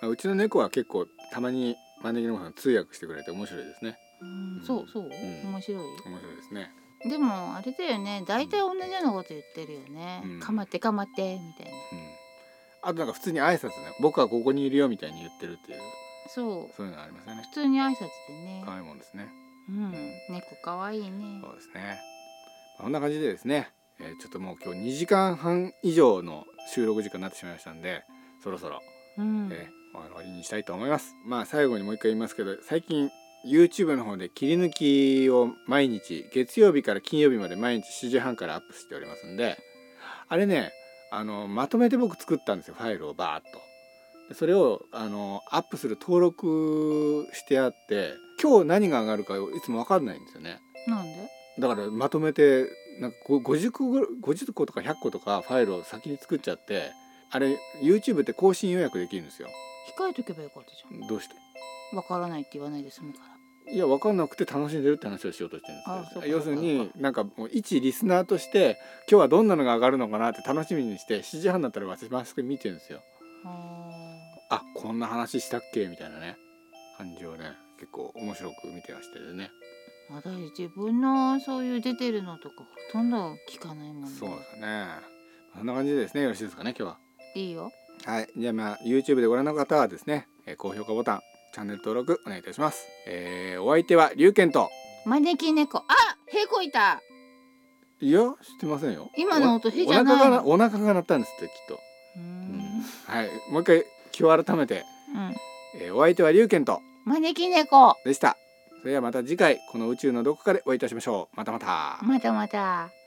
S1: まあ、うちの猫は結構たまに招き猫さん通訳してくれて面白いですね
S2: うん、
S1: うん
S2: そうそう、
S1: ん
S2: 面白い
S1: 面白いですね
S2: でもあれだよね大体同じようなこと言ってるよね、
S1: うん
S2: かまってかまってみたいな
S1: うんあとなんか普通に挨拶ね僕はここにいるよみたいに言ってるっていう
S2: そう
S1: そういうのありますよね
S2: 普通に挨拶でね
S1: 可愛いもんですね
S2: うん猫かわいいね
S1: そうですねまあこんな感じでですね、えーちょっともう今日2時間半以上の収録時間になってしまいましたんでそろそろ
S2: うん、
S1: えー、終わりにしたいと思います。まあ最後にもう一回言いますけど最近 YouTube の方で切り抜きを毎日月曜日から金曜日まで毎日7時半からアップしておりますんであれねあのまとめて僕作ったんですよファイルをバーッと。でそれをあのアップする登録してあって今日何が上がるかいつも分かんないんですよね。
S2: なんで
S1: だからまとめてなんかご50個ぐらい50個とか100個とかファイルを先に作っちゃってあれ YouTube って更新予約できるんですよ。
S2: 控えとけばよかったじゃ
S1: どうして
S2: んわからないって言わないで済むから
S1: いや分かんなくて楽しんでるって話をしようとしてるんです
S2: あそう
S1: けど
S2: か
S1: 要する
S2: そう
S1: に
S2: か
S1: なんかもう一リスナーとして今日はどんなのが上がるのかなって楽しみにして7時半になったら私マスク見てるんですよ
S2: あ
S1: あこんな話したっけみたいなね感じをね結構面白く見てましてね
S2: ー私自分のそういう出てるのとかほとんど聞かないもんね
S1: そうですねそんな感じでですねよろしいですかね今
S2: いいよ
S1: 日ははいじゃあまあ YouTube でご覧の方はですねえー高評価ボタンチャンネル登録お願いいたします、えーお相手は龍健と
S2: 招き猫あへこいた
S1: いや知ってませんよ
S2: 今の音屁
S1: お
S2: じゃない
S1: お腹がお腹が鳴ったんですってきっと
S2: う
S1: う
S2: ー
S1: ん
S2: ん
S1: はい、もう一回今日改めて、
S2: うん
S1: えーお相手は龍賢と
S2: 招き猫
S1: でした。それではまた次回この宇宙のどこかでお会いいたしましょう。またまた。
S2: またまた